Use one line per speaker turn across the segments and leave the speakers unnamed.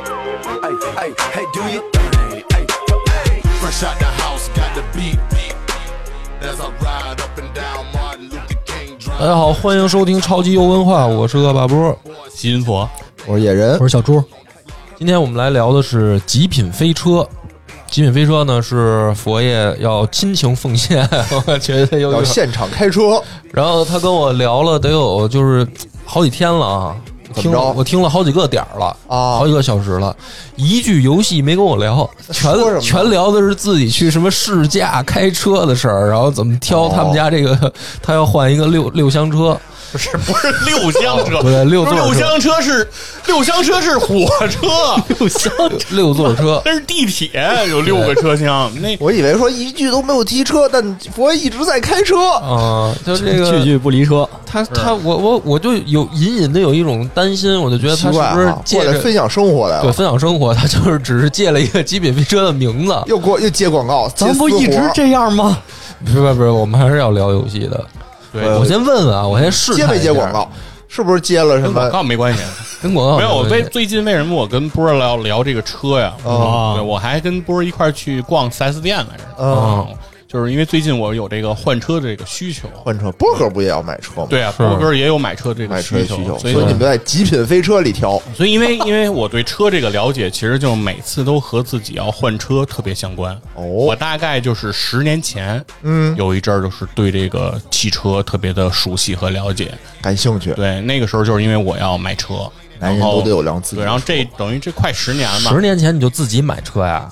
Hey, hey, hey, do your thing. Hey, hey.
Fresh out the house, got the beat. As I ride up and down Martin Luther King Drive.
大家好，欢迎收听超级优文化，我是恶霸波。
西云佛，
我是野人
我，是小猪，
今天我们来聊的是极品飞车。极品飞车呢是佛爷要亲情奉献，我觉得有
要
点。
现场开车，
然后他跟我聊了得有就是好几天了啊，
怎
听
么着
了我听了好几个点儿了
啊
好几个小时了，一句游戏没跟我聊，全
说什么
全聊的是自己去什么试驾开车的事儿，然后怎么挑他们家这个，他要换一个六六厢车，
不是不是六厢
哦
车，
对六座车
六厢车是六厢车是火车，六厢
六座车，
那是地铁有六个车厢，那
我以为说一句都没有提车，但佛爷一直在开车，
啊，就这个
句句不离车，
他他我我我就有隐隐的有一种担心，我就觉得
奇
他是
怪
不是
啊，过
借
来
着
分享生活来
对
了，
分享生活，他就是只是借了一个极品飞车的名字。
又过又接广告，
咱不
接私
一
活
直这样吗？
不是不是，我们还是要聊游戏的。
对
我先问问啊，我先试
接
探
没
一
接
下
广，告？是不是接了什
跟广
么？
告没关系。
跟
哦
广告
没有，我
关
为
系
最近为什么我跟波儿要聊这个车呀？
哦
对我还跟波儿一块儿去逛 4S 店来着。
嗯，
嗯，就是因为最近我有这个换车的这个需求。
换车，波哥不也要买车吗？，
对啊，
是
波哥也有买车这个
买车的需
求，
求，所
所以
以你们在极品飞车里挑。
所以因为 因为我对车这个了解，其实就每次都和自己要换车特别相关。
哦
我大概就是十年前，
嗯，
有一阵儿就是对这个汽车特别的熟悉和了解。
感兴趣，
对，那个时候就是因为我要买车，
男人
然后
都得有辆自己
对，
的
然后这等于这快十年了嘛，
十年前你就自己买车呀？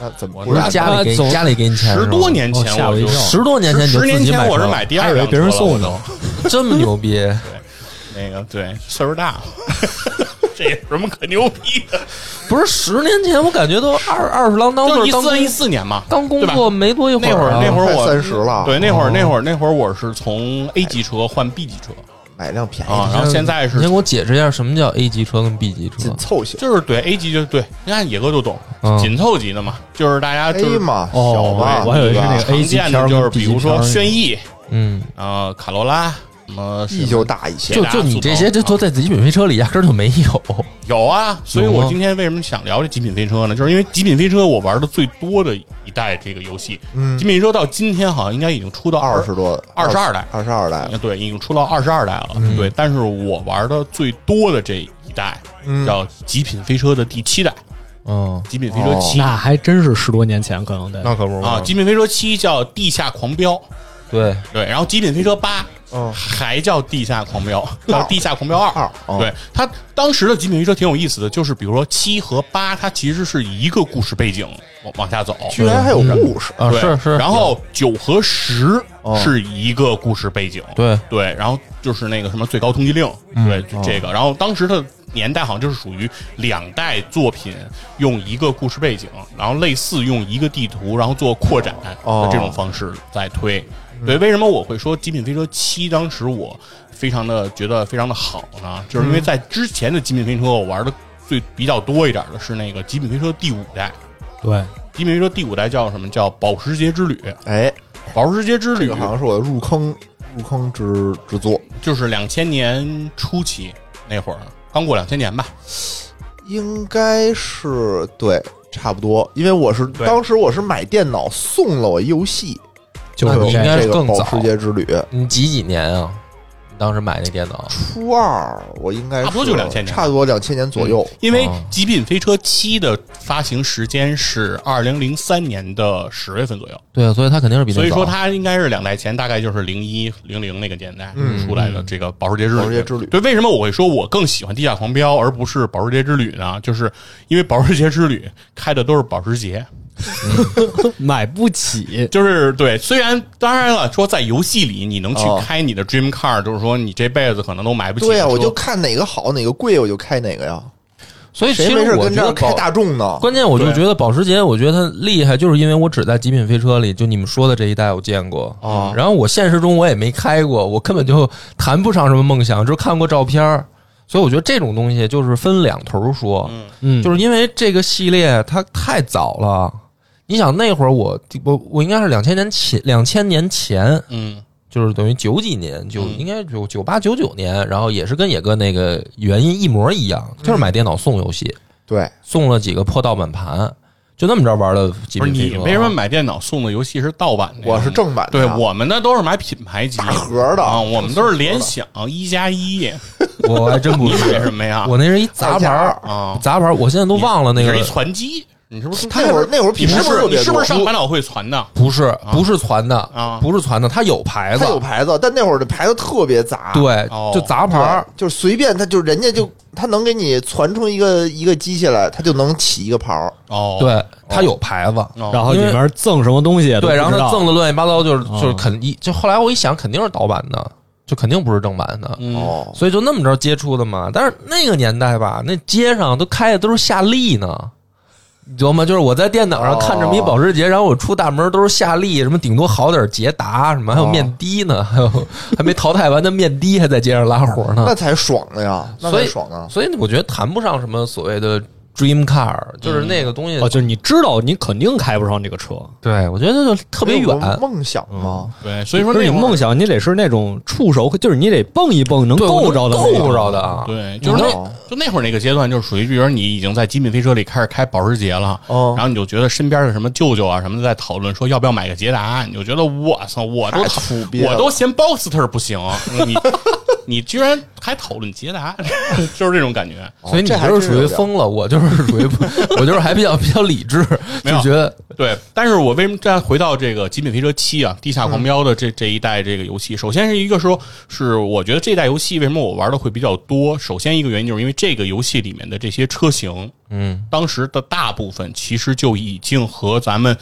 那怎么
我
不是
那
家里
他
给
总
家里给你钱是吗？
十多年前
哦吓
我
我一
就
跳
十多年前你就
十
自
年
己买
前
车
我是
了
买第
还
二
以为
辆
别人
车了
送
我
的
都，
这么牛逼，
那个对，岁 数大了，这有什么可牛逼啊的？
不是十年前我感觉都二二十郎当
就
岁
一
儿刚
三
工
一四年嘛，
刚工
对吧
作没多一会
那会
儿
儿
啊，
那会儿我
快三十了哦
对，那会儿那会儿那会儿我是从 A 级车换 B 级车
买辆便宜
啊，
的，
然后现在
你先
是
给我解释一下什么叫 A 级车跟 B 级车
紧？凑型
就是对 A 级就对，你看野哥就懂
嗯，
紧凑级的嘛，就是大家就
，A
是
嘛，
哦
小嘛，
我还以为是那个
常
A 级
见
片
的
儿
就是
跟 B
比如
级
说
片儿
轩逸
嗯，
啊、卡罗拉什么
，E 就大一些
就，就你这些，这都在极品飞车里压根儿就没有。
有啊，所以
有
我
吗
今天为什么想聊这极品飞车呢？就是因为极品飞车我玩的最多的一代这个游戏，
嗯
极品飞车到今天好像应该已经出到
二十多，
二十二代，
二十二代，
啊，对，已经出到二十二代了，
嗯
对。但是我玩的最多的这一代、
嗯
叫《极品飞车》的第七代，
嗯，
《极品飞车七》
那还真是十多年前，可能得
可不
啊，《极品飞车七》叫《地下狂飙》，
对，
对，然后《极品飞车八》
嗯
还叫《地下狂飙》，叫《地下狂飙二》
二哦
对，它当时的《极品飞车》挺有意思的，就是比如说七和八，它其实是一个故事背景往往下走，
居然还有故事，
啊
对
是是，
然后九和十
哦
是一个故事背景，
对
对，然后就是那个什么最高通缉令，
嗯
对，
哦
就这个。然后当时的年代好像就是属于两代作品用一个故事背景，然后类似用一个地图，然后做扩展
哦
的这种方式在推。对，为什么我会说《极品飞车七》当时我非常的觉得非常的好呢？就是因为在之前的《极品飞车》，我玩的最比较多一点的是那个《极品飞车》第五代，
对，
《极品飞车》第五代叫什么？叫《保时捷之旅》。
哎，
《保时捷之
这
旅
个》好像是我的入坑入坑之之作，
就是两千年初期那会儿，刚过两千年吧。
应该是对，差不多。因为我是
对
当时我是买电脑送了我游戏，啊
就
那
是
你应
这
该
样
是
这个
更早
保时捷之旅
嗯
你几几年啊？你当时买那电脑？
初二，我应该是
差不多就2000年嗯
差不多两千年左右。啊
因为
哦
《极品飞车七》的发行时间是二零零三年的十月份左右，
对啊，所以它肯定是比那
所以
早
说它应该是两代前，大概就是零一零零那个年代嗯出来的这个《保时捷之旅》。
保时捷之旅
对，为什么我会说我更喜欢《地下狂飙》而不是《保时捷之旅》呢？就是因为《保时捷之旅》开的都是保时捷，
买不
嗯
起，
就是对，虽然当然了，说在游戏里你能去
哦
开你的 dream car，、就是说你这辈子可能都买不起的车。
对啊呀，我就看哪个好哪个贵，我就开哪个呀。
所以其
谁没
实
事
我
跟
觉
这
得
儿开
保
大众呢？
关键我就
对
觉得保时捷，我觉得它厉害，就是因为我只在极品飞车里，就你们说的这一代我见过
哦
然后我现实中我也没开过，我根本就谈不上什么梦想，只看过照片儿。所以我觉得这种东西就是分两头说，
嗯，
就是因为这个系列它太早了。你想那会儿我我我应该是两千年前，两千年前
嗯，
就是等于九几年，九
嗯
应该九九八九九年，然后也是跟野哥那个原因一模一样，就是买电脑送游戏。
对，
送了几个破盗版盘，就那么着玩的极
不是
品飞
你
车。
为什么买电脑送的游戏是盗版的呀？
我是正版的，
嗯对我们呢都是买品牌机大
盒的
啊，我们都是联想一加一，
我还真不
你买
是
什，么呀？
我那是一杂牌儿
啊
杂牌儿，我现在都忘了那
你
个
是一传机，你是不是？
那会儿那会儿
你
品牌
是不
特
是你
别
是不
多
是，上百老汇传的？
不是不是传的
啊
不是传的，它有牌子
它，有牌子，但那会儿的牌子特别杂，
对
哦，
就杂牌儿
对，。就是随便，他就人家
嗯
就他能给你传出一个一个机器来，他就能起一个牌儿。
哦，
对，它有牌子，
哦，
然后里面赠什么东西也都不
对，
知
然
道？
后他赠的乱七八糟，就是
嗯
就是肯一，就后来我一想，肯定是盗版的，就肯定不是正版的，
嗯，
哦，
所以就那么着接触的嘛。但是那个年代吧，那街上都开的都是夏利呢。你知道吗？就是我在电脑上看这么一保时捷，然后我出大门都是夏利，什么顶多好点儿捷达，什么还有面的呢， 还有还没淘汰完的面的还在街上拉活呢
那。才爽呢呀，那
所
才
以
爽啊呢。
所以我觉得谈不上什么所谓的 dream car，就是那个东西。
哦，就是你知道你肯定开不上这个车，
对，我觉得就特别
有
远。
个梦想啊
嗯
哦嘛，
对，所以说
不
那
是你
会儿
梦想，你得是那种触手，就是你得蹦一蹦能
对我
够
能
着的那种，
够着的啊！
对，就是那
哦
就那会儿那个阶段，就是属于，比如说你已经在极品飞车里开始开保时捷了，
哦
然后你就觉得身边的什么舅舅啊什么的在讨论说要不要买个捷达，你就觉得我操，我都
太土鳖了
我都嫌 Boxster 不行，你你居然还讨论捷达， 就是这种感觉。
哦所以你
这还
就是
真
属于
有点
疯了，我就是属于我就是还比较比较理智，
没
就
有
觉得
对，但是我为什么再回到这个《极品飞车七》啊，《地下狂飙》的这这一代这个游戏？首先是一个说，是我觉得这代游戏为什么我玩的会比较多？首先一个原因就是因为这个游戏里面的这些车型，嗯，当时的大部分其实就已经和咱们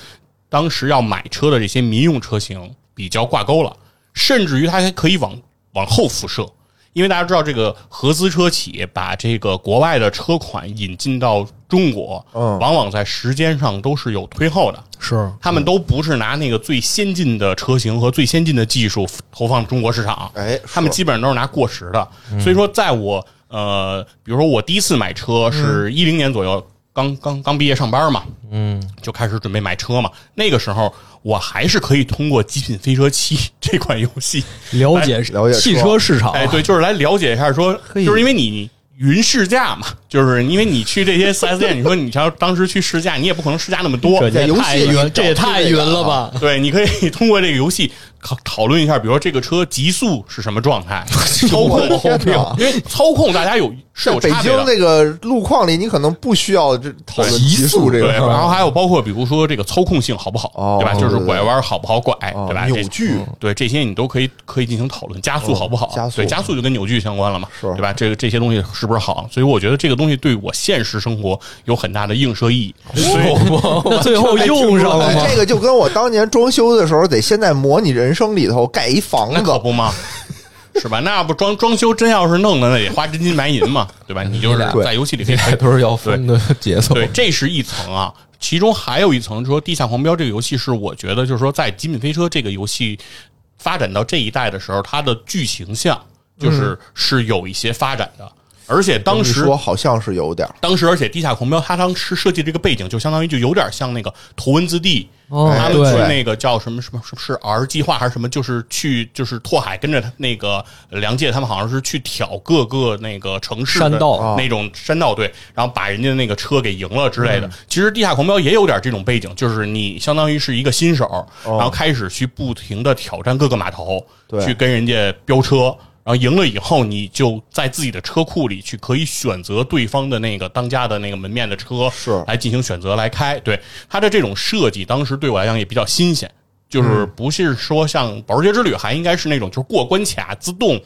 当时要买车的这些民用车型比较挂钩了，甚至于它还可以往往后辐射。因为大家知道，这个合资车企业把这个国外的车款引进到中国，
嗯
往往在时间上都是有推后的。
是
他们都不是拿那个最先进的车型和最先进的技术投放中国市场，
哎
他们
是嗯
基本上都是拿过时的。所以说，在我呃，比如说我第一次买
嗯
车是一零年左右，刚刚刚毕业上班嘛，嗯，就开始准备买车嘛。那个时候，我还是可以通过《极品飞车七》 这款游戏，
了解
了解
汽
车
车市场，
哎，对，就是来了解一下说，
嘿
就是因为你。云试驾嘛，就是因为你去这些四 S 店，你说你要当时去试驾，你也不可能试驾那么多，
这
在
也
游
太
戏里
云，这也
找
太
这
云
个
了吧
啊？
对，你可以通过这个游戏讨讨论一下，比如说这个车极速是什么状态，操 控
我的天哪，
因为操控大家有是
在
有
北
差别
京
的。
那个路况里，你可能不需要这讨论
极
极速这
对，
个事哎
然
儿
后还有包括比如说这个操控性好不好，
哦
对吧？
对
就是
对
拐弯好不好拐，
哦
对吧？
扭
这
矩，
对这些你都可以可以进行讨论。加速好不好？
嗯加速
对加速就跟扭矩相关了嘛，
是
对吧？这个这些东西是不是好？所以我觉得这个东西对我现实生活有很大的映射意义。 所
哦
以
那最后用上了吗？
哎这个就跟我当年装修的时候，得先在模拟人生里头盖一房
那可
子，
不嘛，是吧？那不装装修真要是弄的，那得花真金白银嘛，对吧？你就是
对
在游戏里可以
还都是要疯的节奏。
对，这是一层啊。其中还有一层，就是说《地下狂飙》这个游戏是我觉得，就是说在《极品飞车》这个游戏发展到这一代的时候，它的剧情向就是、是有一些发展的，而且当
你
时
嗯说好像是有点儿
当时而且《地下狂飙》它当时设计这个背景，就相当于就有点像那个图文字 D，、
哦
他们
对
去那个叫什么什么什么是 R 计划还是什么，就是去就是拓海跟着他那个呃梁界他们好像是去挑各个那个城市的
山道
那种山道队，然后把人家那个车给赢了之类的。其实《地下狂飙》也有点这种背景，就是你相当于是一个新手，然后开始去不停的挑战各个码头，
对
去跟人家飙车。然后赢了以后，你就在自己的车库里去可以选择对方的那个当家的那个门面的车，
是
来进行选择来开。对它的这种设计，当时对我来讲也比较新鲜，就是不是说像保时捷之旅，还应该是那种就是过关卡自动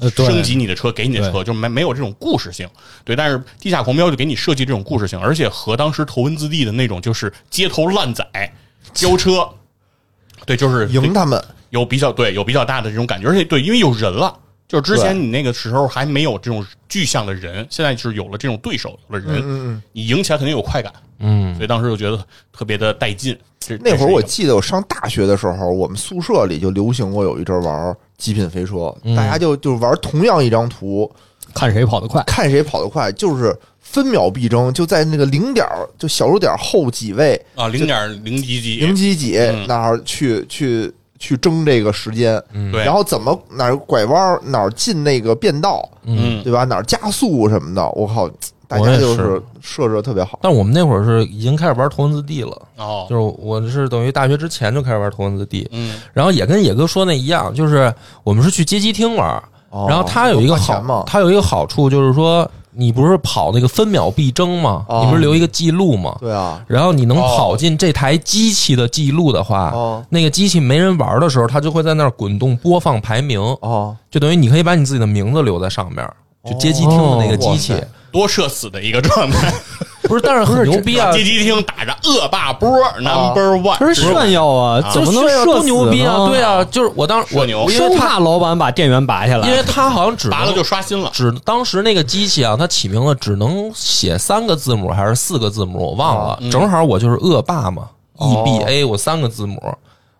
呃对
升级你的车，给你的车，就没没有这种故事性。对，但是地下狂飙就给你设计这种故事性，而且和当时头文字 D 的那种就是街头烂仔飙车，对，就是
赢他们，
有比较对有比较大的这种感觉，而且对，因为有人了。就是之前
对
你那个时候还没有这种具象的人，现在就是有了这种对手，有了
嗯
人，你赢起来肯定有快感，嗯，所以当时就觉得特别的带劲。这
那会
这
儿
是一
我
个
记得我上大学的时候，我们宿舍里就流行过有一阵儿玩儿极品飞车，
嗯
大家就就玩儿同样一张图，
看谁跑得快，
看谁跑得快，就是分秒必争，就在那个零点儿就小数点儿后几位
啊零点零几嗯几
零几几那儿去去去争这个时间，
对
嗯
然后怎么哪儿拐弯儿哪儿进那个变道，
嗯
对吧？哪儿加速什么的，我靠，大家就
我也是
是设置得特别好。
但我们那会儿是已经开始玩头文字 D 了，
哦，
就是我是等于大学之前就开始玩头文字 D，
嗯，
然后也跟野哥说那一样，就是我们是去街机厅玩，
哦
然后它有一个
花钱嘛
好，它有一个好处就是说，你不是跑那个分秒必争吗？
哦
你不是留一个记录吗？
对啊，
然后你能
哦
跑进这台机器的记录的话，
哦
那个机器没人玩的时候，它就会在那儿滚动播放排名，
哦，
就等于你可以把你自己的名字留在上面，就街机厅的那个机器，
哇塞
多社死的一个状态，
不是，但是很牛逼啊！
街机厅打着恶霸波 number one，
这是炫耀啊，怎
就
么能
炫耀
射
多
死
牛逼啊！
呢嗯
对，啊，就是我当
社
我
牛
因为
生
他
怕老板把店员拔下来，
因为他好像只
拔了
能
就刷新了。
只当时那个机器啊，它起名了只能写三个字母还是四个字母，我忘
哦嗯
了。正好我就是恶霸嘛、e
哦
B A，我三个字母，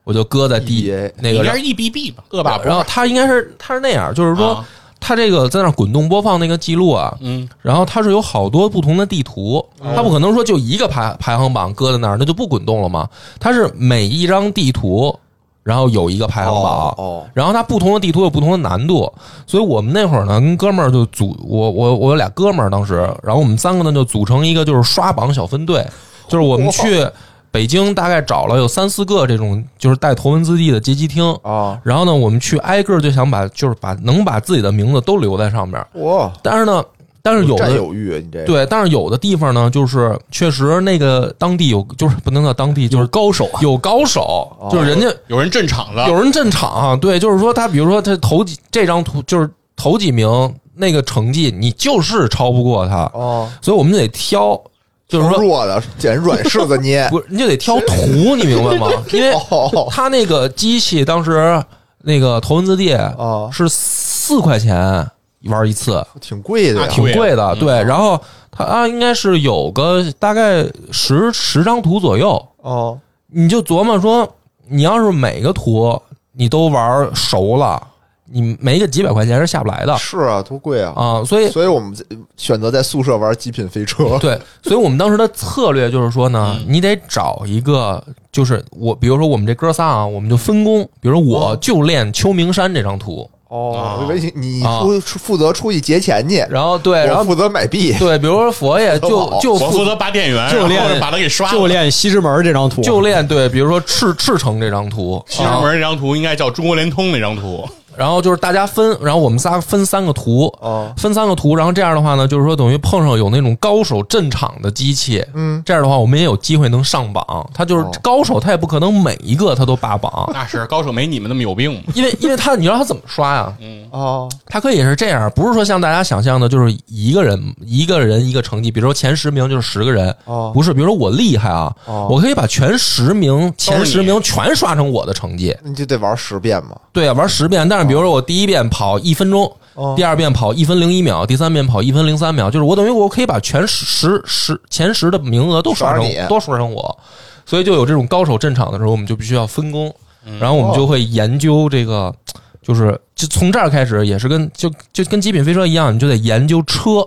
我就搁在 D
EBA
那
你
个
E 应该是 EBB 吧，恶霸波。
然后它应该是它是那样，就是说、
啊
它这个在那儿滚动播放那个记录啊，
嗯，哦
然后它是有好多不同的地图，它不可能说就一个排排行榜搁在那儿，那就不滚动了嘛。它是每一张地图，然后有一个排行榜，
哦哦
然后它不同的地图有不同的难度，所以我们那会儿呢，跟哥们儿就组我我我有俩哥们儿当时，然后我们三个呢就组成一个就是刷榜小分队，就是我们去。北京大概找了有三四个这种就是带头文字 D 的街机厅
啊，
然后呢，我们去挨个儿就想把就是把能把自己的名字都留在上面，
哦哇，
但是呢，但是有的
占有欲，你这个
对，但是有的地方呢，就是确实那个当地有，就是不能叫当地，就是高手，啊有高手，就是人家
有人镇场
啊
了，
有人镇场，啊对，就是说他，比如说他头几这张图就是头几名那个成绩，你就是超不过他，
哦，
所以我们就得挑，就是说，
弱的捡软柿子捏
不是，你就得挑图，你明白 吗？因为
哦
他那个机器当时那个头文字 D
哦
是四块钱玩一次，
挺贵的
啊
呀
挺贵的，
嗯
对。然后它啊，应该是有个大概十十张图左右，
哦，
你就琢磨说，你要是每个图你都玩熟了，你没个几百块钱是下不来的
是啊，多贵啊！
啊。所以
所以我们选择在宿舍玩极品飞 车，
对，啊所以我们当时的策略就是说呢，
嗯
你得找一个，就是我，比如说我们这哥仨啊，我们就分工，比如我就练秋名山这张图，
哦，我以为你你
啊
出出负责出去节钱去，
然后对，然
我
后
负责买币，
对，比如说佛爷就
我
就
我负
负
责拔店员，
就
然后
练
把他给刷了。
就练西直门这张图，
就练对，比如说赤赤城这张图，
西直门那张图应该叫中国联通那张图，
然后就是大家分，然后我们仨分三个图，
哦
分三个图，然后这样的话呢，就是说等于碰上有那种高手镇场的机器，嗯，这样的话我们也有机会能上榜。他就是
哦
高手，他也不可能每一个他都 霸榜，
那是高手没你们那么有病嘛。
因为因为他你知道他怎么刷呀、
哦
他可以是这样，不是说像大家想象的，就是一个人一个人一个成绩，比如说前十名就是十个人，
哦
不是，比如说我厉害啊，
哦
我可以把全十名前十名全刷成我的成绩，
那你就得玩十遍嘛。
对啊，玩十遍，但是比如说我第一遍跑一分钟，
哦
第二遍跑一分零一秒，第三遍跑一分零三秒，就是我等于我可以把全十十十前十的名额都刷
刷
成
你
都刷成我，所以就有这种高手镇场的时候，我们就必须要分工，
嗯
然后我们就会研究这个，就是就从这儿开始也是跟就就跟极品飞车一样，你就得研究车。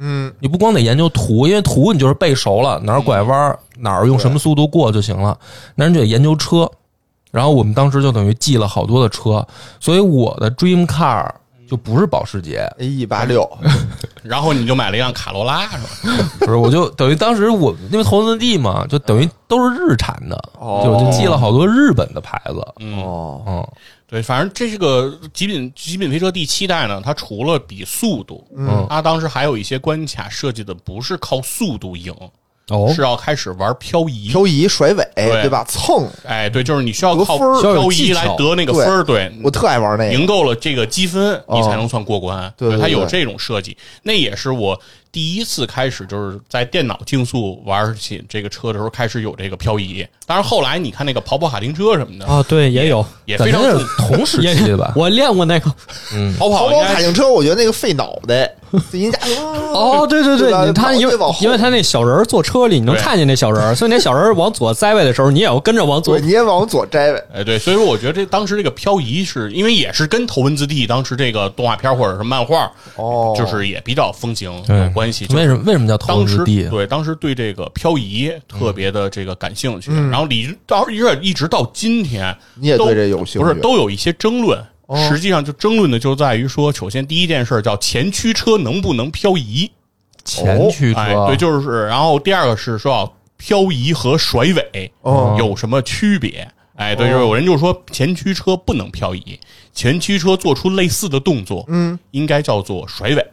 嗯，
你不光得研究图，因为图你就是背熟了，哪儿拐弯儿，哪儿用什么速度过就行了。那你就得研究车。然后我们当时就等于记了好多的车，所以我的 dream car 就不是保时捷，
A 哎一八六，
然后你就买了一辆卡罗拉，是吧？
不是，我就等于当时我 因为投资地嘛，就等于都是日产的，
哦
就就记了好多日本的牌子。
哦
嗯，
对，反正这是个极品极品飞车第七代呢，它除了比速度，
嗯
它当时还有一些关卡设计的不是靠速度赢，
哦
是要开始玩漂移。
漂移甩尾对吧？蹭，
哎，对，就是你需要
得
靠
分儿
需要有
漂移
技巧
来得那个分儿，对，
嗯
我特爱玩那
赢
个。
够了这个积分，
哦
你才能算过关。
对对对
它有这种设计，那也是我第一次开始就是在电脑竞速玩起这个车的时候，开始有这个漂移。当然后来你看那个跑跑卡丁车什么的，
啊，对，也有，
也
咱
非常
这是同时
也
期吧？
我练过那个，
跑
跑
跑
跑
应
卡
该
丁车，我觉得那个费脑 袋，自己家
哦，对对
对吧
对，他因为
脑袋往后
因为他那小人儿坐车里，你能
对
看见那小人儿，所以那小人儿往左栽位的时候，你也要跟着往左
对，你也往左摘呗。
哎，对，所以说我觉得这当时这个漂移是因为也是跟头文字 D 当时这个动画片或者是漫画，
哦
就是也比较风行
对
有关系。就
为什么为什么叫投
当
资
时
地？
对当时对这个漂移
嗯
特别的这个感兴趣，然后李到一直一直到今天，
你也
都
对这有兴趣哦
不是都有一些争论。实际上，就争论的就在于说，首先第一件事儿叫前驱车能不能漂移，
前驱车，
哎，对，就是。然后第二个是说啊，漂移和甩尾
哦
有什么区别？哎，对，就是有人就是说前驱车不能漂移，前驱车做出类似的动作，嗯，应该叫做甩尾。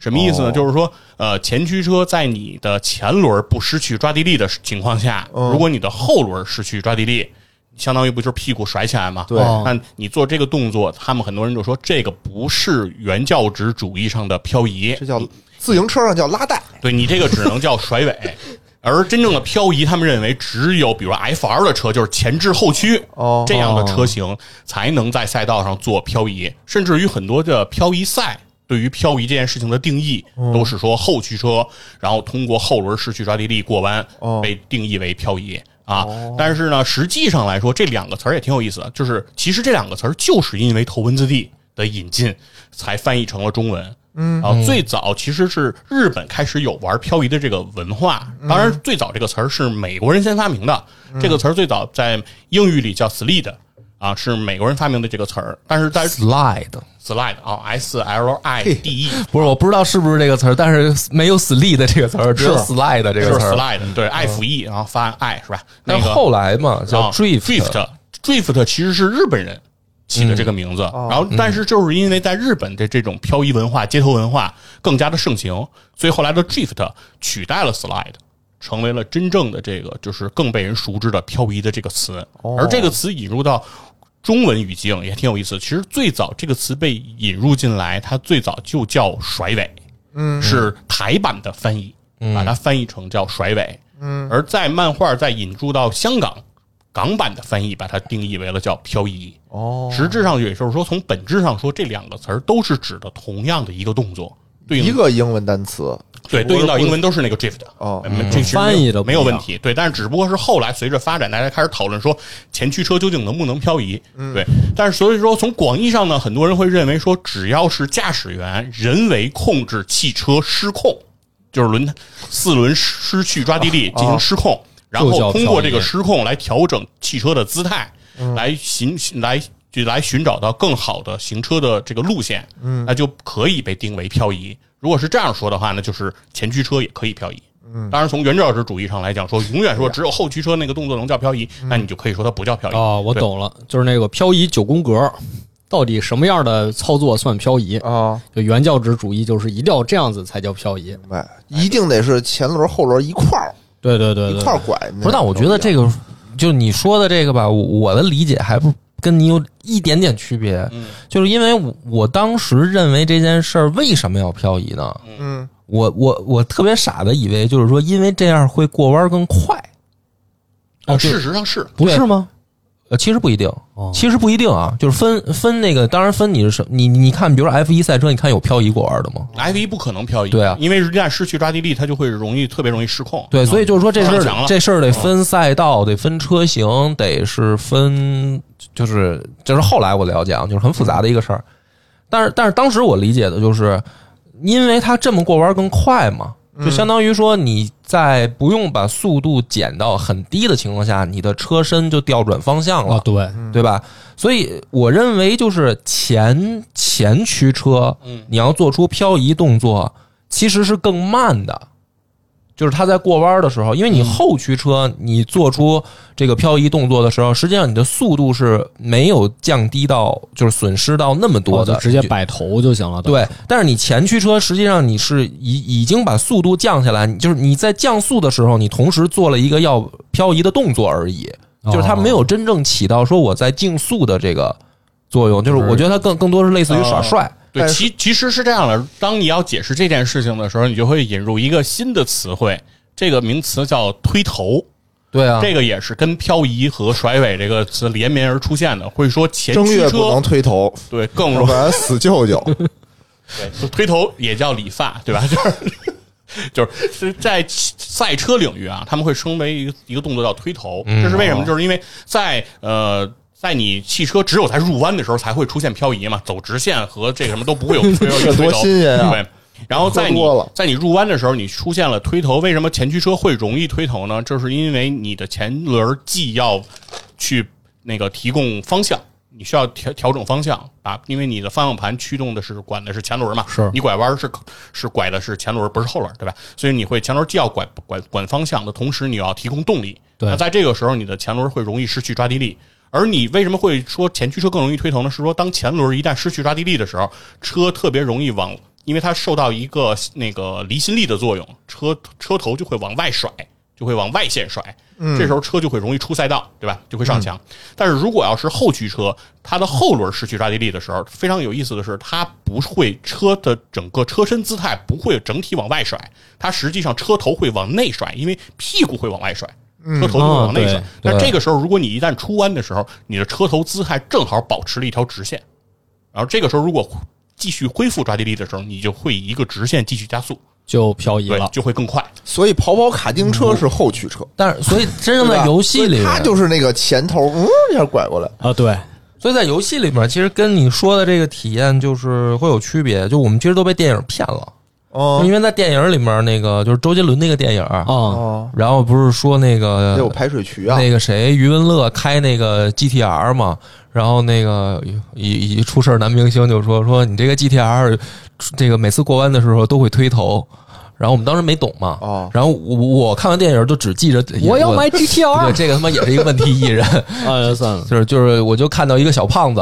什么意
哦
思呢？就是说，呃，前驱车在你的前轮不失去抓地力的情况下，
哦
如果你的后轮失去抓地力，相当于不就是屁股甩起来吗？
对
哦
那你做这个动作，他们很多人就说这个不是原教旨主义上的漂移，
这叫嗯自行车上叫拉带，
对你这个只能叫甩 尾。而真正的漂移，他们认为只有比如 F R 的车，就是前置后驱
哦
这样的车型，才能在赛道上做漂移。甚至于很多的漂移赛，对于漂移这件事情的定义，
嗯
都是说后驱车，然后通过后轮失去抓地力过弯
哦，
被定义为漂移啊。但是呢，实际上来说，这两个词儿也挺有意思的，就是其实这两个词儿就是因为头文字 D 的引进，才翻译成了中文。嗯啊，最早其实是日本开始有玩漂移的这个文化。当然，最早这个词儿是美国人先发明的，这个词儿最早在英语里叫 slide，啊，是美国人发明的这个词儿。但是在
slide
slide 啊，s l i d e
不是，我不知道是不是这个词儿，但是 没有 slide 这个词儿，只有 slide 这
就是
个词儿。
slide，对，f e，然后发 i 是吧？那
但
个
后来嘛，叫
啊
drift，
Drift 其实是日本人起的这个名字，然后
嗯
但是就是因为在日本的这种漂移文化、街头文化更加的盛行，所以后来的 Drift 取代了 Slide。成为了真正的这个，就是更被人熟知的漂移的这个词，而这个词引入到中文语境也挺有意思。其实最早这个词被引入进来，它最早就叫甩尾，嗯，是台版的翻译，把它翻译成叫甩尾。嗯，而在漫画再引入到香港港版的翻译，把它定义为了叫漂移。哦，实质上也就是说，从本质上说，这两个词儿都是指的同样的一个动作，对应
一个英文单词，
对，对应到英文都是那个 drift
哦
嗯这其实没有
翻译的不
没
一样
有问题。对，但是只不过是后来随着发展，大家开始讨论说前驱车究竟能不能漂移。对，但是所以说从广义上呢，很多人会认为说，只要是驾驶员人为控制汽车失控，就是轮四轮失去抓地力进行失控，然
就叫
后通过这
漂
个
移
失控来调整汽车的姿态，来寻来。就来寻找到更好的行车的这个路线，嗯，那就可以被定为漂移。如果是这样说的话呢，就是前驱车也可以漂移。嗯，当然从原教旨主义上来讲，说永远说只有后驱车那个动作能叫漂移，那你就可以说它不叫漂移。
哦，我
对
懂了，就是那个漂移九宫格，到底什么样的操作算漂移？
啊，
就原教旨主义就是一定要这样子才叫漂移。
明白？一定得是前轮后轮一块儿
对对对
一
对
块儿拐。
不是，但我觉得这个，就你说的这个吧，我我的理解还不跟你有一点点区别，就是因为我我当时认为这件事儿为什么要漂移呢？
嗯，
我我我特别傻的以为就是说，因为这样会过弯儿更快，
啊事实上是
不
是
吗？呃，其实不一定，其实不一定啊，就是分分那个，当然分你是什，你你你看，比如说 F 一赛车，你看有漂移过弯儿的吗？
F 一不可能漂移，
对啊
因为一旦失去抓地力，它就会容易特别容易失控。嗯
对，所以就是说这事
上墙
儿
了
这事儿得分赛道，得分车型，得是分，就是这是后来我了解啊，就是很复杂的一个事儿。但是但是当时我理解的就是，因为它这么过弯更快嘛，就相当于说你在不用把速度减到很低的情况下，你的车身就调转方向了。
啊，对，
对吧？所以我认为就是前前驱车，
嗯
你要做出漂移动作，其实是更慢的，就是它在过弯的时候，因
嗯
为你后驱车你做出这个漂移动作的时候，实际上你的速度是没有降低到，就是损失到那么多
哦我就
的，
直接摆头就行了。
对，但是你前驱车实际上你是已已经把速度降下来，你就是你在降速的时候，你同时做了一个要漂移的动作而已，就是它没有真正起到说我在竞速的这个作用，就是呃我觉得它更更多是类似于耍帅。
对，其其实是这样的。当你要解释这件事情的时候，你就会引入一个新的词汇，这个名词叫推头。
对啊，
这个也是跟漂移和甩尾这个词连绵而出现的，会说前
正
驱
月不
车
能推头，
对更
要
容
不然死舅舅。
就推头也叫理发，对吧？ 就是就是是在赛车领域啊，他们会称为一个一个动作叫推头，
嗯
这是为什
哦
么？就是因为在呃。在你汽车只有在入弯的时候才会出现漂移嘛，走直线和这个什么都不会 有没有一个推
多
头，
新鲜啊
对，然后在你
喝多了
在你入弯的时候，你出现了推头，为什么前驱车会容易推头呢？就是因为你的前轮既要去那个提供方向，你需要调调整方向啊，因为你的方向盘驱动的是管的是前轮嘛，
是
你拐弯是是拐的是前轮，不是后轮，对吧？所以你会前轮既要拐拐管方向的同时，你要提供动力。
对
那在这个时候，你的前轮会容易失去抓地力。而你为什么会说前驱车更容易推头呢？是说当前轮一旦失去抓地力的时候，车特别容易往，因为它受到一个那个离心力的作用，车车头就会往外甩，就会往外线甩。这时候车就会容易出赛道，对吧？就会上墙。但是如果要是后驱车，它的后轮失去抓地力的时候，非常有意思的是，它不会车的整个车身姿态不会整体往外甩，它实际上车头会往内甩，因为屁股会往外甩。车头就会往内甩
嗯，对
但
对
这个时候，如果你一旦出弯的时候，你的车头姿态正好保持了一条直线，然后这个时候如果继续恢复抓地力的时候，你就会以一个直线继续加速，
就漂移
对，
了。
就会更快。
所以跑跑卡丁车是后驱车，
但是所以真嗯正
对吧
在游戏
所
里
以
边，
它就是那个前头，嗯，一下拐过来，
啊，对，
所以在游戏里面，其实跟你说的这个体验就是会有区别。就我们其实都被电影骗了，
嗯
因为在电影里面那个就是周杰伦那个电影，
啊，
哦，
然后不是说那个
得有排水渠啊，
那个谁余文乐开那个 GTR 嘛，然后那个一一出事儿男明星就说说你这个 GTR 这个每次过弯的时候都会推头，然后我们当时没懂嘛，
哦
然后我我看完电影就只记着
我要买
对，
GTR。
这个他妈也是一个问题艺人，
啊，算了，
就是就是，我就看到一个小 胖子，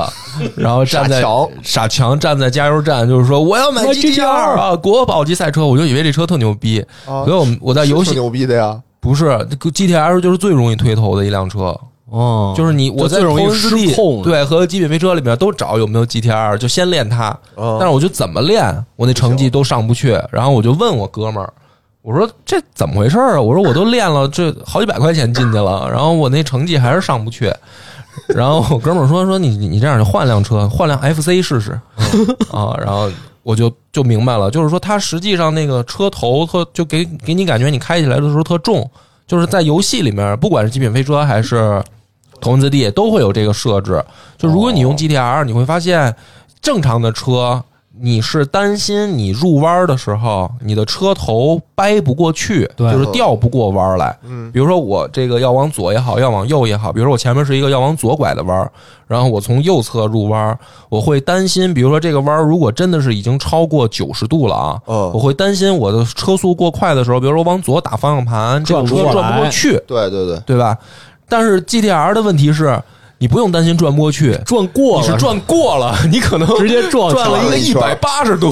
然后站
傻
在
强
傻强站在加油站，就是说我要买
买
GTR 啊，国宝级赛车，我就以为这车特牛逼，
啊
所以我们我在游
是挺
戏
牛逼的呀，
不是 GTR 就是最容易推头的一辆车，
哦，
就是你
就
我在
最容易
头文字 D
失控
对和极品飞车里面都找有没有 GTR，就先练它，
嗯
哦
但是我就怎么练我那成绩都上不去，然后我就问我哥们儿。我说这怎么回事儿啊？我说我都练了这好几百块钱进去了，然后我那成绩还是上不去。然后我哥们儿说说你你你这样就换辆车，换辆 FC 试 试、啊。然后我就就明白了，就是说它实际上那个车头特就给给你感觉你开起来的时候特重，就是在游戏里面，不管是极品飞车还是头文字 D 都会有这个设置。就如果你用 GTR，你会发现正常的车。你是担心你入弯的时候，你的车头掰不过去，
对
就是调不过弯来。
嗯，
比如说我这个要往左也好，要往右也好，比如说我前面是一个要往左拐的弯儿，然后我从右侧入弯儿，我会担心，比如说这个弯儿如果真的是已经超过九十度了啊，
嗯
我会担心我的车速过快的时候，比如说我往左打方向盘，这个
转不
车
过
转不过
来
去，
对对对，
对吧？但是 GTR 的问题是你不用担心转不过去，
转过
你
了，
是转过了，你可能
直接撞
转
墙
了一个
了一
一
圈
百八十度。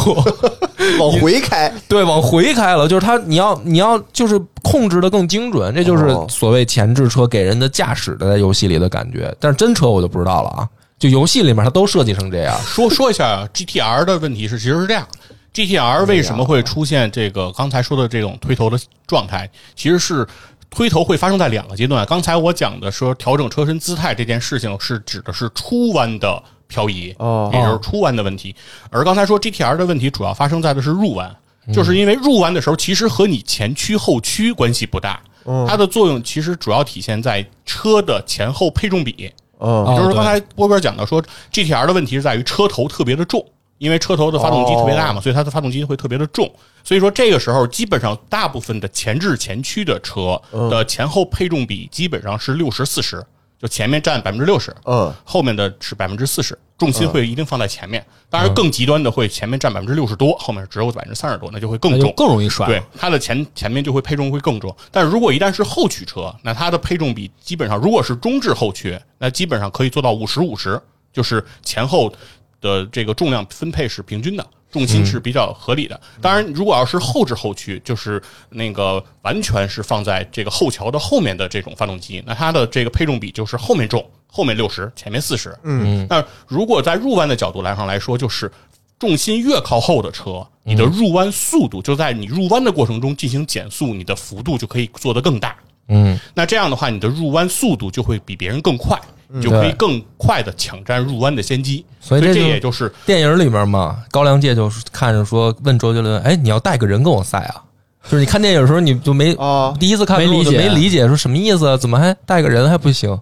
往回开，
对，往回开了，就是它，你要你要就是控制的更精准，这就是
哦
所谓前置车给人的驾驶的在游戏里的感觉。但是真车我就不知道了啊，就游戏里面它都设计成这样，
啊说说一下 GTR 的问题是，其实是这样，GTR 为什么会出现这个刚才说的这种推头的状态，其实是。推头会发生在两个阶段。刚才我讲的说调整车身姿态这件事情，是指的是出弯的漂移，
哦
也就是出弯的问题。而刚才说 GTR 的问题，主要发生在的是入弯，就是因为入弯的时候，其实和你前驱后驱关系不大，它的作用其实主要体现在车的前后配重比。
嗯，
也就是
哦
说刚才波哥讲到说，GTR 的问题是在于车头特别的重，因为车头的发动机特别大
嗯
嘛，所以它的发动机会特别的重。所以说这个时候，基本上大部分的前置前驱的车
嗯
的前后配重比基本上是六十四十，就前面占百分之六十，
嗯，
后面的是百分之四十，重心
嗯
会一定放在前面。当然更极端的会前面占百分之六十多，后面只有百分之三十多，那就会
那
更
就
重，
更容易摔。
对，，它的前前面就会配重会更重。但是如果一旦是后驱车，那它的配重比基本上，如果是中置后驱，那基本上可以做到五十五十，就是前后的这个重量分配是平均的。重心是比较合理的，当然，如果要是后置后驱，就是那个完全是放在这个后桥的后面的这种发动机，那它的这个配重比就是后面重，后面六十，前面四十。嗯，那如果在入弯的角度来上来说，就是重心越靠后的车，你的入弯速度就在你入弯的过程中进行减速，你的幅度就可以做得更大。
嗯，
那这样的话，你的入弯速度就会比别人更快，你就可以
嗯对
更快的抢占入弯的先机。
所以这
这
就
也就是
电影里面嘛，高良介就是看着说问周杰伦，哎，你要带个人跟我赛啊？就是你看电影的时候你就没
哦
第一次看的时候
没理解
我就没理解说什么意思啊，怎么还带个人还不行？
哦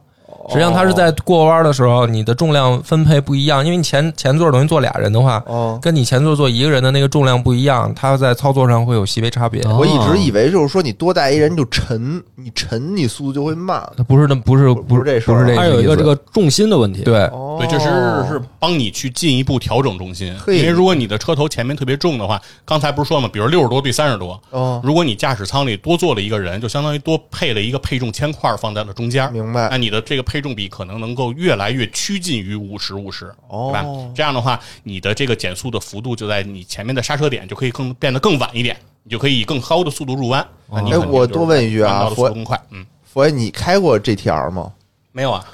实际上它是在过弯的时候，你的重量分配不一样，因为你前前座等于坐俩人的话，
哦，
跟你前座坐一个人的那个重量不一样，它在操作上会有细微差别。
哦
我一直以为就是说你多带一人就沉，你沉你速度就会慢。
它不是那不是
不是这事
不
儿啊
是这
它有一
意
个
思
这个重心的问题。，
对
哦，
对，这其实是帮你去进一步调整重心，
嘿
因为如果你的车头前面特别重的话，刚才不是说了吗？比如六十多对三十多，
哦，
如果你驾驶舱里多坐了一个人，就相当于多配了一个配重铅块放在了中间，
明白
那你的这个配重比可能能够越来越趋近于五十五十，
哦
对吧？这样的话，你的这个减速的幅度就在你前面的刹车点就可以更变得更晚一点，你就可以以更高的速度入弯。那你
哎
肯定
我
就是
多问一句啊
弯道的速
佛
度更快，嗯，
佛爷，你开过 GTR 吗？
没有啊，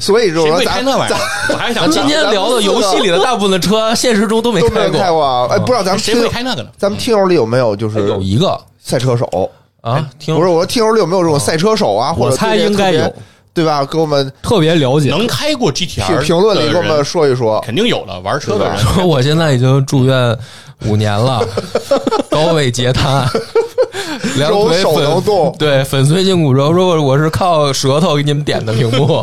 所以就是
谁
说
会
咱
开那玩意儿？我还想
今天聊的游戏里的大部分的车，现实中都没
都没
开
有
过
开，过啊。哎，不知道咱们
谁
听
会
友
开那个呢？
咱们听友里有没有
哎
就是
有一个
赛车手？
啊，听
不是，我说听友里有没有这种赛车手啊？或
我
者
猜
对这
应该
特别
有，，
对吧？给我们
特别了解。
能开过
评
GTR
评论里给我
的
们
人
说一说。
肯定有了，玩车的人
说我现在已经住院五年了，高位截瘫，两
手
腿
手能
粉
动
对粉碎性骨折。说我是靠舌头给你们点的 屏幕，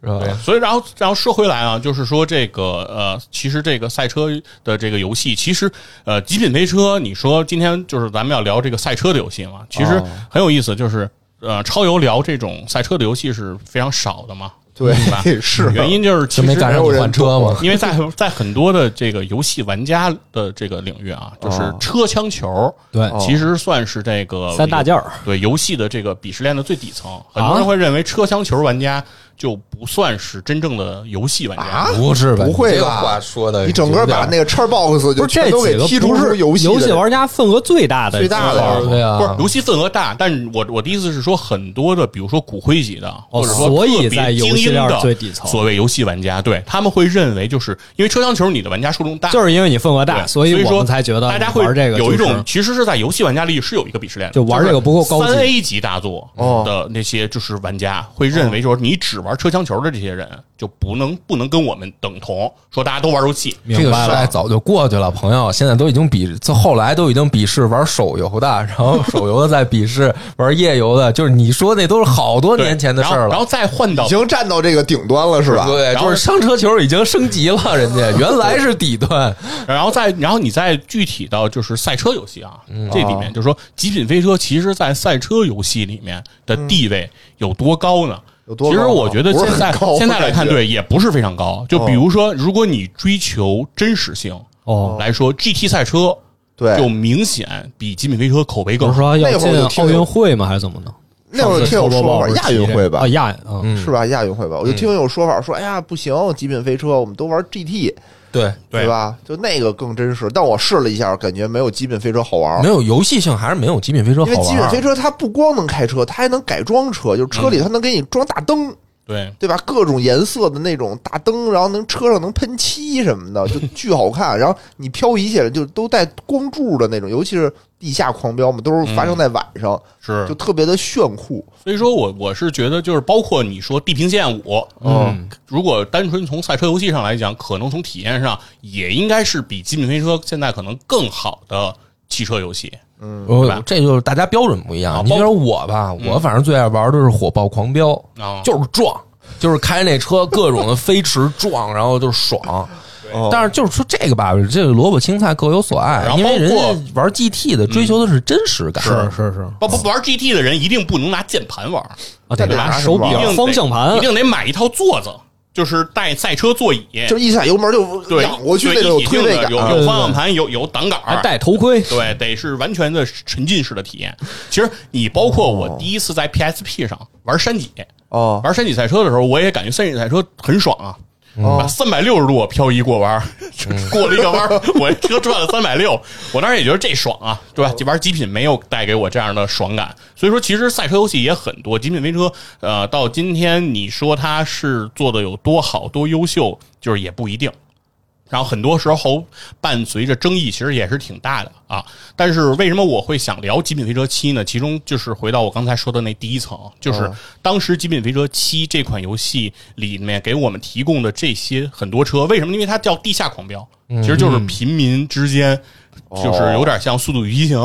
是吧？
对，所以然后然后说回来啊，就是说这个呃，其实这个赛车的这个游戏，其实呃，极品飞车，你说今天就是咱们要聊这个赛车的游戏
哦
嘛，其实很有意思，就是呃，超游聊这种赛车的游戏是非常少的嘛，
对
吧，
是啊
原因就是其
就没
实
赶上你换车嘛。
因为在在很多的这个游戏玩家的这个领域啊，就是车枪球，
对
其实算是这个
三大件儿
对游戏的这个鄙视链的最底层。很多人会认为车枪球玩家就不算是真正的游戏玩家，
啊，
不是吧？
不会吧
你这话说的，
你整个把那
个
个 Xbox 就
不是这
全都
几
给
个
踢
不
出
是
游戏
游戏
的
玩家份额最大的
最大的
几个
对啊
不是游戏份额大，但是我我的意思是说，很多的，比如说骨灰级的，
哦
或者说
所以
特别
在游戏
精英
链
的
最底层
所谓游戏玩家，对他们会认为，就是因为车厢球你的玩家数量大，
就是因为你份额大，
对
所
以
我
说
们才觉得
大家
你
会
玩这个
有一种，
就是
其实是在游戏玩家里是有一个鄙视链的，
就玩这个不够高级
三 A 级大作
哦
的那些就是玩家会认为，说你只玩车厢球的这些人就不能不能跟我们等同，说大家都玩游戏。
这
明
个
白
时代
了。
早就过去了，朋友，现在都已经比这后来都已经鄙视玩手游的，然后手游的在鄙视玩夜游的，就是你说那都是好多
对
年前的事儿
然后
了
然。后再换到
已经站到这个顶端了，是吧？
对，
然
就
后
是上车球已经升级了，人家原来是 底端，
然后再，然后你再具体到就是赛车游戏啊，这里
哦
面就是说《极品飞车》其实，在赛车游戏里面的地位有多高呢？
嗯有多高啊
其实我觉得现在
不是很高
现在来看，
我感觉哦
对，也不是非常高。就比如说，如果你追求真实性
哦
来说，GT 赛车
对
就明显比《极品飞车》口碑
不
更
是
好。
说要
那会儿
进
就听
奥运会吗？还是怎么的？
那会儿听有说法，亚运会吧
啊，，亚运嗯，
是吧？亚运会吧，我就听有说法说，哎呀，不行，极品飞车我们都玩 GT，
对，
对
对吧？就那个更真实。但我试了一下，感觉没有极品飞车好玩
没。有游戏性还是没有极品飞车
因为
好
极品
玩
飞。车它不光能开车，它还能改装车，就是车里它能给你装大灯，
对，
对吧？各种颜色的那种大灯，然后能车上能喷漆什么的，就巨好看。然后你漂移起来就都带光柱的那种，尤其是地下狂飙嘛，都是发生在晚上，
是
就特别的炫酷。
所以说我我是觉得，就是包括你说《地平线五》，嗯，如果单纯从赛车游戏上来讲，可能从体验上也应该是比《极品飞车》现在可能更好的汽车游戏。对吧
我哦这就是大家标准不一
啊
样。你比如说我吧，我反正最爱玩的是火爆狂飙
啊，
就是撞，就是开那车各种的飞驰撞，然后就是爽。但是就是说这个吧，这个萝卜青菜各有所爱
然，后
因为人
包括
家玩 GT 的追求的是真实感，
是是是
不不玩 GT 的人一定不能拿键盘玩，
啊，得
在哪儿
拿
是
手
吧
柄
一定、得
方向盘
一，定得买一套座子，就是带赛车座椅，
就是一踩油门就
对，
仰过去
对
那哎种
一体
推
定
背
的
感，
有有方向盘，有有挡杆儿，
还戴头盔，
对，得是完全的沉浸式的体验。其实你包括我第一次在 PSP 上玩山脊，
哦
玩山脊赛车的时候，我也感觉山脊赛车很爽啊。
哦
把三百六十度我漂移过弯儿， 过了一个弯儿，我车转了三百六，我当时也觉得这爽啊，对吧？玩极品没有带给我这样的爽感，所以说其实赛车游戏也很多，极品飞车，呃，到今天你说它是做的有多好多优秀，就是也不一定。然后很多时候伴随着争议，其实也是挺大的啊。但是为什么我会想聊《极品飞车七》呢？其中就是回到我刚才说的那第一层，
哦
就是当时《极品飞车七》这款游戏里面给我们提供的这些很多车，为什么？因为它叫
嗯
地下狂飙，其实就是平民之间，就是有点像《速度与激情》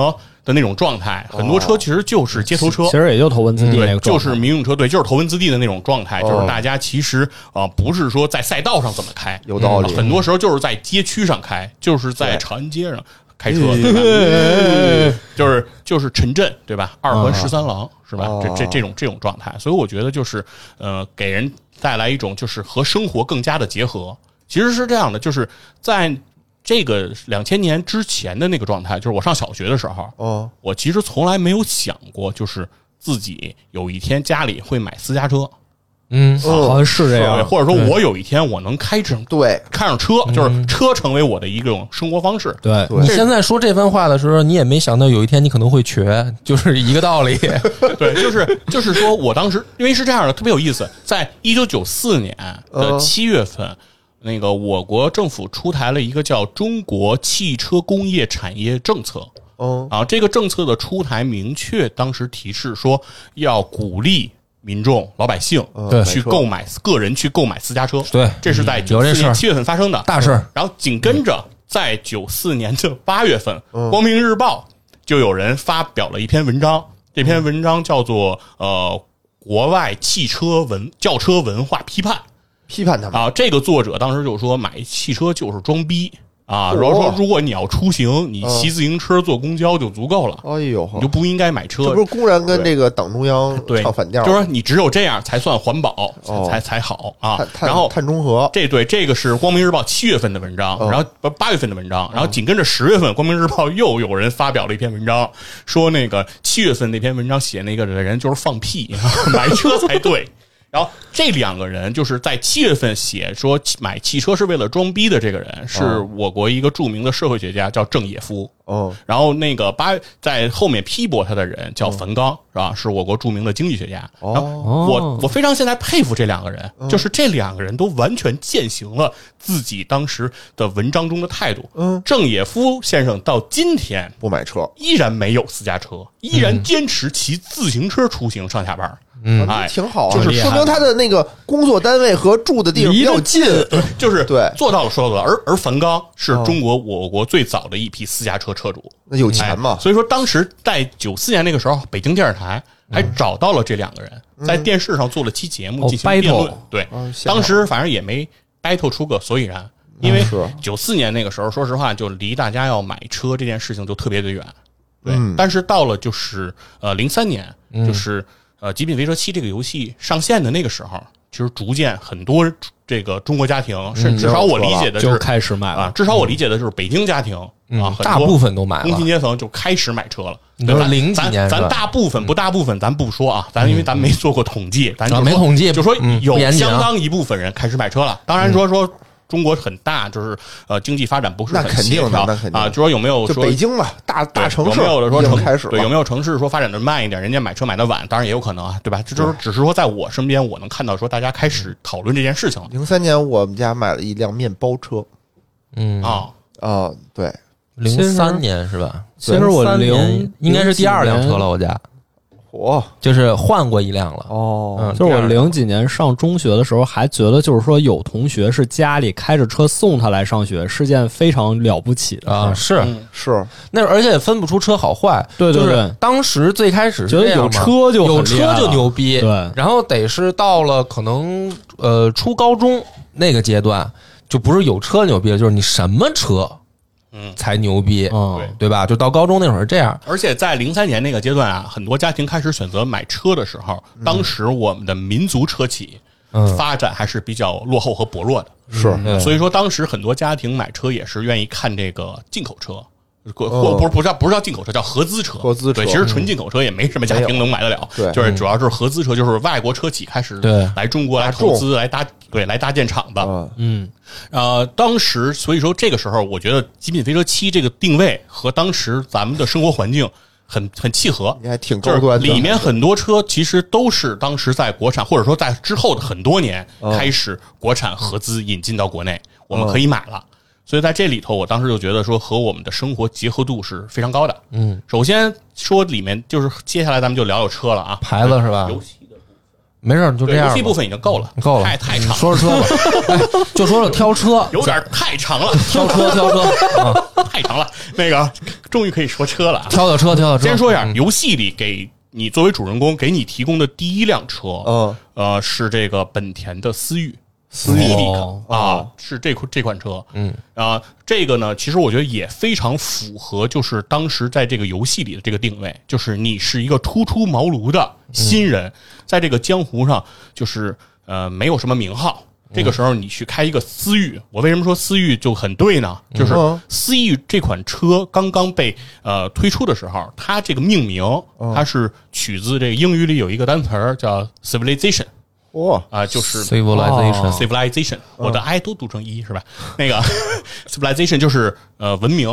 的那种状态。很多车其实就是街头车，
哦其实也就头文字 D 那
对
个，
就
状态
是民用车，对，就是头文字 D 的那种状态，就是
哦
大家其实啊、呃不是说在赛道上怎么开，
有道理
嗯很多时候就是在街区上开，就是在长安街上开车，对吧就是就是城镇，对吧？二环十三郎、是吧？这这这种这种状态，所以我觉得就是呃，给人带来一种就是和生活更加的结合。其实是这样的，就是在这个两千年之前的那个状态，就是我上小学的时候，
哦，
我其实从来没有想过，就是自己有一天家里会买私家车，
嗯，
好像是这
对，
样。
或者说我有一天我能开这种
对，
开上车，
嗯
就是车成为我的一种生活方式。
对，
你现在说这番话的时候，你也没想到有一天你可能会瘸， 就是一个道理。
对，就是就是说我当时因为是这样的，特别有意思，在一九九四年
嗯
的七月份。那个我国政府出台了一个叫《中国汽车工业产业政策》，
嗯，
啊，这个政策的出台明确当时提示说要鼓励民众老百姓
对
去购买个人去购买私家车，
嗯对嗯
这是在
有
九
这
四
事儿
年七月份发生的
大事儿。
然后紧跟着在九四年的八月份，
嗯
光明日报》就有人发表了一篇文章，这篇文章叫做呃。国外汽车文轿车文化批判，
批判他们，
啊，这个作者当时就说买汽车就是装逼啊，然后说
哦
如果你要出行，你骑自行车、坐公交就足够了，
哎呦，
你就不应该买车。
这不是公然跟这个党中央
对，
唱反调，
就是说你只有这样才算环保，
哦
才才好啊
碳。碳
然后
碳中和，
这对这个是《光明日报》七月份的文章，然后不八月份的文章，然后紧跟着十月份，《光明日报》又有人发表了一篇文章，说那个七月份那篇文章写那个的人就是放屁， 买车才对。 然后这两个人就是在七月份写说买汽车是为了装逼的这个人，是我国一个著名的社会学家叫郑也夫。
嗯，
然后那个八在后面批驳他的人叫冯刚，是吧？是我国著名的经济学家。
哦
然后我我非常现在佩服这两个人，
嗯
就是这两个人都完全践行了自己当时的文章中的态度。
嗯，
郑也夫先生到今天
不买车，
依然没有私家车，依然坚持骑自行车出行上下班。嗯，哎，
挺好啊，
就是
说明他的那个工作单位和住的地方比较近，
就是
对嗯
做到了说到了。而而冯刚是中国我国最早的一批私家车车主。
那有
哎
钱嘛，
所以说当时在九四年那个时候，北京电视台还
嗯
找到了这两个人，在电视上做了期节目
哦
进行辩论
battle。
对
哦，吓我
当时反正也没 battle 出个所以然，因为
嗯是
九四年那个时候，说实话，就离大家要买车这件事情就特别的远。对，
嗯
但是到了就是呃零三年，
嗯
就是呃《极品飞车七》这个游戏上线的那个时候，其实逐渐很多这个中国家庭，甚
嗯
至少我理解的
就是开始买
啊
了，，
至少我理解的就是北京家庭啊，很多
嗯
嗯
大部分都买
工薪
了。
阶层就开始买车了。
你
对
说
吧？
零几
咱
年是吧嗯
咱大部分不大部分，咱不说啊，咱因为咱没做过统计，咱就
啊
说
没统计
就说
嗯不
有
严谨啊嗯
相当一部分人开始买车了。当然说说中国很大，就是呃经济发展不是
那
很
肯定
协
的
调
那肯定
啊，
的
就说有没有
就
说
北京嘛，大大
对
城市
有没有的说
已经
城
开始
对
了
有没有城市说发展的慢一点，人家买车买的晚，当然也有可能啊，对吧？这就是只是说在我身边，我能看到说大家开始讨论这件事情了
零三年我们家买了一辆面包车
嗯，
啊。
啊、对，
零三年是吧？
其实我
03年
零
应该是第二辆车，
零
了，我家
嚯
就是换过一辆了。
啊
哦，
嗯，
几年就是我
零
零几年上中学的时候，还觉得就是说有同学是家里开着车送他来上学，是件非常了不起的事
啊
儿。
是
嗯
是
那而且也分不出车好坏，
对对
就是
对
当时最开始是
觉得
这样
有
嘛
车就很
有
厉害
车
了
就牛逼，
对
然后得是到了可能呃初高中那个阶段，就不是有车牛逼了，就是你什么车，
嗯
才牛逼，
嗯
对
对吧？就到高中那会儿是这样，
而且在零三年那个阶段啊，很多家庭开始选择买车的时候，
嗯
当时我们的民族车企
嗯
发展还是比较落后和薄弱的，
是，
对
嗯所以说当时很多家庭买车也是愿意看这个进口车。或
哦
或不是不是叫不是叫进口车，叫合资车。
合资车嗯
对，其实纯进口车也没什么家庭能买得了，
对嗯
就是主要就是合资车，就是外国车企开始
对
来中国来投资来搭对来搭建厂的。
嗯，
嗯，
呃，当时所以说这个时候，我觉得《极品飞车七》这个定位和当时咱们的生活环境很 很契合，
你还挺
就
高端
是
的，
里面很多车其实都是当时在国产，或者说在之后的很多年
哦
开始国产合资引进到国内，我们可以买了。所以在这里头，我当时就觉得说和我们的生活结合度是非常高的。嗯，首先说里面就是接下来咱们就聊聊车了啊，
牌子是吧？
游戏的
没事儿，就这
对，游
样
戏部
吧。
分已经够了，
够了
太太长了，
说说车吧，哎就说说挑车，
有点太长了，
挑车，挑 车啊，
太长了。那个终于可以说车了啊。
挑挑车，挑挑车。
先说一下，游戏里给你作为主人公给你提供的第一辆车，
嗯，
呃，是这个本田的思域。思域
哦
啊，是这款这款车，嗯啊，这个呢，其实我觉得也非常符合，就是当时在这个游戏里的这个定位，就是你是一个初出茅庐的新人，在这个江湖上，就是呃，没有什么名号。这个时候你去开一个思域，我为什么说思域就很对呢？就是
嗯
思域这款车刚刚被呃推出的时候，它这个命名它是取自这个英语里有一个单词儿叫 civilization
哇，
啊、就是
哦
civilization，
civilization，、我的 i 都读成一是吧？那个 civilization 就是呃文明，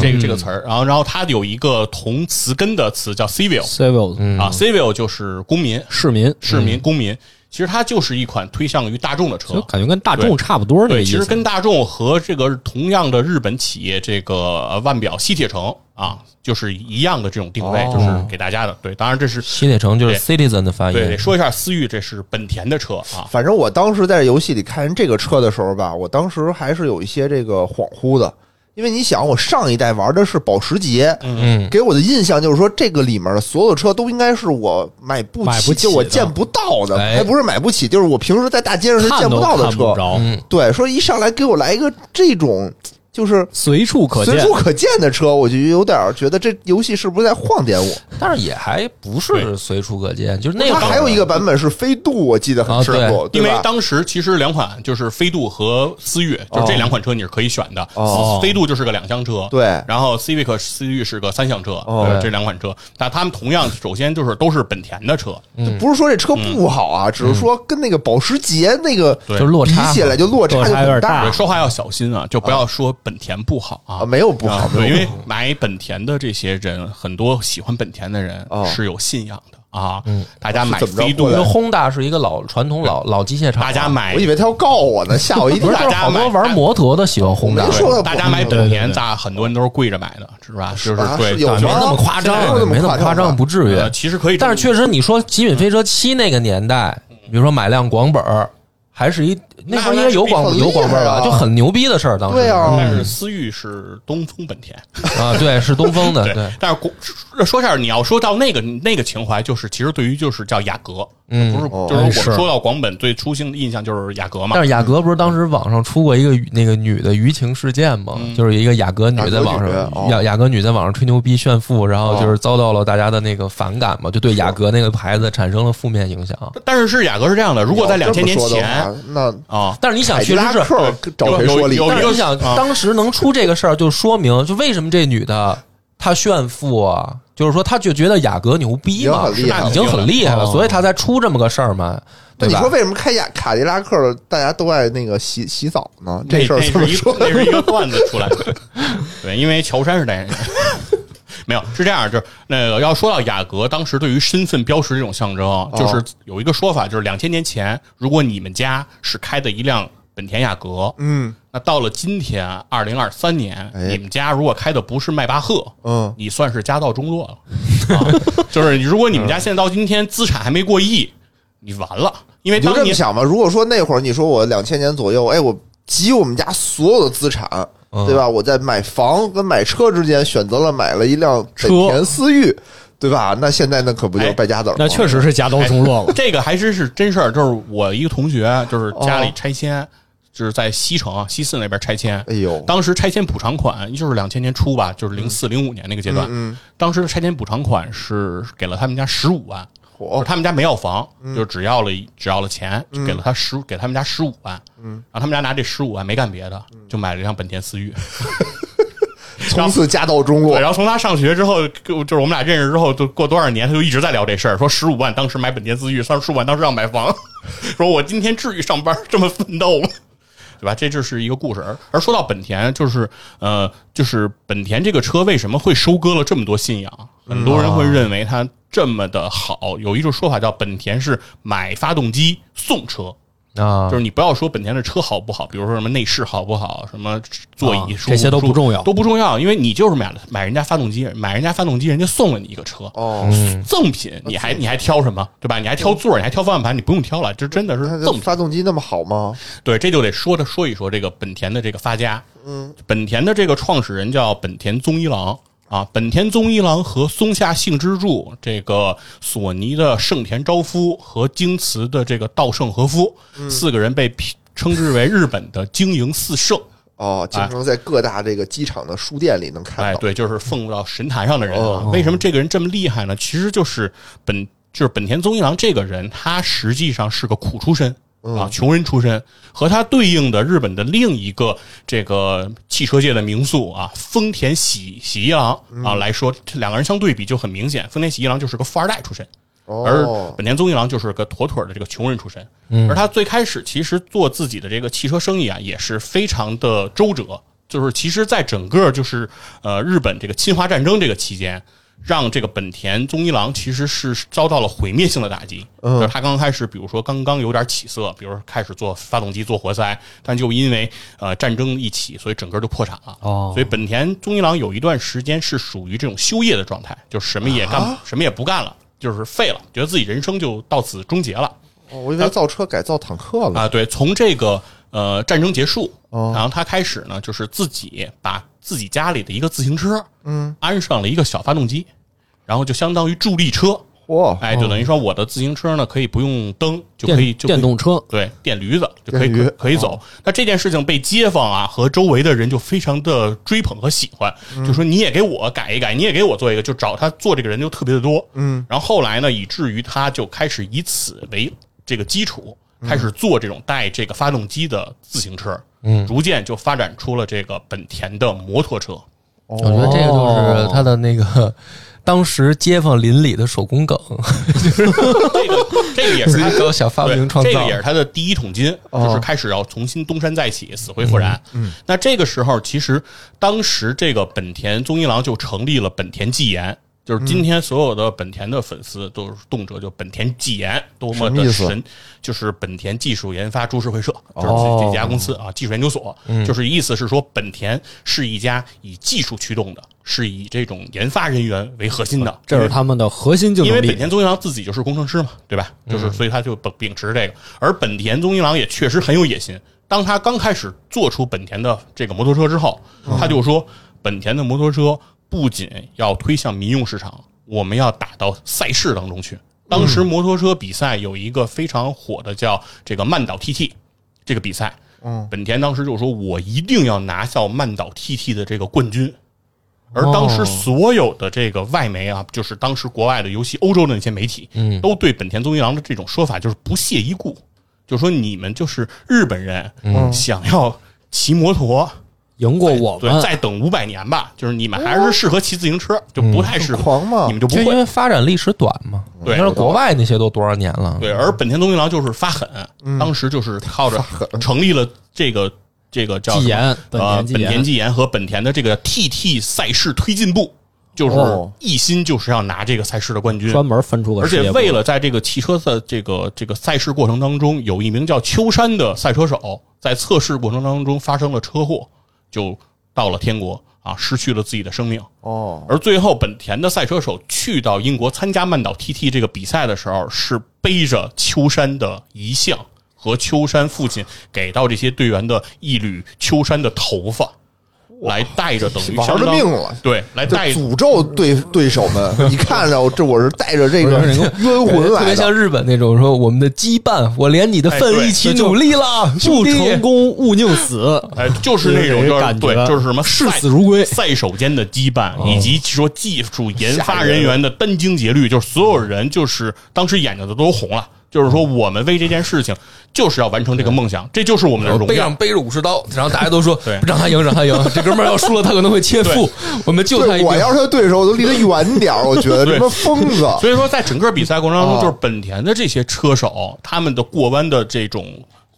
这个这个词儿。然后然后它有一个同词根的词叫 civil、
civil
啊，civil 就是公民、
市民，
市民、公民。其实它就是一款推向于大众的车
就，感觉跟大众差不多这个
对，
意
其
思。
实跟大众和这个同样的日本企业这个呃腕表西铁城啊，就是一样的这种定位，就是给大家的。对，当然这是
西铁城就是 citizen 的发音。
对得说一下思域，这是本田的车啊，
反正我当时在游戏里看人这个车的时候吧，我当时还是有一些这个恍惚的，因为你想，我上一代玩的是保时捷，嗯，给我的印象就是说，这个里面的所有车都应该是我买不起，
买不起
就我
的
见不到的，
哎
还不是买不起，就是我平时在大街上是见
看都
到的
看
车
不。着，
嗯
对，说一上来给我来一个这种，就是。
随处可见
随。处可见的车，我就有点觉得这游戏是不是在晃点我？
但是也还不是随处可见，就是那
它
个
还有一个版本是飞度，我记得很
啊
清
对
楚，
因
对
为
吧？
当时其实两款就是飞度和思域，就是这两款车你是可以选的。
哦
飞度就是个两厢车，
对
然后 Civic 思域是个三厢车，
哦
对这两款车，但他们同样首先就是都是本田的车，
就不是说这车不好啊，只是说跟那个保时捷那个
嗯对
就是落
比
差
起来就落差就
落差有
很
点
大
大
对，说话要小心啊，就不要说本田不好啊
啊，。没有不好
啊，，
没
对，
有
因
不
为
好
买本田的这些人，很多喜欢本田的人
哦
是有信仰的啊。
嗯
大家买
是怎么着
飞度
过
因
来
为，Honda 是一个老传统老老机械厂啊，
大家买
我以为他要告我呢，吓哦我一跳
不。是大家
好多
买
玩摩托的喜欢 Honda，
没说了
大家买
不
本
对对
田，
对
大很多人都是跪着买的，是吧？就是
啊
对，
有
没那么夸张
没有，那么
没那
夸
么
张
夸张，不至于。
呃其实可以这么，
但是确实，你说《极品飞车七》那个年代，比如说买辆广本儿，还是一那时候应该有广
那是
有广本儿
很厉害啊
吧，就很牛逼的事儿。当时
对啊
但是思域是东风本田，
嗯
啊，对，是东风的，
对。
对，
但是国说说一下，你要说到那个那个情怀，就是其实对于就是叫雅阁，
嗯
不是，
哦
就是我们
是
说到广本最初心的印象就是雅阁嘛
但。是雅阁不是当时网上出过一个女那个女的舆情事件吗？
嗯
就是一个雅阁女在网
雅阁女哦
上雅雅阁女在网上吹牛逼炫富，然后
哦
就是遭到了大家的那个反感嘛，就对雅阁那个牌子产生了负面影响。
但是是雅阁是这样的，如果在两千年
要这么说的
前
话那
啊，
但是你想，
凯迪
确
拉
实是。
克找谁说理？
有有有
但
一
是
个
你想，
啊
当时能出这个事儿，就说明就为什么这女的她炫富啊，就是说她就觉得雅阁牛逼嘛，
已经很厉害了
已经很厉害了，
哦
所以她才出这么个事儿嘛，
那
对
你
吧
说？为什么开雅卡迪拉克大家都爱那个洗洗澡呢？这事儿
那
怎么
是一
说？
那是一个段子出来的。对，因为乔杉是代言人。 没有，是这样，就是那个要说到雅阁，当时对于身份标识这种象
哦
征，就是有一个说法，就是两千年前，如果你们家是开的一辆本田雅阁，
嗯，
那到了今天二零二三年，
哎
你们家如果开的不是迈巴赫，
嗯
你算是家道中落了。啊、 就是如果你们家现在到今天资产还没过亿，你完了，因为
你就
当
这么
年
想吧。如果说那会儿你说我两千年左右，哎，我集我们家所有的资产，
嗯
对吧？我在买房跟买车之间选择了买了一辆本田思域，对吧？那现在那可不就
哎
败家子儿吗？
那确实是家道中落了。
这个还真是真事儿，就是我一个同学，就是家里
哦
拆迁，就是在西城啊西四那边拆迁。
哎呦
当时拆迁补偿款就是两千年初吧，就是零四零五年那个阶段。
嗯嗯
当时的拆迁补偿款是给了他们家十五万，就
火嗯
是他们家没要房，就只要了只要了钱，就给了他十给他们家十五万。嗯，然后他们家拿这十五万没干别的，
嗯
就买了一辆本田思域。
从此家道中落
对，。然后从他上学之后，就就是我们俩认识之后，就过多少年，他就一直在聊这事儿，说十五万当时买本田思域，三十五万当时要买房， 说我今天至于上班这么奋斗吗？对吧？这就是一个故事。而而说到本田，就是呃，就是本田这个车为什么会收割了这么多信仰？很多人会认为它这么的好，有一种说法叫本田是买发动机送车。
啊，
就是你不要说本田的车好不好，比如说什么内饰好不好，什么座椅
啊
舒服、
这些都不
舒服
重要
都不重要，因为你就是买了买人家发动机，买人家发动机，人家送了你一个车，
哦，
嗯
嗯
赠品，你还你还挑什么，对吧？你还挑座儿，你还挑方向盘，你不用挑了，这真的是
那
赠
这
品。
发动机那么好吗？
对，这就得说的说一说这个本田的这个发家。嗯，本田的这个创始人叫本田宗一郎啊，本田宗一郎和松下幸之助、这个索尼的盛田昭夫和京瓷的这个稻盛和夫、四个人被批称之为日本的经营四圣。
哦，经常在各大这个机场的书店里能看
哎，
到。哦
对，就是奉到神坛上的人啊。为什么这个人这么厉害呢？其实就是本就是本田宗一郎这个人，他实际上是个苦出身。
嗯
啊，穷人出身，和他对应的日本的另一个这个汽车界的名宿啊，丰田喜喜一郎
嗯
啊来说，这两个人相对比就很明显，丰田喜一郎就是个富二代出身，而
哦，
本田宗一郎就是个妥妥的这个穷人出身，而他最开始其实做自己的这个汽车生意啊，也是非常的周折，就是其实，在整个就是呃日本这个侵华战争这个期间，让这个本田宗一郎其实是遭到了毁灭性的打击。就是他刚开始，比如说刚刚有点起色，比如说开始做发动机、做活塞，但就因为呃战争一起，所以整个就破产了。
哦
所以本田宗一郎有一段时间是属于这种休业的状态，就什么也干，什么也不干了。就是废了，觉得自己人生就到此终结了。
哦我以为造车改造坦克了。
呃啊，对，从这个呃战争结束，然后他开始呢，就是自己把自己家里的一个自行车，嗯，安上了一个小发动机，然后就相当于助力车，
嚯，
哎，就等于说我的自行车呢可以不用灯就可以
电
就可以
电动车
对电驴子就可以
电驴哦
可以走。那这件事情被街坊啊和周围的人就非常的追捧和喜欢，
嗯
就说你也给我改一改，你也给我做一个，就找他做这个人就特别的多。嗯，然后后来呢，以至于他就开始以此为这个基础，
嗯
开始做这种带这个发动机的自行车。嗯，逐渐就发展出了这个本田的摩托车。
我觉得这个
哦
就是他的那个 当时街坊邻里的手工梗，
这个这个也是
自
他
己搞小发
对，
明创造，
这个也是他的第一桶金，就是开始要重新东山再起，死灰复燃。嗯，那这个时候，其实当时这个本田宗一郎就成立了本田纪研。就是今天所有的本田的粉丝都是动辄就本田纪研，多么
什么
的
意思
神，就是本田技术研发株式会社，就是这这家公司啊，技术研究所，就是意思是说本田是一家以技术驱动的，是以这种研发人员为核心的，
这是他们的核心竞
因为嗯
争
本
力。
田宗一郎自己就是工程师嘛，对吧？就是所以他就秉秉持这个，而本田宗一郎也确实很有野心。当他刚开始做出本田的这个摩托车之后，他就说，本田的摩托车不仅要推向民用市场，我们要打到赛事当中去。当时摩托车比赛有一个非常火的叫这个曼岛 TT 这个比赛，本田当时就说，我一定要拿下曼岛 TT 的这个冠军。而当时所有的这个外媒啊，就是当时国外的，尤其欧洲的那些媒体，嗯，都对本田宗一郎的这种说法就是不屑一顾，就说你们就是日本人，嗯，想要骑摩托，
赢过我
哎对
们，，
再等五百年吧，就是你们还是适合骑自行车，就不太适合，
狂嘛
你们就不
就因
会。
为发展历史短嘛。
对
你看国外那些都多少年了？
对，而本田宗一郎就是发狠，
嗯
当时就是靠着成立了这个这个叫什
纪
么
研 本
呃，
田纪
本田
研
纪研和本田的这个 TT 赛事推进部，就是
哦
一心就是要拿这个赛事的冠军，
专门分出个
而
事业
且
部，
为了在这个汽车的这个这个赛事过程当中，有一名叫秋山的赛车手在测试过程当中发生了车祸，就到了天国啊，失去了自己的生命。
哦，
而最后，本田的赛车手去到英国参加曼岛 TT 这个比赛的时候，是背着秋山的遗像和秋山父亲给到这些队员的一缕秋山的头发，来带着等于
玩
相
了
当
命了
对，来
就
带
诅咒对对手 们，你看着这我是带着这个
不是那
冤魂
特
来
别像
的，
日本那种说我们的羁绊，我连你的
哎
粪
对
一起
这就
努力了，
不
兄弟
成功勿宁 死。
哎，就是那种就是
感觉
对，就是什么
视
赛
死如归哦
赛手间的羁绊，以及说技术研发人员的殚精竭虑，就是所有人就是当时眼睛就都红了，就是说我们为这件事情就是要完成这个梦想，这就是我们的
我
哦
荣
背
耀
上。背着武士刀，然后大家都说
对
让他赢，让他赢，这哥们儿要 输了他可能会切腹
对，
我们救他一
对，我
命。
要是他对手，我都离他远点儿，我觉得
对
这帮疯子。
啊
所以说，在整个比赛过程当中，
哦
就是本田的这些车手，他们的过弯的这种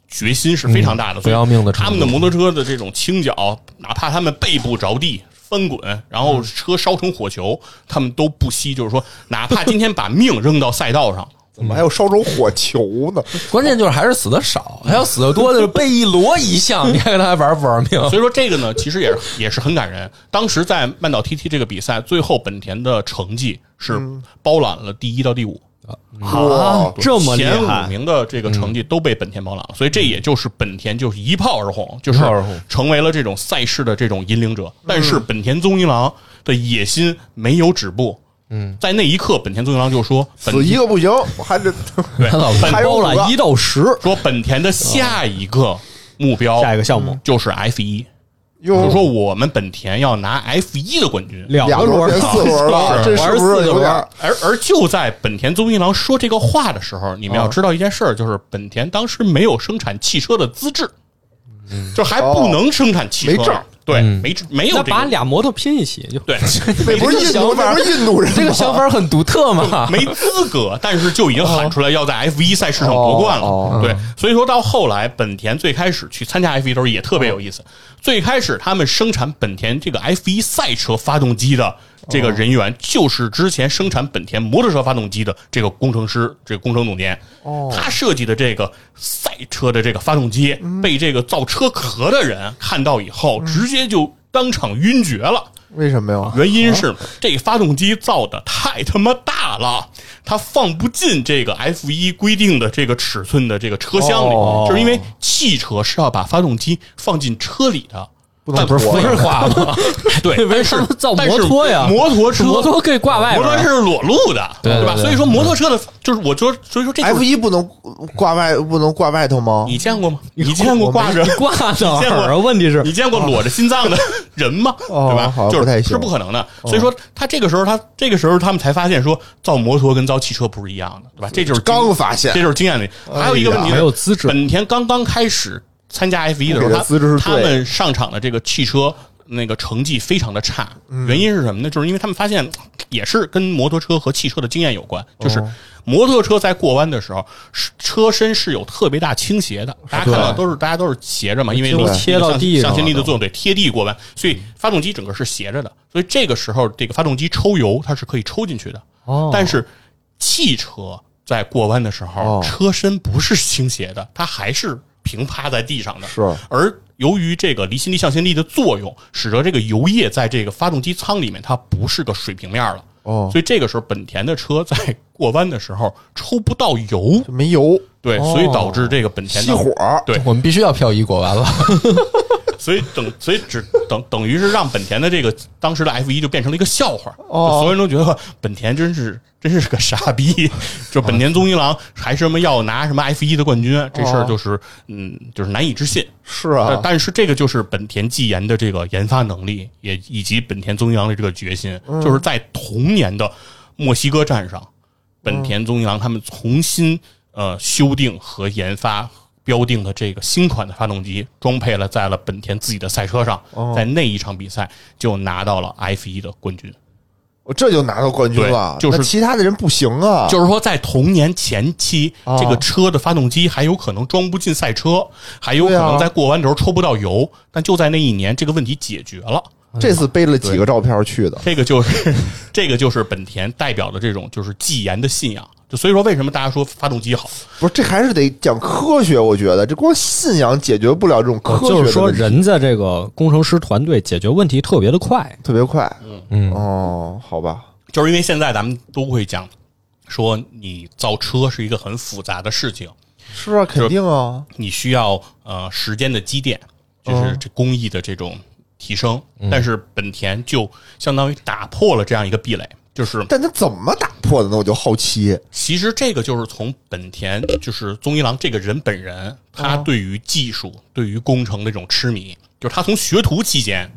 决心是非常大的，
不要嗯命的程度
他们的摩托车的这种倾角，哪怕他们背部着地。翻滚，然后 车烧成火球，他们都不惜，就是说，哪怕今天把命扔到赛道上，
怎么还有烧着火球 呢？
关键就是还是死的少，还要死的多的是被一摞一项，你看他还玩不玩命？
所以说这个呢，其实也是也是很感人。当时在曼岛 TT 这个比赛，最后本田的成绩是
嗯
包揽了第一到第五，啊
哇，
这么厉
前五
害，
名的这个成绩都被本田包揽了。所以这也就是本田就是一炮而红，就是
炮而红
成为了这种赛事的这种引领者。但是本田宗一郎的野心没有止步。嗯，在那一刻，本田宗一郎就说：“本
死一个不行，我还 得
对
他老
本
还有
包
五个
揽一到十，
说本田的下一个目标，
下一个项目
就是 F 一，
哟
就说我们本田要拿 F 一的冠军。
两
两
个
个轮儿
轮儿
变四轮儿了，这
是
是不是有点儿？
而而就在本田宗一郎说这个话的时候，你们
啊
要知道一件事儿，就是本田当时没有生产汽车的资质，就还不能生产汽
嗯哦
车，
没证儿
对，没没有
嗯那
这
把
个
俩摩托拼一起就
对，
那不是印度，那不是印度人吗，
这个想法很独特嘛？
没资格，但是就已经喊出来要在 F 一赛事上夺冠了。对，所以说到后来，本田最开始去参加 F 一的时候也特别有意思。最开始他们生产本田这个 F 一赛车发动机的这个人员，就是之前生产本田摩托车发动机的这个工程师，这个工程总监。他设计的这个赛车的这个发动机，被这个造车壳的人看到以后，直接就当场晕厥了。
为什么呀？
原因是这发动机造的太他妈大了，它放不进这个 F 一规定的这个尺寸的这个车厢里，就是因为汽车是要把发动机放进车里的，
不能不是
废话嘛，
对，但是
他们造
但是
摩托呀
摩托车
摩托可以挂外
摩
边
托
儿，
是裸露的，
对对
吧？
对
所以说摩托车的就是我就所以说这就
F
是
一不能挂外不能挂外头吗？
你见过吗？你见过挂着
你挂哪
你见过
儿啊？问题是
你见过裸着心脏的人吗？
哦
对吧
好？像
就
不太
是
行哦
是不可能的。所以说，他这个时候，他这个时候他们才发现说，造摩托跟造汽车不是一样的，对吧？这就是经
刚发现哦
这就是经验里。还有一个问题是，
没有资质
本田刚刚开始参加 F 一的
我
时候，
给的
他
资质是
他
对
们上场的这个汽车。那个成绩非常的差，
嗯
原因是什么呢？就是因为他们发现，也是跟摩托车和汽车的经验有关。就是
哦
摩托车在过弯的时候，是车身是有特别大倾斜的，大家看到都是大家都是斜着嘛，因为你
对贴到地上
向向心力的
了
作用，对，贴地过弯，所以发动机整个是斜着的，所以这个时候这个发动机抽油它是可以抽进去的。
哦
但是汽车在过弯的时候，
哦
车身不是倾斜的，它还是平趴在地上的。
是
而由于这个离心力、向心力的作用，使得这个油液在这个发动机舱里面，它不是个水平面了。
哦
所以这个时候，本田的车在过弯的时候抽不到油，
没油，
对，所以导致这个本田
哦熄
的
火，
对
我们必须要漂移过完了，
所以等，所以只等等于是让本田的这个当时的 F 一就变成了一个笑话，
哦
就所有人都觉得本田真是真是个傻逼，就本
哦
田宗一郎还什么要拿什么 F 一的冠军，啊这事儿就是嗯，就是难以置信。
是
但
啊，
呃但是这个就是本田纪研的这个研发能力，也以及本田宗一郎的这个决心，
嗯
就是在同年的墨西哥站上，本田宗一郎他们重新呃修订和研发标定的这个新款的发动机，装配了在了本田自己的赛车上，
哦
在那一场比赛就拿到了 F 一的冠军。
我这就拿到冠军
对
了，
就是
那其他的人不行啊，哦
就是说，在同年前期，这个车的发动机还有可能装不进赛车，还有可
对
能
啊
在过弯的时候抽不到油，但就在那一年，这个问题解决了。
这次背了几个照片去的，
这个就是 这个就是本田代表的这种就是纪言的信仰。就所以说，为什么大家说发动机好？
不是这还是得讲科学，我觉得这光信仰解决不了这种科学的
就
问
是
题，
说人家这个工程师团队解决问题特别的快，
特别快，
嗯
哦，好吧，
就是因为现在咱们都会讲说，你造车是一个很复杂的事情，
是啊，肯定啊，
你需要呃时间的积淀，就是这工艺的这种提升。但是本田就相当于打破了这样一个壁垒，就是
但他怎么打破的呢？我就好奇，
其实这个就是从本田，就是宗一郎这个人本人，他对于技术、对于工程的这种痴迷，就是他从学徒期间，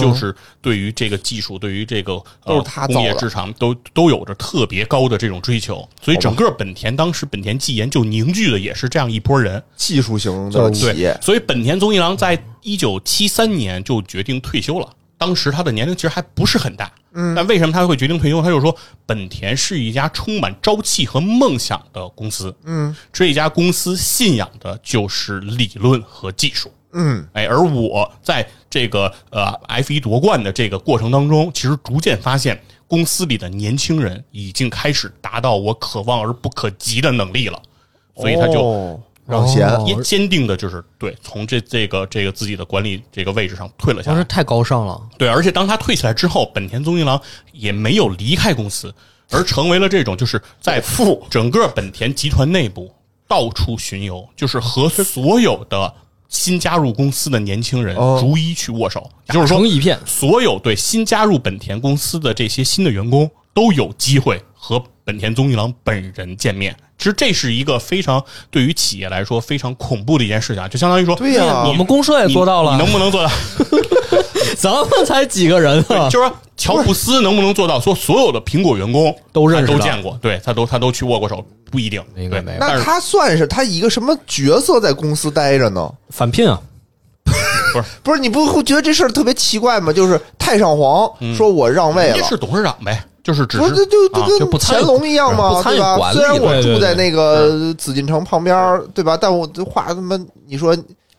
就是对于这个技术、对于这个
嗯哦都
呃
是他造的
工业制程都都有着特别高的这种追求，所以整个本田当时本田技研就凝聚的也是这样一波人，
技术型的企
嗯对
业，，
所以本田宗一郎在一九七三年就决定退休了。当时他的年龄其实还不是很大，嗯，但为什么他会决定退休？他就说，本田是一家充满朝气和梦想的公司，嗯，这家公司信仰的就是理论和技术，
嗯，
哎，而我在这个呃 F 一夺冠的这个过程当中，其实逐渐发现公司里的年轻人已经开始达到我可望而不可及的能力了，所以他就
哦让贤，
也坚定的就是对从这这个这个自己的管理这个位置上退了下
当
来
时。太高尚了，
对，而且当他退下来之后，本田宗一郎也没有离开公司，而成为了这种就是在富整个本田集团内部到处巡游，就是和所有的新加入公司的年轻人逐一去握手，也就是说
成，一片，
所有对新加入本田公司的这些新的员工都有机会和本田宗一郎本人见面。其实这是一个非常对于企业来说非常恐怖的一件事情啊，就相当于说，
对呀
你
我们公社也
你
做到了
你能不能做到？
咱们才几个人啊
对，就是说乔布斯能不能做到说所有的苹果员工
都认识
他都
的
见过，对他都他都去握过手，不一定，
没有
对
没有
但
那
是
他算是他一个什么角色在公司待着呢？
返聘啊，
不是你不会觉得这事儿特别奇怪吗？就是太上皇说我让位
人家
了，
是董事长呗，就是只
不是
是
就就
啊
就
就不
跟
参与
乾隆一样
不
嘛，
参与
对吧？
管理
虽然我
对对
住在那
对
嗯
个紫禁城旁边儿，对吧？但我这话他妈你说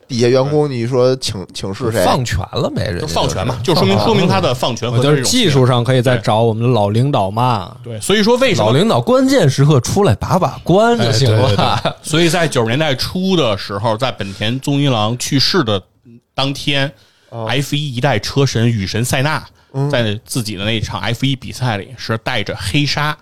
底下员
嗯
工，你说请请示谁？
放权了没？人家
就
就是
放权嘛，就说明说明他的放权和
我觉
这
得
种
技术上可以再
对
找我们的老领导嘛，
对，所以说为什
老
么
领导关键时刻出来把把关就行
哎对对
了。
所以在九十年代初的时候，在本田宗一郎去世的当天、f
哦
一一代车神雨神塞纳、
嗯
在自己的那场 F 一比赛里是带着黑纱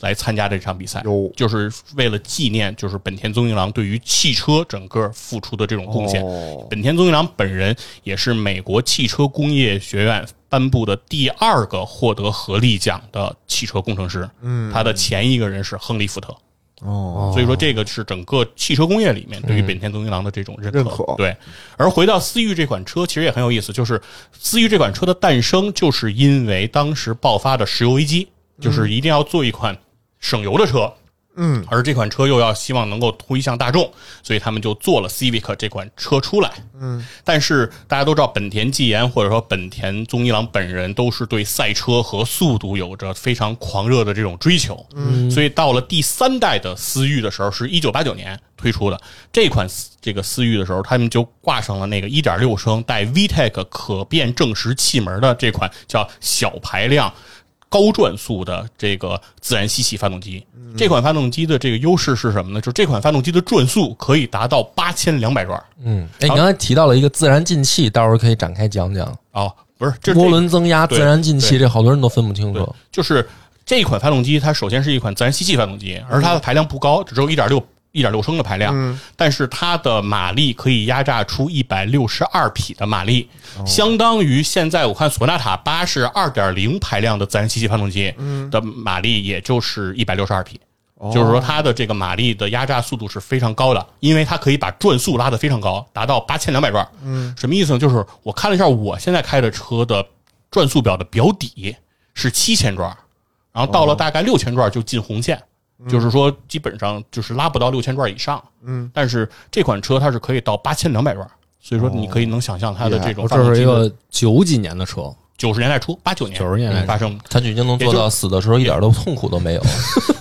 来参加这场比赛
哟，
就是为了纪念就是本田宗一郎对于汽车整个付出的这种贡献。
哦
本田宗一郎本人也是美国汽车工业学院颁布的第二个获得合力奖的汽车工程师，嗯，他的前一个人是亨利·福特。
哦，嗯
所以说这个是整个汽车工业里面对于本田宗一郎的这种认可。
认可
对，而回到思域这款车，其实也很有意思，就是思域这款车的诞生，就是因为当时爆发的石油危机，就是一定要做一款省油的车。
嗯，
而这款车又要希望能够推向大众，所以他们就做了 Civic 这款车出来。嗯，但是大家都知道，本田纪言或者说本田宗一郎本人都是对赛车和速度有着非常狂热的这种追求。嗯，所以到了第三代的思域的时候，是一九八九年推出的这款思这个思域的时候，他们就挂上了那个一点六升带 VTEC 可变正时气门的这款叫小排量。高转速的这个自然吸气发动机。这款发动机的这个优势是什么呢？就是这款发动机的转速可以达到八千两百转。
嗯，哎，你刚才提到了一个自然进气，到时候可以展开讲讲。
哦，不是，这
涡轮增压、
对
自然进气，
对
这好多人都分不清
对
楚。，
就是这款发动机，它首先是一款自然吸气发动机，而它的排量不高，只有一点六一点六升的排量，但是它的马力可以压榨出一百六十二匹的马力，相当于现在我看索纳塔八是二点零排量的自然吸气发动机的马力，也就是一百六十二匹。就是说，它的这个马力的压榨速度是非常高的，因为它可以把转速拉得非常高，达到八千两百转。嗯，什么意思呢？就是我看了一下我现在开的车的转速表的表底是七千转，然后到了大概六千转就进红线，就是说基本上就是拉不到六千转以上。嗯，但是这款车它是可以到八千两百转，所以说你可以能想象它的这种发
这
动
是
机
一
的
个九几年的车，
九十年代初八九年
90年代初
发生，
他就已经能做
也
到
就
死的时候一点都痛苦都没有，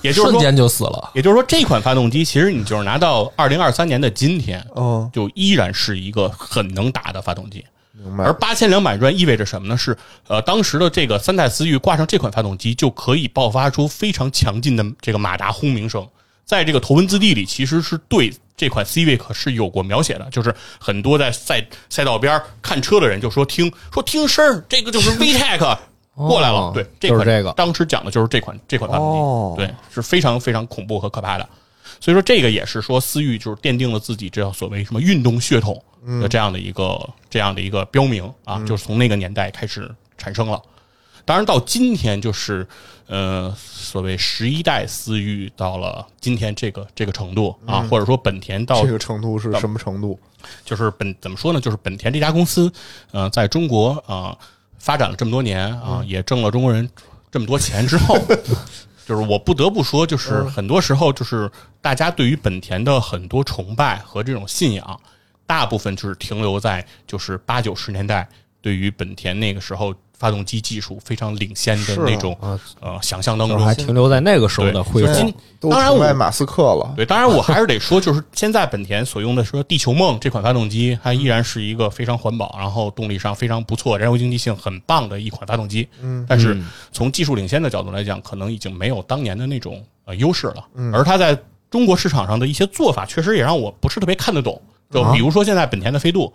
也就是
瞬
说
间就死了。
也就是说，这款发动机其实你就是拿到二零二三年的今天，
哦
嗯，
就依然是一个很能打的发动机。
明
而
白。
八千两百转意味着什么呢？是呃，当时的这个三代思域挂上这款发动机，就可以爆发出非常强劲的这个马达轰鸣声。在这个头文字 D 里，其实是对这款 Civic 是有过描写的，就是很多在赛赛道边看车的人就说听说听声儿，这个 就是 VTEC 过来了。
哦
对，
就是
款
这个
当时讲的就是这款这款发动机，
哦
对，是非常非常恐怖和可怕的。所以说，这个也是说思域就是奠定了自己这样所谓什么运动血统的这样的一个、这样的一个标明啊，就是从那个年代开始产生了。当然，到今天就是呃，所谓十一代思域到了今天这个这个程度啊，或者说本田到
这个程度是什么程度？
就是本怎么说呢？就是本田这家公司，呃，在中国啊、发展了这么多年啊、
嗯
也挣了中国人这么多钱之 后，就是我不得不说，就是
嗯
很多时候就是大家对于本田的很多崇拜和这种信仰，大部分就是停留在就是八九十年代对于本田那个时候发动机技术非常领先的
是啊
那种
啊
呃想象当
就
中
是。还停留在那个时候的辉
对
煌
今。
哎都
当然
崇拜
我
马斯克了，
对，当然我还是得说，就是现在本田所用的说地球梦这款发动机，它依然是一个非常环保，然后动力上非常不错，燃油经济性很棒的一款发动机。嗯，但是从技术领先的角度来讲，可能已经没有当年的那种呃优势了。嗯，而它在中国市场上的一些做法，确实也让我不是特别看得懂。就比如说现在本田的飞度。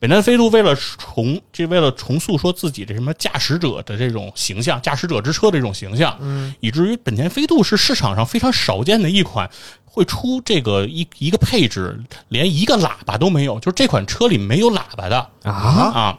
本田的飞度为了重这为了重塑说自己这什么驾驶者的这种形象，驾驶者之车的这种形象，嗯，以至于本田飞度是市场上非常少见的一款会出这个一一个配置连一个喇叭都没有，就是这款车里没有喇叭的啊啊，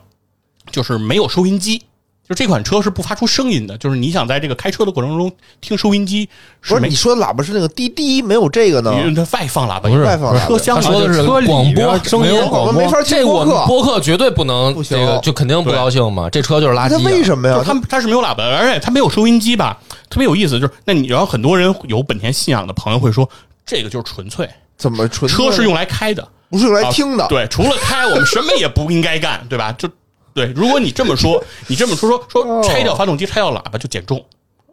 就是没有收音机。就这款车是不发出声音的，就是你想在这个开车的过程中听收音机
不
是
是
没
你说的喇叭是那个滴滴，没有这个呢，
你它外放喇叭，
不是
外放喇
车
叭。
厢
他
里
说的是
车里
广
边
播
儿
声
没
音
有
广
我
播，
们没法听
这我
播
们
客
播客绝对不能
不行
这个，就肯定不
对
高兴嘛。这车就是垃圾
那
啊。
为什么
就
呀？
是他们他是没有喇叭的，而且他没有收音机吧，特别有意思。就是那你然后很多人有本田信仰的朋友会说，这个就是纯粹，
怎么纯粹
车是用来开的，
不是用来
啊
听的？
对，除了开，我们什么也不应该干，对吧？就对，如果你这么说， 你这么说说说拆掉发动机，拆掉喇叭就减重，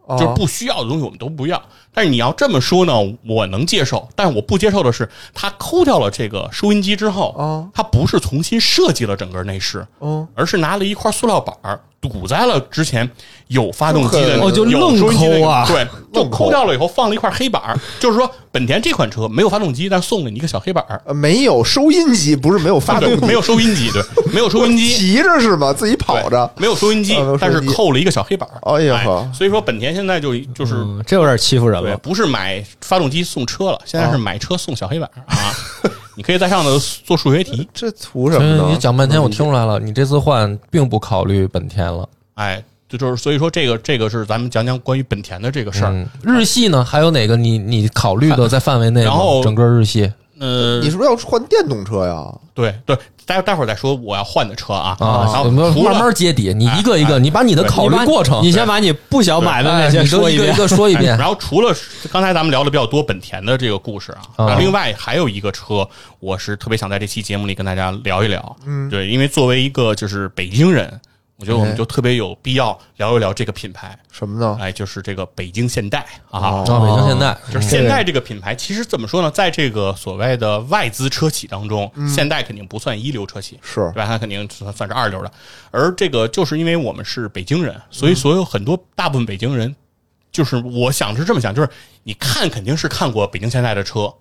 哦
就是不需要的东西我们都不要。但是你要这么说呢，我能接受，但是我不接受的是，它抠掉了这个收音机之后
哦，
它不是重新设计了整个内饰，
嗯，
而是拿了一块塑料板儿堵在了之前有发动机的，
哦
就
有收音机的
愣抠啊
对，就
愣抠
抠掉了以后放了一块黑板儿，就是说本田这款车没有发动机，但送了你一个小黑板儿。
呃没有收音机，不是没有发动
对
机，
没有收音机，对，没有收音机，
骑着是吗？自己
对
跑着，
没有收音机
啊没有收音机，
但是扣了一个小黑板儿。
哎呀呵
所以说本田现在就就是。
嗯，这有点欺负人
对
了，。
不是买发动机送车了，现
啊
在是买车送小黑板儿啊！ 你可以在上头做数学题，
这图什么
嗯
呢？
你讲半天，我听出来了，你这次换并不考虑本田了。
哎，这就是所以说这个这个是咱们讲讲关于本田的这个事儿。
嗯，日系呢，还有哪个你你考虑的在范围内吗？
然后
整个日系
呃，
你是不是要换电动车呀？
对对，待待会儿再说我要换的车啊然
啊，
后
我们
除了
慢慢揭底，你一个一个，你把你的考虑过程，
哎你先把你不想买的
哎
那些
你都
说
一个
遍哎
一。个说一遍
哎然。后除了刚才咱们聊的比较多本田的这个故事啊，
啊
那另外还有一个车，我是特别想在这期节目里跟大家聊一聊。嗯，对，因为作为一个就是北京人，我觉得我
哎
们就特别有必要聊一聊这个品牌，
什么
哦
呢？
哎，就是这个北京现代啊。
啊，北京现代
就是现代这个品牌，其实怎么说呢，在这个所谓的外资车企当中，现代肯定不算一流车企，
是
对吧？它肯定算算是二流的。而这个就是因为我们是北京人，所以所有很多大部分北京人，就是我想是这么想，就是你看肯定是看过北京现代的车，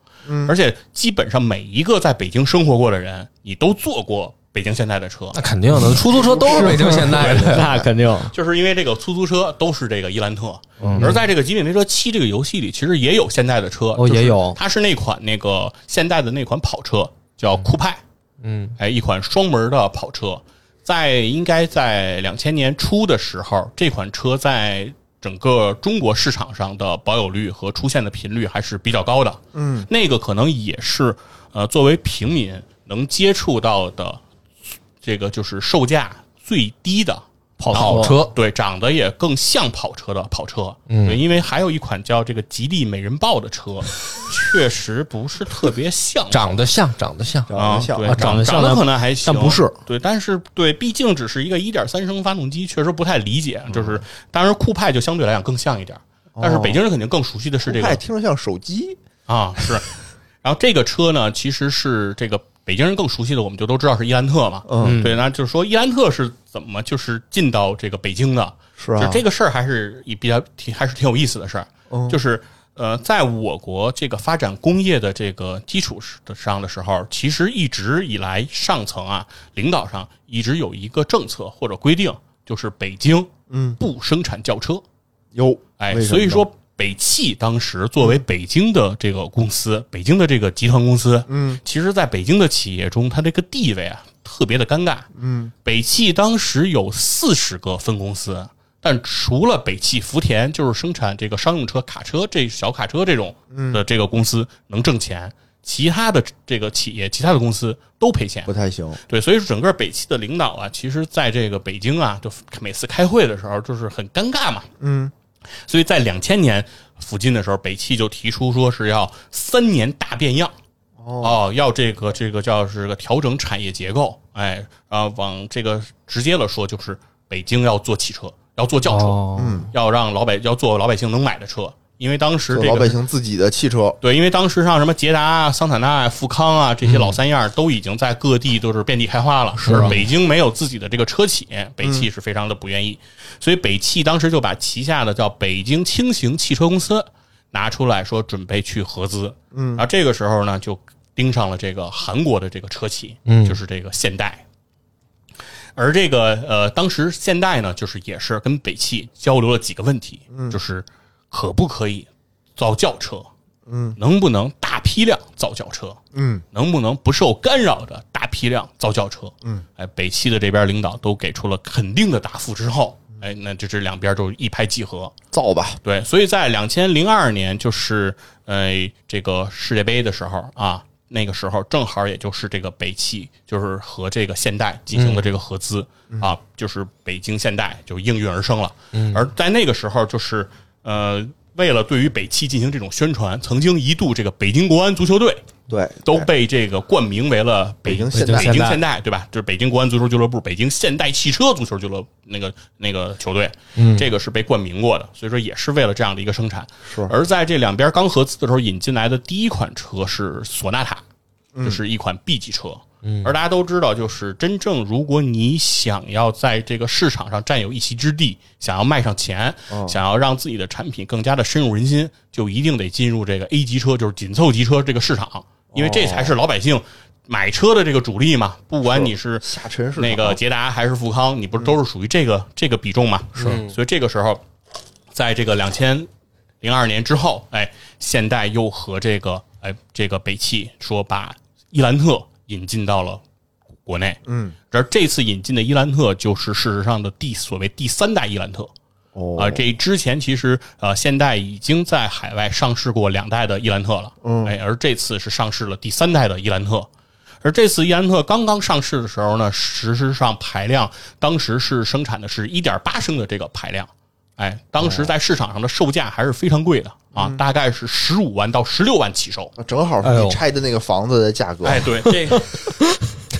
而且基本上每一个在北京生活过的人，你都坐过北京现代的车
那，肯定的， 出租车都是北京现代的。
那肯定，
就是因为这个出租车都是这个伊兰特，
嗯
而在这个《极品飞车七》这个游戏里，其实也有现代的车，就
哦
是
也有
它是那款那个现代的那款跑车，叫酷派，嗯，哎，一款双门的跑车，在应该在两千年初的时候，这款车在整个中国市场上的保有率和出现的频率还是比较高的，嗯，那个可能也是呃作为平民能接触到的这个就是售价最低的。
跑
跑
车嗯
对，长得也更像跑车的跑车。对，因为还有一款叫这个吉利美人豹的车， 确实不是特别 像。
长得像，长得像，
长
啊，
得像
对
啊，长得像
得
但
可能还行，
但不是
对，但是对，毕竟只是一个一点三升发动机，确实不太理解。
哦
就是，当然酷派就相对来讲更像一点，但是北京人肯定更熟悉的是这
派
个
听着像手机，
啊，是。然后这个车呢，其实是这个北京人更熟悉的，我们就都知道是伊兰特嘛。嗯，对，那就是说伊兰特是怎么就是进到这个北京的？
是啊
就这个事儿还是比较挺还是挺有意思的事儿。
嗯
就是呃，在我国这个发展工业的这个基础上的时候，其实一直以来上层啊领导上一直有一个政策或者规定，就是北京嗯不生产轿车。
有
哎，
为什么
所以说北汽当时作为北京的这个公
嗯
司，北京的这个集团公司，嗯，其实在北京的企业中，它这个地位啊特别的尴尬。嗯，北汽当时有四十个分公司。但除了北汽、福田，就是生产这个商用车、卡车这小卡车这种
嗯
的这个公司能挣钱，其他的这个企业、其他的公司都赔钱
不。太行，
对，所以说整个北汽的领导啊，其实在这个北京啊，就每次开会的时候就是很尴尬嘛。嗯，所以在两千年附近的时候，北汽就提出说是要三年大变样。哦，要这个这个叫是个调整产业结构，哎，啊、往这个直接了说就是北京要坐汽车，要坐轿车，
哦
嗯，
要让老百要坐老百姓能买的车，因为当时
就
这个
老百姓自己的汽车，
对，因为当时像什么捷达啊、桑塔纳啊、富康啊这些老三样儿都已经在各地都是遍地开花了，是啊嗯北京没有自己的这个车企，北汽是非常的不愿意，所以北汽当时就把旗下的叫北京轻型汽车公司拿出来说准备去合资，嗯，然后这个时候呢就盯上了这个韩国的这个车企，嗯，就是这个现代。而这个呃，当时现代呢，就是也是跟北汽交流了几个问题，就是可不可以造轿车，嗯，能不能大批量造轿车，
嗯，
能不能不受干扰的大批量造轿车，嗯，哎，北汽的这边领导都给出了肯定的答复之后，哎，那这这两边就一拍即合，
造吧，
对，所以在两千零二年，就是呃这个世界杯的时候啊，那个时候正好也就是这个北汽就是和这个现代进行的这个合资、啊，就是北京现代就应运而生了。而在那个时候，就是呃为了对于北汽进行这种宣传，曾经一度这个北京国安足球队
对，
都被这个冠名为了北
北京现代
北京现代对吧？就是北京国安足球俱乐部、北京现代汽车足球俱乐部那个那个球队，
嗯
这个是被冠名过的，所以说也是为了这样的一个生产。
是
而在这两边刚合资的时候引进来的第一款车是索纳塔，就是一款 B 级车。嗯而大家都知道，就是真正如果你想要在这个市场上占有一席之地，想要卖上钱，
哦
想要让自己的产品更加的深入人心，就一定得进入这个 A 级车，就是紧凑级车这个市场，因为这才是老百姓买车的这个主力嘛。不管你是
下沉市场
那个捷达还是富康，你不是都是属于这个这个比重嘛？是，所以这个时候，在这个两千零二年之后，哎，现代又和这个哎这个北汽说把伊兰特引进到了国内，
嗯，
而这次引进的伊兰特就是事实上的第所谓第三代伊兰特。
哦
啊，这之前其实呃，现代已经在海外上市过两代的伊兰特了，嗯，哎，而这次是上市了第三代的伊兰特，而这次伊兰特刚刚上市的时候呢，实质上排量当时是生产的是一点八升的这个排量，哎，当时在市场上的售价还是非常贵的啊，大概是十五万到十六万起售，
正好
哎
是
呦
你拆的那个房子的价格，
哎，对，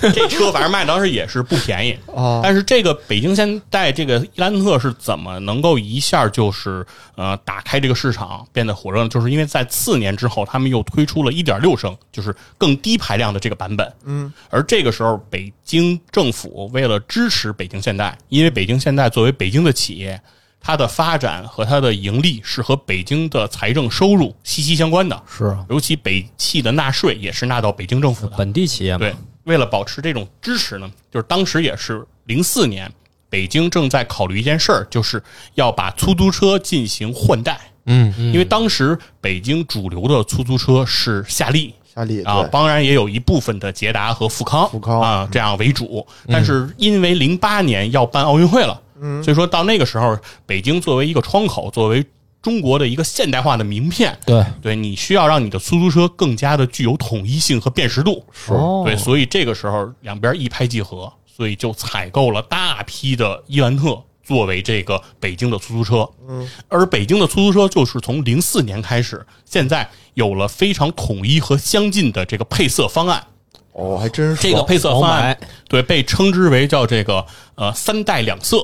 这这车反正卖当时也是不便宜但是这个北京现代这个伊兰特是怎么能够一下就是呃打开这个市场变得火热呢？就是因为在次年之后，他们又推出了一点六升，就是更低排量的这个版本。嗯，而这个时候，北京政府为了支持北京现代，因为北京现代作为北京的企业。它的发展和它的盈利是和北京的财政收入息息相关的，
是啊
尤其北汽的纳税也是纳到北京政府的，
本地企业嘛，
对，为了保持这种支持呢，就是当时也是零四年，北京正在考虑一件事儿，就是要把出租车进行换代。
嗯，
因为当时北京主流的出租车是夏利。
夏利
啊
对，
当然也有一部分的捷达和富康，
富康嗯
啊这样为主。但是因为零八年要办奥运会了，
嗯
所以说到那个时候，北京作为一个窗口，作为中国的一个现代化的名片，
对，
对你需要让你的出租车更加的具有统一性和辨识度。
是
哦
对，所以这个时候两边一拍即合，所以就采购了大批的伊兰特作为这个北京的出租车。嗯，而北京的出租车就是从零四年开始，现在有了非常统一和相近的这个配色方案。
哦，还真是
这个配色方
好
案
买，
对，被称之为叫这个呃三代两色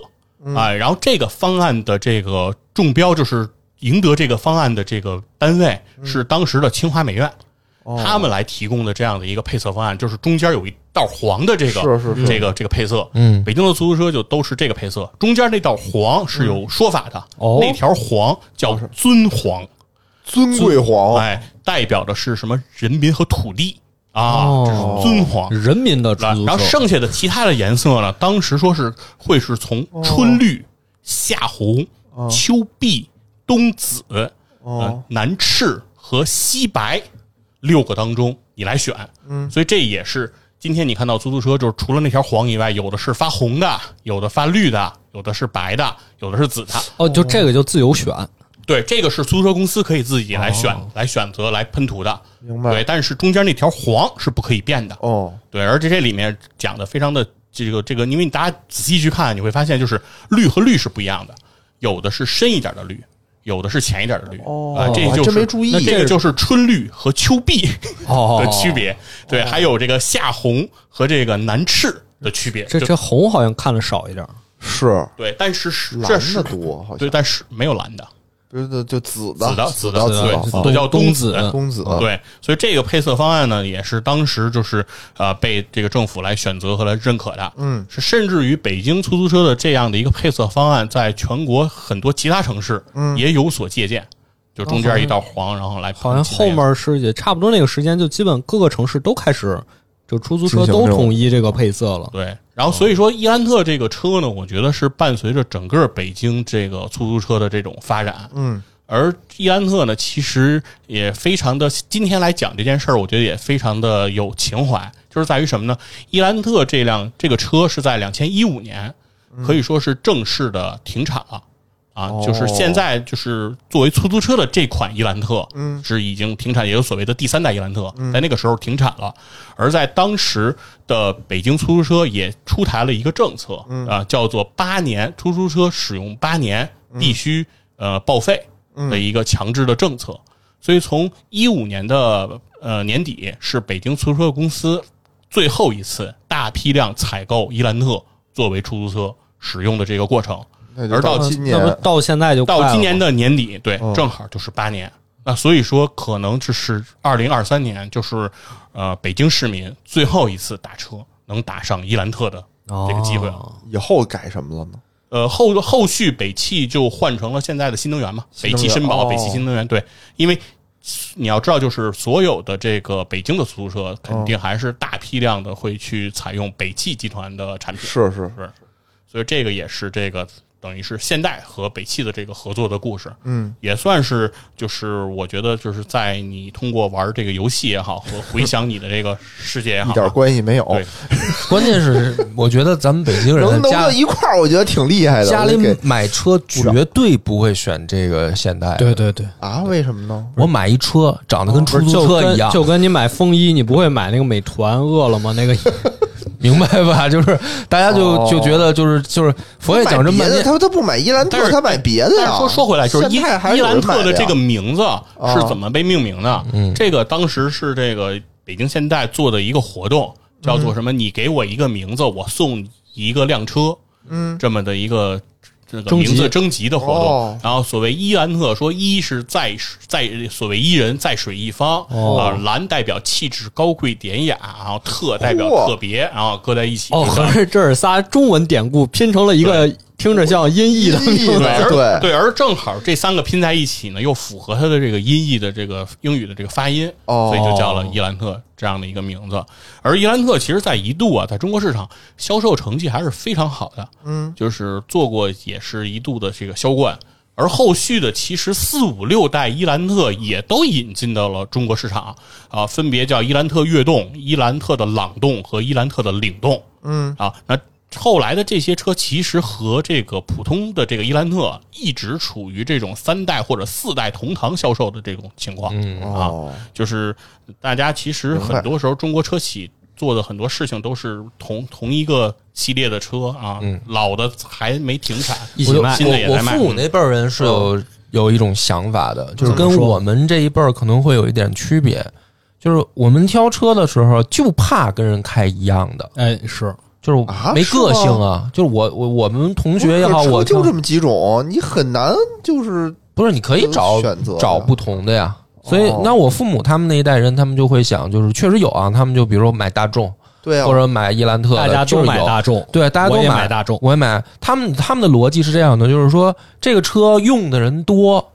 啊、然后这个方案的这个中标就是赢得这个方案的这个单位是当时的清华美院。他们来提供的这样的一个配色方案，就是中间有一道黄的这个
是是是
这个这个配色，嗯，北京的出租车就都是这个配色，中间那道黄是有说法的，
哦
那条黄叫尊黄，
尊贵黄，
哎，代表的是什么人民和土地啊，
哦
这是尊黄，
人民的出
然
租
后
车，
剩下的其他的颜色呢，当时说是会是从
哦
春绿、夏红、秋碧、冬紫、
哦
呃、南赤和西白六个当中你来选。嗯，所以这也是今天你看到出租车，就是除了那条黄以外，有的是发红的，有的发绿的，有的是白的，有的是紫的。
哦，就这个就自由选，
对，这个是出租车公司可以自己来选、来选择、来喷涂的。
哦明白
对，但是中间那条黄是不可以变的。
哦，
对，而且这里面讲的非常的这个这个，因为你大家仔细去看，你会发现就是绿和绿是不一样的，有的是深一点的绿，有的是浅一点的绿。哦啊，这
我还
就是
真没注意
那这个就是春绿和秋碧
哦
的区别，对，还有这个夏红和这个南赤的区别。
这
就
这红好像看的少一点，
是
对，但是是这
蓝
是
的多，好
对，
像
但是没有蓝的，
不是就就紫
紫的
的
紫的
的
对
的
紫
啊
的叫
冬
冬
紫
紫
公子，
对，所以这个配色方案呢，也是当时就是呃被这个政府来选择和来认可的。
嗯，
是甚至于北京出租车的这样的一个配色方案，在全国很多其他城市也有所借鉴，就中间一道黄，然后来
好像后面是也差不多那个时间，就基本各个城市都开始，就出租车都统一这个配色了。
对，然后所以说伊兰特这个车呢，我觉得是伴随着整个北京这个出租车的这种发展，
嗯，
而伊兰特呢，其实也非常的，今天来讲这件事儿，我觉得也非常的有情怀，就是在于什么呢？伊兰特这辆这个车是在两千一五年，可以说是正式的停产了。啊，就是现在就是作为出租车的这款伊兰特，嗯，是已经停产，也有所谓的第三代伊兰特，在那个时候停产了。而在当时的北京出租车也出台了一个政策，啊，叫做八年出租车使用八年必须呃报废的一个强制的政策。所以从一五年的呃年底，是北京出租车公司最后一次大批量采购伊兰特作为出租车使用的这个过程。
那就
而到
今年
那不到现在就快
到
了
今年
吗嗯
的年底，对，正好就是八年。那所以说，可能这是二零二三年，就是呃，北京市民最后一次打车能打上伊兰特的这个机会
哦
了。
以后改什么了呢？
呃，后后续北汽就换成了现在的新能源嘛，
新
北
能源
汽绅宝、
哦
北汽新能源，对，因为你要知道，就是所有的这个北京的出租车，肯
哦
定还是大批量的会去采用北汽集团的产品，
是是，
是，所以这个也是这个等于是现代和北汽的这个合作的故事，
嗯，
也算是就是我觉得就是在你通过玩这个游戏也好和回想你的这个世界也好啊
一，点关系没有，
对
关键是，我觉得咱们北京
能
人
能
家
到一块儿，我觉得挺厉害的。
家
我
里
得给
买车绝对不会选这个现代。
对，对对，
啊，为什么呢？
我买一车长得跟
不
出
是
租
就
车
跟
一样，
就跟你买风衣，你不会买那个美团、饿了么那个
明白吧？就是大家就
哦
就觉得就是就是佛爷讲这
买
么半
别的，
天，
他他不买伊兰
但
特，
是
他买别的
但
呀。
是说说回来，就是伊
现在还
伊
有人
兰特的这
买
个
呀啊嗯
名字是怎么被命名的？这个当时是这个北京现代做的一个活动，
嗯
叫做什么？你给我一个名字，我送一个辆车，嗯，这么的一个。这个
征集
名字征集的活动，
哦
然后所谓伊兰特说伊是在在所谓伊人在水一方啊、
哦
蓝代表气质高贵典雅，然后特代表
嚯
特别，然后搁在一起
哦，
就叫
合着这是仨中文典故拼成了一个听着像音译的名
音译
字
的。
对
对
而对，而正好这三个拼在一起呢，又符合它的这个音译的这个英语的这个发音，
哦
所以就叫了伊兰特这样的一个名字。而伊兰特其实在一度啊，在中国市场销售成绩还是非常好的，嗯，就是做过也是一度的这个销冠。而后续的其实四五六代伊兰特也都引进到了中国市场啊，分别叫伊兰特悦动、伊兰特的朗动和伊兰特的领动。
嗯
啊，那后来的这些车其实和这个普通的这个伊兰特一直处于这种三代或者四代同堂销售的这种情况、
嗯
哦
啊，就是大家其实
明白
很多时候中国车企做的很多事情都是同同一个系列的车啊，老的还没停产，
嗯一起卖
新的也
我我
在卖嗯
父。母那辈儿人是有有一种想法的，就是
怎么
跟
说
我们这一辈儿可能会有一点区别，就是我们挑车的时候就怕跟人开一样的，
哎，是
就是
啊
没
是
个性
吗
啊。就是我我我们同学也好，
可是
我
车就
挑
这么几种，你很难就是
不是，你可以找
有选择的
找不同的呀。所以
哦，
那我父母他们那一代人，他们就会想，就是确实有啊，他们就比如说买大众
对啊，
或者买伊兰特的，
大家
就
都
是
买
有
大众，
对，大家
我
都
也买大众
我也买。他们他们的逻辑是这样的，就是说这个车用的人多，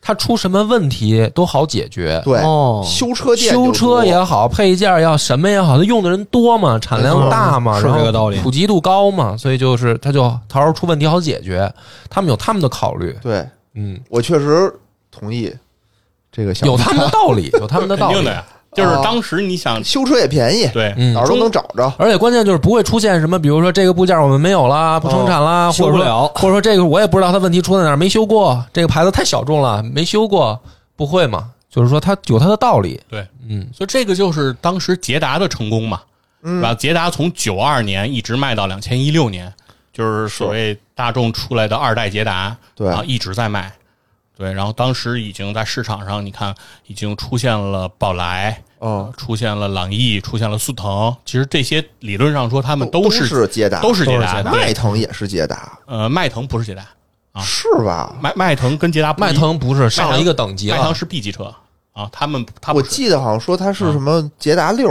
它出什么问题都好解决。
对
哦
修车店
修
就
车
多
也好，配件也好，什么也好，它用的人多嘛，产量大嘛，
没错
然后
是这个道理
普及度高嘛，所以就是它就它要是出问题好解决。他们有他们的考虑，
对，
嗯，
我确实同意这个想法。
有他们的道理，有他 们的
肯
道
定
理啊
的。呀，就是当时你想、
修车也便宜，
对，
嗯
哪儿都能找着。
而且关键就是不会出现什么，比如说这个部件我们没有啦，不生产啦，
修
或
不
者说
了
或者说这个我也不知道它问题出在哪儿，没修过，这个牌子太小众了，没修过，不会嘛？就是说它有它的道理，
对，
嗯，
所以这个就是当时捷达的成功嘛，嗯，吧？捷达从九二年一直卖到两千一六年，就是所谓大众出来的二代捷达，
对
然后一直在卖，对，然后当时已经在市场上，你看已经出现了宝来，
嗯，
出现了朗逸，出现了速腾，其实这些理论上说他们
都
是
是捷达，
都是捷达，
迈
对，
腾也是捷达，
呃，迈腾不是捷达，啊
是吧？
迈迈腾跟捷达不一
迈腾不是
迈腾
上了一个等级
迈腾
了，
是 B 级车啊，他们他啊
我记得好像说它是什么捷达六，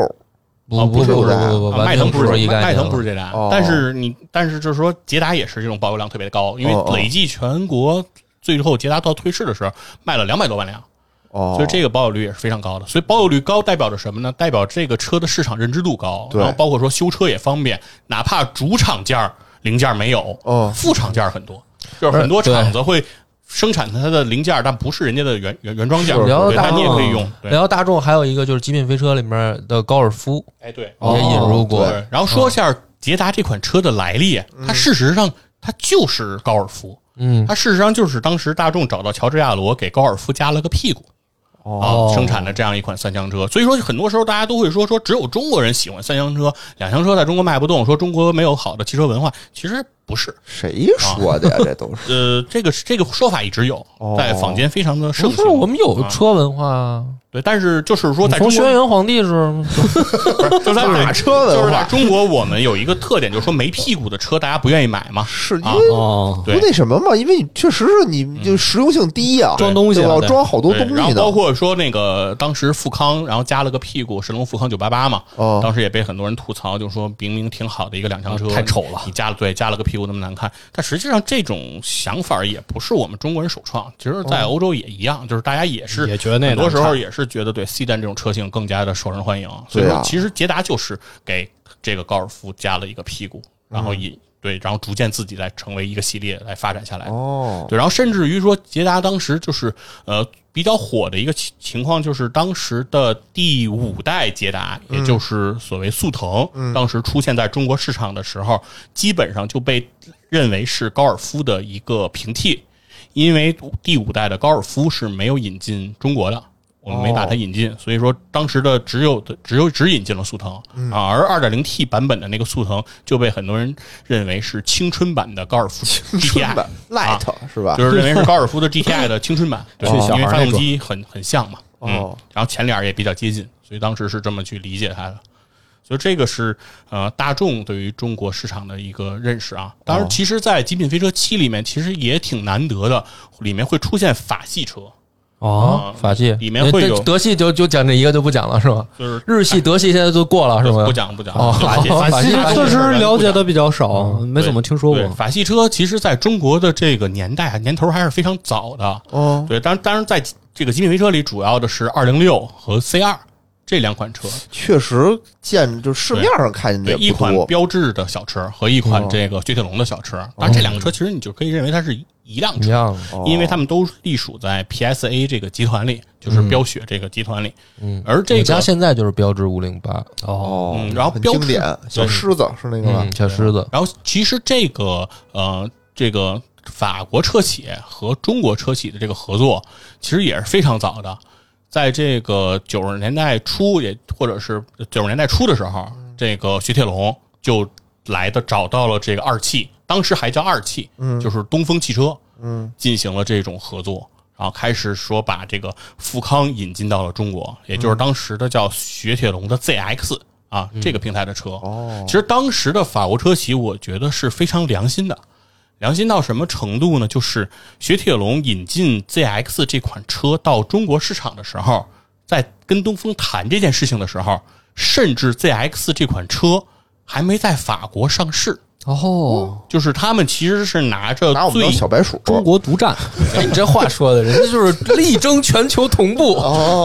不
哦不
不
是
不不
吧
不不，
迈
完
啊
全
腾不是
一
捷
概
达，迈
念
腾不是
了
捷达
哦，
但是你但是就是说捷达也是这种保有量特别的高，因
哦
为
哦
累计全国最后捷达到退市的时候卖了两百多万辆，
哦，
所以这个保有率也是非常高的。所以保有率高代表着什么呢？代表这个车的市场认知度高，
对
然后包括说修车也方便，哪怕主厂件儿零件儿没有，
嗯
副厂件儿很多，就是很多
对
厂子会生产它的零件儿，但不是人家的原原原装件儿，
是
聊
对，
大
但你也
众
可以用。对，
聊大众还有一个就是《极品飞车》里面的高尔夫
哎对，
哦
也引入过，
对，然后说一下捷达这款车的来历，它事实上它就是高尔夫，
嗯，
它事实上就是当时大众找到乔治亚罗给高尔夫加了个屁股。
哦
啊，生产了这样一款三厢车，所以说很多时候大家都会说说只有中国人喜欢三厢车，两厢车在中国卖不动，说中国没有好的汽车文化，其实不是。
谁说 的呀？这都是
呃，这个这个说法一直有，在坊间非常的盛
哦不是
行。
我们有
啊
车文化啊，
对，但是就是说在中
从轩
国，
辕皇帝时候
就是在
打车文化
就是在中国我们有一个特点，就是说没屁股的车大家不愿意买嘛。
是因
啊
为
哦，
不
对，
那什么嘛，因为你确实是你就实用性低呀，
装东西
对吧
啊
我
对
装好多
对，
东西
然后
呢，
包括说那个当时富康，然后加了个屁股神龙富康九八八嘛，
哦
当时也被很多人吐槽，就说明明挺好的一个两厢车，
啊太丑了
你加了对加了个屁股那么难看。但实际上这种想法也不是我们中国人首创，其实在欧洲也一样，就是大家也是
嗯也觉得那
很多
难
时候
看
也是觉得对 C 站这种车型更加的受人欢迎。所以
对
说
啊，
其实捷达就是给这个高尔夫加了一个屁股，然后
哦
也。对，然后逐渐自己来成为一个系列来发展下来的。
哦，
对，然后甚至于说，捷达当时就是呃比较火的一个情情况，就是当时的第五代捷达，
嗯
也就是所谓速腾，当时出现在中国市场的时候，基本上就被认为是高尔夫的一个平替，因为第五代的高尔夫是没有引进中国的。我们没把它引
哦
进，所以说当时的只有的只有只引进了速腾
嗯
啊，而 2.0T 版本的那个速腾就被很多人认为是青春版的高尔夫 GTI，
春版 Light 是吧？
啊就是认 为是高尔夫的 GTI 的青春版，对，
去小孩
因为
那
发动
种
机很很像嘛，嗯
哦，
然后前脸也比较接近，所以当时是这么去理解它的。所以这个是呃大众对于中国市场的一个认识啊。当然，
哦
其实，在《极品飞车七》里面，其实也挺难得的，里面会出现法系车，
啊，法系
里面会有
德系就就讲这一个就不讲了是吗？
就是
日系、德系现在都过了是吗？
不讲不讲
哦，
法系
法系
法系
确
车
实
咱
了
不
解
讲
的比较少，没
对
怎么听说
对
过。
法系车，其实在中国的这个年代啊年头还是非常早的。
哦，
对，当当然在这个极品飞车里，主要的是二零六和 C 二这两款车，
确实见就市面上看见的
对，
也
一
不
款
多，
标致的小车和一款这个雪铁龙的小车。当然，这两个车其实你就可以认为它是一一辆
一
车，
样的，
因为它们都隶属在 PSA 这个集团里，就是标雪这个集团里。嗯，而这
我家
个。
现在就是标致五零八，
哦
嗯然后
很
标
经
志
典小狮子是那个吧
嗯，？小狮子，
然后其实这个呃，这个法国车企和中国车企的这个合作，其实也是非常早的，在这个九十年代初也或者是九十年代初的时候，这个雪铁龙就来的找到了这个二汽，当时还叫二汽，嗯，就是东风汽车，嗯，进行了这种合作。然后开始说把这个富康引进到了中国，也就是当时的叫雪铁龙的 ZX 啊、
嗯
这个平台的车。哦，其实当时的法国车企，我觉得是非常良心的，良心到什么程度呢？就是雪铁龙引进 ZX 这款车到中国市场的时候，在跟东风谈这件事情的时候，甚至 ZX 这款车还没在法国上市，
哦，
就是他们其实是拿着
拿我们
最
当小白鼠，
中国独占，
哎你这话说的，人家就是力争全球同步。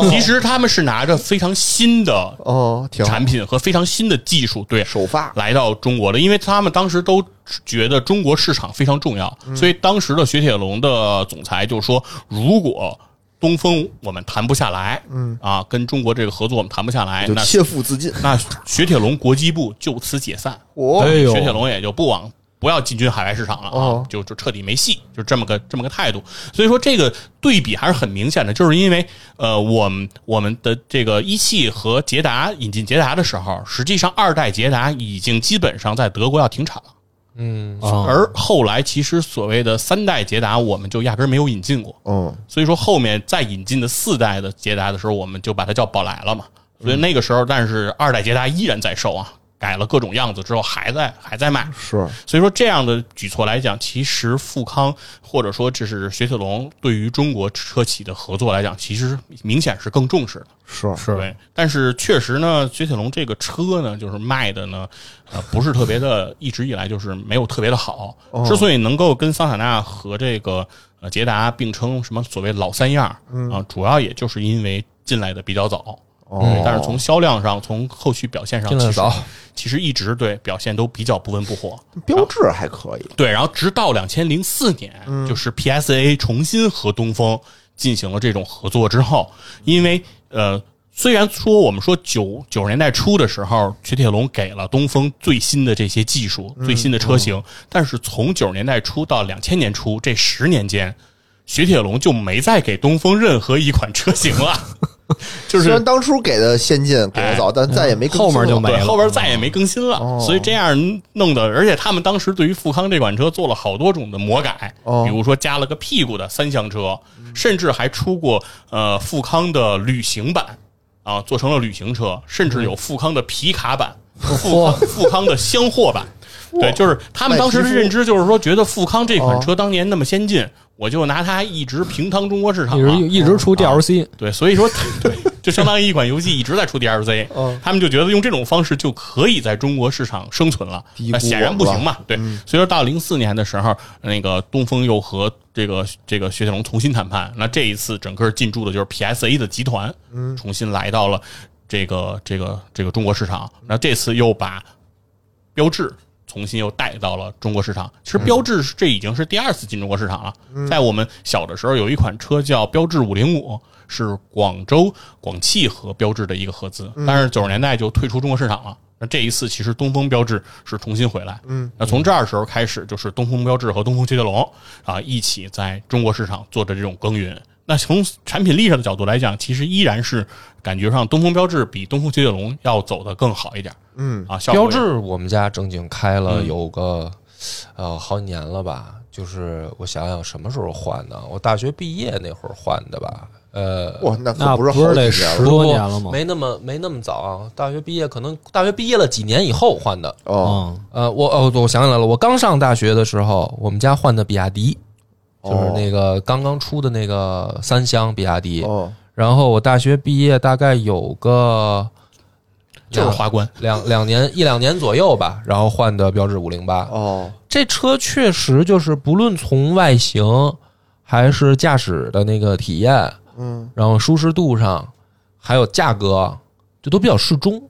其实他们是拿着非常新的
哦，挺好
产品和非常新的技术，对，
首发
来到中国的，因为他们当时都觉得中国市场非常重要，
嗯
所以当时的雪铁龙的总裁就说，如果东风我们谈不下来，嗯啊，跟中国这个合作我们谈不下来，
就
那
切腹自尽。
那雪铁龙国际部就此解散，
哦，
哎呦
雪铁龙也就不往不要进军海外市场了啊，
哦
就就彻底没戏，就这么个这么个态度。所以说这个对比还是很明显的，就是因为呃，我们我们的这个一汽和捷达引进捷达的时候，实际上二代捷达已经基本上在德国要停产了，
嗯，
而
而后来其实所谓的三代捷达，我们就压根儿没有引进过。
嗯，
所以说后面再引进的四代的捷达的时候，我们就把它叫宝来了嘛。
嗯
所以那个时候，但是二代捷达依然在售啊，改了各种样子之后还在还在卖。
是
所以说这样的举措来讲，其实富康或者说这是雪铁龙对于中国车企的合作来讲，其实明显是更重视的。
是
是
对，但是确实呢，雪铁龙这个车呢，就是卖的呢，呃，不是特别的，一直以来就是没有特别的好。
哦
之所以能够跟桑塔纳和这个呃捷达并称什么所谓老三样儿啊、
嗯
主要也就是因为进来的比较早。
哦
对，嗯但是从销量上，从后续表现上，
哦进来
其
得
实
早
其实一直对表现都比较不温不火。
标志还可以，
对，然后直到两千零四年，就是 PSA 重新和东风进行了这种合作之后，因为呃，虽然说我们说九九十年代初的时候，雪铁龙给了东风最新的这些技术、最新的车型，但是从九十年代初到两千年初这十年间，雪铁龙就没再给东风任何一款车型了， 就
虽
是
然当初给的先进给的早，但再也没更新
后面就
了
没
对，
了哦
后边再也没更新了。所以这样弄的，而且他们当时对于富康这款车做了好多种的魔改，
哦
比如说加了个屁股的三厢车，
嗯
甚至还出过呃富康的旅行版啊，做成了旅行车，甚至
嗯
有富康的皮卡版、
哦
富康富康的箱货版。对，就是他们当时的认知，就是说觉得富康这
哦
款车当年那么先进，我就拿它一直平趟中国市场、
一
啊，
直一直出 DLC，
对，所以说对，就相当于一款游戏一直在 出 DLC，、
嗯
他们就觉得用这种方式就可以在中国市场生存了
低，估嗯
那显然不行嘛。对，所以说到零四年的时候，那个东风又和这个这个雪铁龙重新谈判，那这一次整个进驻的就是 PSA 的集团，
嗯
重新来到了这个这个这个中国市场，那这次又把标志重新又带到了中国市场。其实标志是这已经是第二次进中国市场了。在我们小的时候，有一款车叫标致五零五，是广州广汽和标致的一个合资，但是九十年代就退出中国市场了。那这一次，其实东风标致是重新回来。嗯，那从这儿时候开始，就是东风标致和东风雪铁龙啊一起在中国市场做着这种耕耘。那从产品力上的角度来讲，其实依然是感觉上东风标致比东风雪铁龙要走得更好一点。嗯啊，效果
标
也
志我们家正经开了有个、呃好几年了吧，就是我想想什么时候换的，我大学毕业那会儿换的吧，呃。
哇，那可
那
啊不是
不
好
是
几
得
年
十
了
多年了吗？
没那么没那么早啊，大学毕业可能大学毕业了几年以后换的。
哦，
嗯，
呃，我哦，我想起来了，我刚上大学的时候，我们家换的比亚迪，就是那个刚刚出的那个三厢比亚迪。
哦，
然后我大学毕业大概有个
啊
就是花冠。
两两年一两年左右吧，然后换的标致五零八。
哦，
这车确实就是不论从外形还是驾驶的那个体验，
嗯，
然后舒适度上，还有价格，这都比较适中。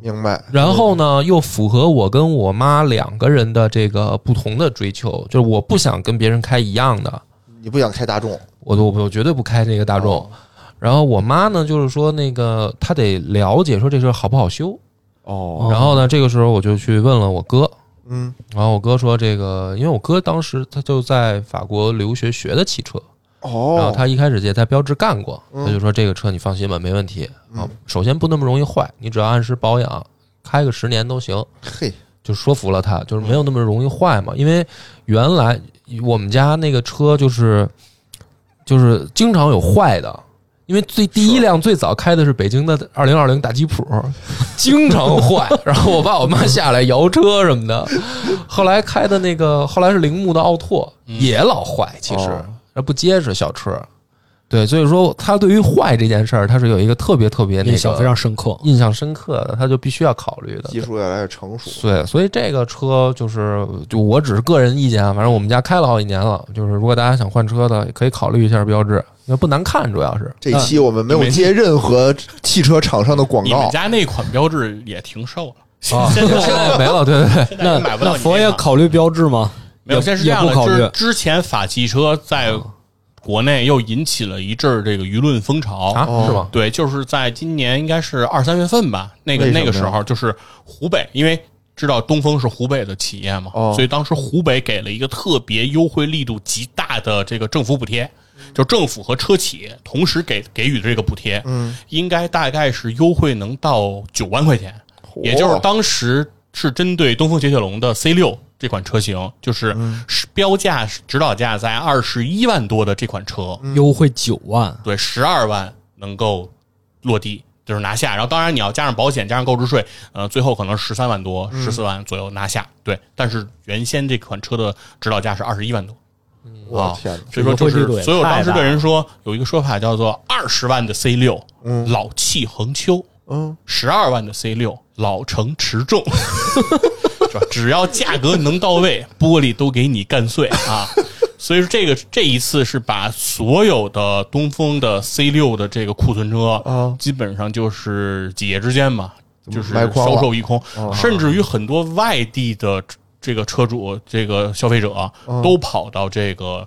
明白，
然后呢，又符合我跟我妈两个人的这个不同的追求，就是我不想跟别人开一样的，
你不想开大众，
我我我绝对不开这个大
哦
众。然后我妈呢，就是说那个她得了解说这车好不好修。
哦，
然后呢，这个时候我就去问了我哥，
嗯，
然后我哥说这个，因为我哥当时他就在法国留学学的汽车，然后
哦，嗯
他一开始也在标致干过，他就说这个车你放心吧，没问题啊。首先不那么容易坏，你只要按时保养，开个十年都行。
嘿，
就说服了他，就是没有那么容易坏嘛。因为原来我们家那个车就是就是经常有坏的，因为最第一辆最早开的是北京的二零二零大吉 普，经常坏。然后我爸我妈下来摇车什么的，后来开的那个后来是铃木的奥拓
嗯
也老坏，其实
哦
那不结实小车。对，所以说他对于坏这件事儿，他是有一个特别特别那
印象非
个
常深刻。
印象深刻的，他就必须要考虑的。
技术越来越成熟，
对，所以这个车就是，就我只是个人意见啊，反正我们家开了好几年了，就是如果大家想换车的，可以考虑一下标致，因为不难看，主要 是
这期我们没有接任何汽车厂商的广
你们
告，
家那款标志也停售了，
啊，
现
现
在
在也没了，对对对，
现在
那
也买不到
那
你
佛
那
爷
款
考虑标志吗？
没有，现在是这
也
样
不
的，
考
就是
虑。
之前法系车在国内又引起了一阵儿这个舆论风潮
啊，是吗？
对，就是在今年应该是二三月份吧，那个
为什么呀
那个时候就是湖北，因为知道东风是湖北的企业嘛，
哦
所以当时湖北给了一个特别优惠力度极大的这个政府补贴。就政府和车企同时给给予这个补贴，嗯，应该大概是优惠能到九万块钱，也就是当时是针对东风雪铁龙的 C 六这款车型，就是
嗯
是标价是指导价在二十一万多的这款车，
优惠九万，
对，十二万能够落地。就是拿下。然后当然你要加上保险，加上购置税，呃，最后可能十三万多、十
嗯
四万左右拿下。对，但是原先这款车的指导价是二十一万多。
嗯
啊
我天哪！
所以说，就
这个
是
汇率也
所有当时
太
的
大
人说，有一个说法叫做“二十万的 C 六、老气横秋，
嗯，
十二万的 C 六老成持重”，是吧？只要价格能到位， 玻璃都给你干碎啊！所以说，这个这一次是把所有的东风的 C 六的这个库存车，
啊
基本上就是几夜之间嘛，就是
卖光了啊
销售一空，甚至于很多外地的这个车主、这个消费者啊
啊
都跑到这个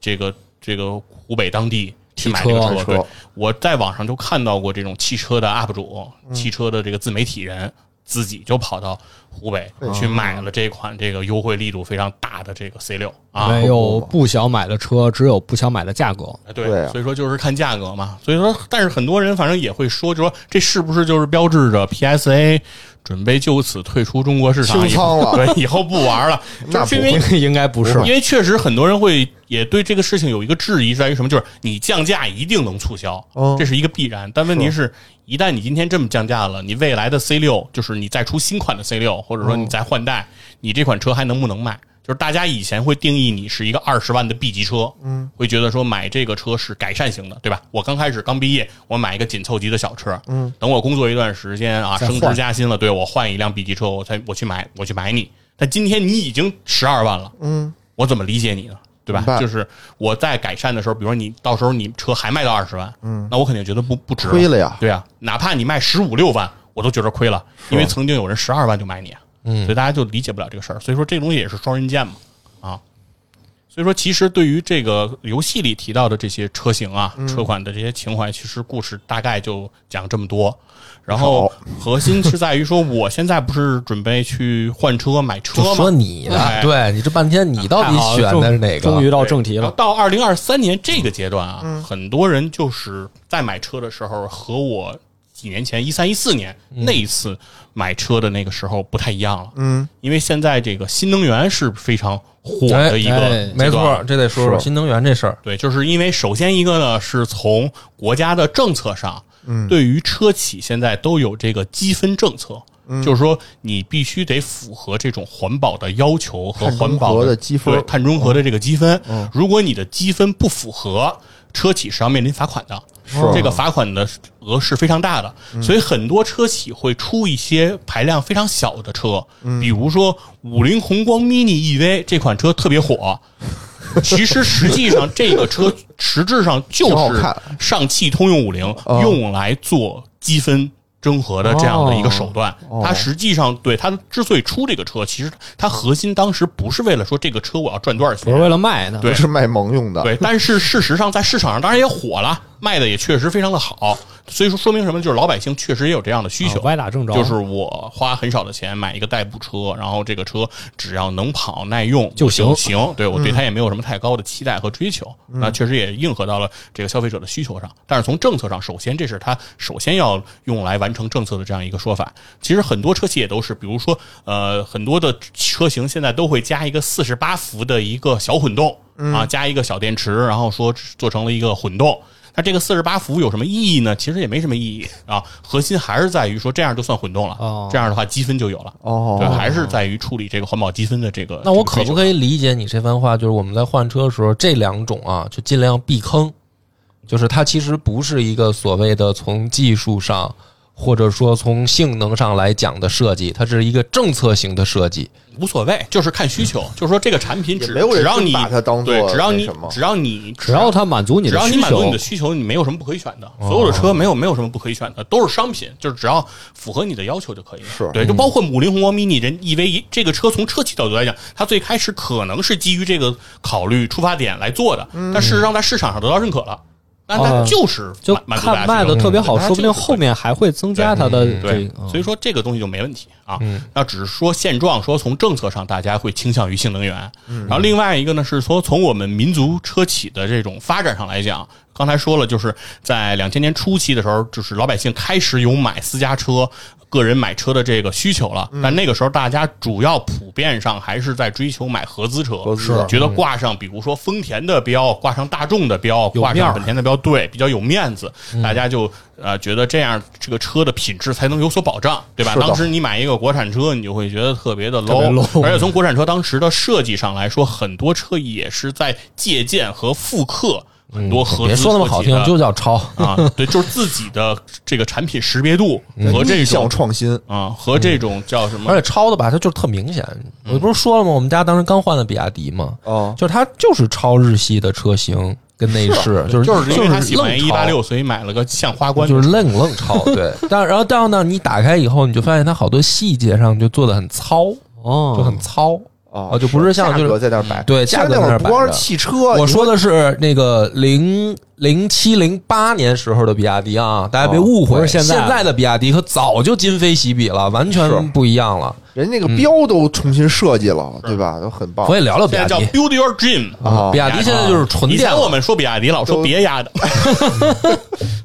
这个这个湖北当地去买这个
汽车啊
车。对
车，
我在网上就看到过这种汽车的 UP 主、
嗯
汽车的这个自媒体人。自己就跑到湖北去买了这款这个优惠力度非常大的这个 C 六啊，
没有不想买的车，只有不想买的价格。
啊，对，
对啊
所以说就是看价格嘛。所以说，但是很多人反正也会说，就说这是不是就是标志着 PSA 准备就此退出中国市场，
清仓了
以后 对，以后不玩了。
那
就是因为
应该不是，
因为确实很多人会也对这个事情有一个质疑，在于什么？就是你降价一定能促销，
嗯
这是一个必然。但问题哦是，一旦你今天这么降价了，你未来的 C 六，就是你再出新款的 C 六，或者说你再换代，你这款车还能不能卖？就是大家以前会定义你是一个二十万的 B 级车，嗯，会觉得说买这个车是改善型的，对吧？我刚开始刚毕业，我买一个紧凑级的小车，嗯，等我工作一段时间啊，
再换
升职加薪了，对我换一辆 B 级车，我才我去买，我去买你。但今天你已经十二万了，我怎么理解你呢？对吧
嗯明白？
就是我在改善的时候，比如说你到时候你车还卖到二十万，嗯，那我肯定觉得不不值，
亏了呀
对啊，哪怕你卖十五六万，我都觉得亏了，因为曾经有人十二万就买你啊，嗯，所以大家就理解不了这个事儿。所以说这东西也是双刃剑嘛，啊，所以说其实对于这个游戏里提到的这些车型啊、车款的这些情怀，其实故事大概就讲这么多。然后核心是在于说，我现在不是准备去换车买 车
就
吗？
说你呢
哎？
对你这半天你到底
太好了
选的是哪个？
终终于到正题
然后
了，
到二零二三年这个阶段啊，很多人就是在买车的时候和我几年前一三一四年、
嗯
那一次买车的那个时候不太一样了。嗯，因为现在这个新能源是非常火的一个、
哎哎
没错，。这得说说
是
新能源这事儿。
对，就是因为首先一个呢，是从国家的政策上，
嗯
对于车企现在都有这个积分政策，
嗯
就是说你必须得符合这种环保的要求和
碳中
环保
和的积分嗯
对碳中和的这个积分。如果你的积分不符合，车企是要面临罚款的。
是啊嗯
这个罚款的额是非常大的，所以很多车企会出一些排量非常小的车，
嗯
比如说五菱宏光 mini EV 这款车特别火。其实实际上这个车实质上就
挺好
是
看
上汽通用五菱
哦
用来做积分征合的这样的一个手段。
哦
它实际上对它之所以出这个车，其实它核心当时不是为了说这个车我要赚多少
不
钱
是，为了卖的。
对
是卖萌用的，
对，但是事实上，在市场上当然也火了，卖的也确实非常的好，所以说说明什么呢？就是老百姓确实也有这样的需求。
啊歪打正着
就是我花很少的钱买一个代步车，然后这个车只要能跑耐用
就行
行。行，对我
嗯
对它也没有什么太高的期待和追求。那确实也应和到了这个消费者的需求上。但是从政策上，首先这是它首先要用来完成政策的这样一个说法。其实很多车企也都是，比如说呃，很多的车型现在都会加一个四十八伏的一个小混动
嗯
啊，加一个小电池，然后说做成了一个混动。那这个四十八伏有什么意义呢？其实也没什么意义啊，核心还是在于说这样就算混动了，
哦
这样的话积分就有了。
哦
对，还是在于处理这个环保积分的这个。
那我
这
可
个追求
不可以理解你这番话，就是我们在换车的时候，这两种啊，就尽量避坑，就是它其实不是一个所谓的从技术上或者说从性能上来讲的设计，它是一个政策型的设计。
无所谓，就是看需求，就是说这个产品
嗯也
只
没有人
只要你
把它当做
对，只要
那
你
什么
只要你
只要它满足你
只
的
要你
需
满足你
求哦
的，需求，你没有什么不可以选的。所有的车没有没有什么不可以选的，都是商品，就是只要符合你的要求就可以了。
是
嗯
对，就包括五菱宏光 mini 人 EV 这个车，从车企角度来讲，它最开始可能是基于这个考虑出发点来做的，但事实上在市场上得到认可了，那它
嗯哦
就是
就
满满足
看
大家
卖
需求
的特别好，
对
说不
它就是
定
可
后
以
面还会增加它的这
嗯对
个。，
所以说这个东西就没问题啊。那只是说现状，说从政策上大家会倾向嗯于新能源，然后另外一个呢是说从我们民族车企的这种发展上来讲，刚才说了，就是在两千年初期的时候，就是老百姓开始有买私家车、个人买车的这个需求了。但那个时候，大家主要普遍上还是在追求买合资车，是觉得
嗯
挂上，比如说丰田的标，挂上大众的标，
有
挂
面儿
上本田的标，对，比较有面子，
嗯
大家就呃觉得这样这个车的品质才能有所保障，对吧？
是的
当时你买一个国产车，你就会觉得特别的 low，,
别 low
而且从国产车当时的设计上来说，很多车也是在借鉴和复刻很多合
嗯
资
别
车企的、
说那么好听，就叫抄。
啊，对，就是自己的这个产品识别度
嗯
和这
逆向
种
创新，
啊，和这种叫什
而
么
且抄的吧，它就是特明显。我不是说了吗？我们家当时刚换了比亚迪嘛，
哦
就是它就是抄日系的车型跟内饰，就是就
就
是是
因为他喜欢
愣
一
抄
八六，所以买了个像花冠的，
就是愣愣抄。对，但然后但是呢，你打开以后，你就发现它好多细节上就做的很糙，
哦，
就很糙
哦
啊，就不是像
价
就
格
是
在那儿摆，
对
其
价
实
格
那
在
会
那
儿
儿
不
摆
光
着
是。汽车，
我
你
说的是那个零零七零八年时候的比亚迪啊，大家别误
不
会，
是现在
在的比亚迪可早就今非昔比了，完
是
全不一样了。
人家那个标都重新设计了，对吧？都很棒
嗯我。也聊聊比
现在
亚
叫
迪，
Build Your Dream
啊
比亚迪现在就是纯
以
电
前
了。
我们说比亚迪老说
都
别压的，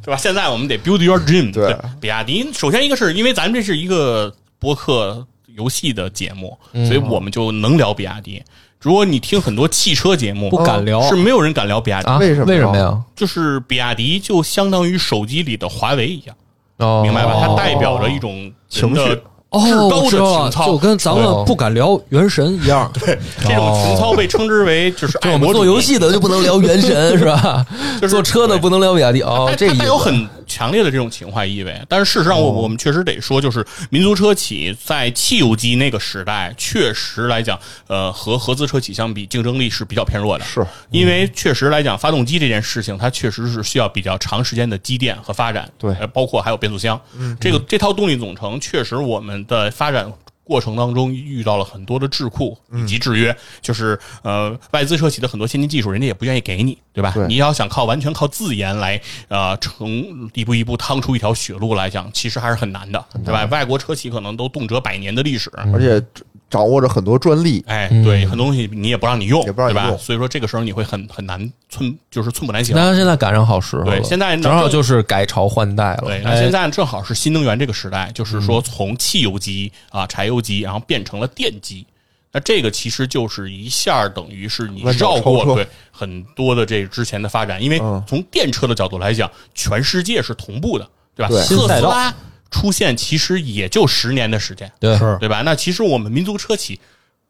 对吧？现在我们得 build your dream
对
比亚迪，首先一个是因为咱们这是一个播客游戏的节目，
嗯
所以我们就能聊比亚迪。如果你听很多汽车节目，
不敢聊
是没有人敢聊比亚迪，
啊？
为什么
为什么呀？
就是比亚迪就相当于手机里的华为一样，
哦，
明白吧？它代表着一种
情
人的
绪
哦，
至高
我
的
知道
情
了
操，
就跟咱
哦
们不敢聊《原神》一 样。
这种情操被称之为 就是
就
爱
我们
国
做
主义
游戏的就不能聊原神是吧？
就是
坐车的
对
不能聊比亚迪哦
它，
这意
它
思哦
带有很强烈的这种情怀意味。但是事实上，我我们确实得说，就是民族车企在汽油机那个时代，确实来讲，呃，和合资车企相比，竞争力是比较偏弱的。
是
因为确实来讲，发动机这件事情，它确实是需要比较长时间的积淀和发展。
对
呃包括还有变速箱，
嗯
这个这套动力总成，确实我们的发展。过程当中遇到了很多的桎梏
嗯
以及制约，就是呃外资车企的很多先进技术，人家也不愿意给你，对吧？
对
你要想靠完全靠自研来呃成一步一步趟出一条血路来讲，其实还是很难的，对吧？外国车企可能都动辄百年的历史，
而且掌握着很多专利，
哎，对，很多东西你也不让你用，
嗯也不让你
对吧？
用
所以说这个时候你会很很难寸，就是寸步难行。
那现在赶上好时候了，
对现在呢
正好就是改朝换代了。
对，那
哎嗯
现在正好是新能源这个时代，就是说从汽油机啊、柴油机，然后变成了电机。那这个其实就是一下儿等于是你
弯道
绕
超
过
车
对很多的这之前的发展，因为
嗯
从电车的角度来讲，全世界是同步的，对吧？
对
特
新赛
斯
道
拉出现其实也就十年的时间，
对
是
对吧？那其实我们民族车企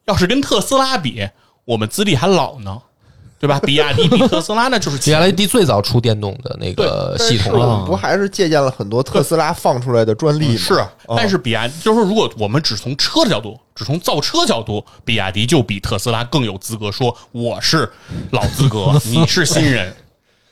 要是跟特斯拉比，我们资历还老呢，对吧？比亚迪比特斯拉那就是
比亚
前
迪最早出电动的那个
但
系
是
统
我
啊了，
们不还是借鉴了很多特斯拉放出来的专利吗？哦
是，啊哦但是比亚就是说，如果我们只从车的角度，只从造车角度，比亚迪就比特斯拉更有资格说我是老资 格，你是新人。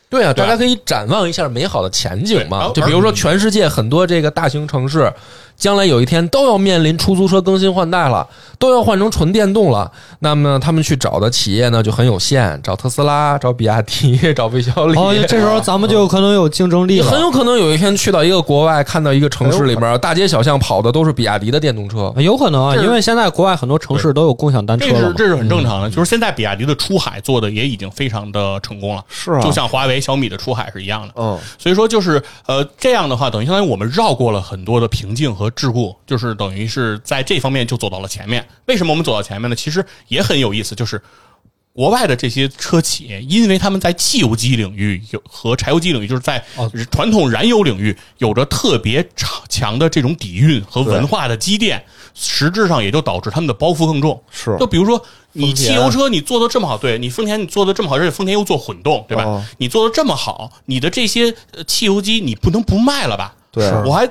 对啊，
对啊
大家可以展望一下美好的前景
对
嘛
而。
就比如说，全世界很多这个大型城市，将来有一天都要面临出租车更新换代了，都要换成纯电动了。那么他们去找的企业呢就很有限，找特斯拉、找比亚迪、 找魏小李。
哦，这时候咱们就有可能有竞争力
你
了。
很有可能有一天去到一个国外，看到一个城市里边，大街小巷跑的都是比亚迪的电动车。
有可能啊，
这是
因为现在国外很多城市都有共享单车
这
了
是
嘛。
这是很正常的，就是现在比亚迪的出海做的也已经非常的成功了，
是啊
就像华为、小米的出海是一样的。
嗯，
所以说就是呃这样的话，等于相当于我们绕过了很多的瓶颈和桎梏，就是等于是在这方面就走到了前面。为什么我们走到前面呢？其实也很有意思，就是。国外的这些车企，因为他们在汽油机领域有和柴油机领域，就是在
哦
传统燃油领域有着特别长强的这种底蕴和文化的积淀，实质上也就导致他们的包袱更重。
是
就比如说你
丰田
汽油车你做的这么好，对你丰田你做的这么好，而且丰田又做混动，对吧？
哦
你做的这么好，你的这些呃汽油机你不能不卖了吧？
对
我还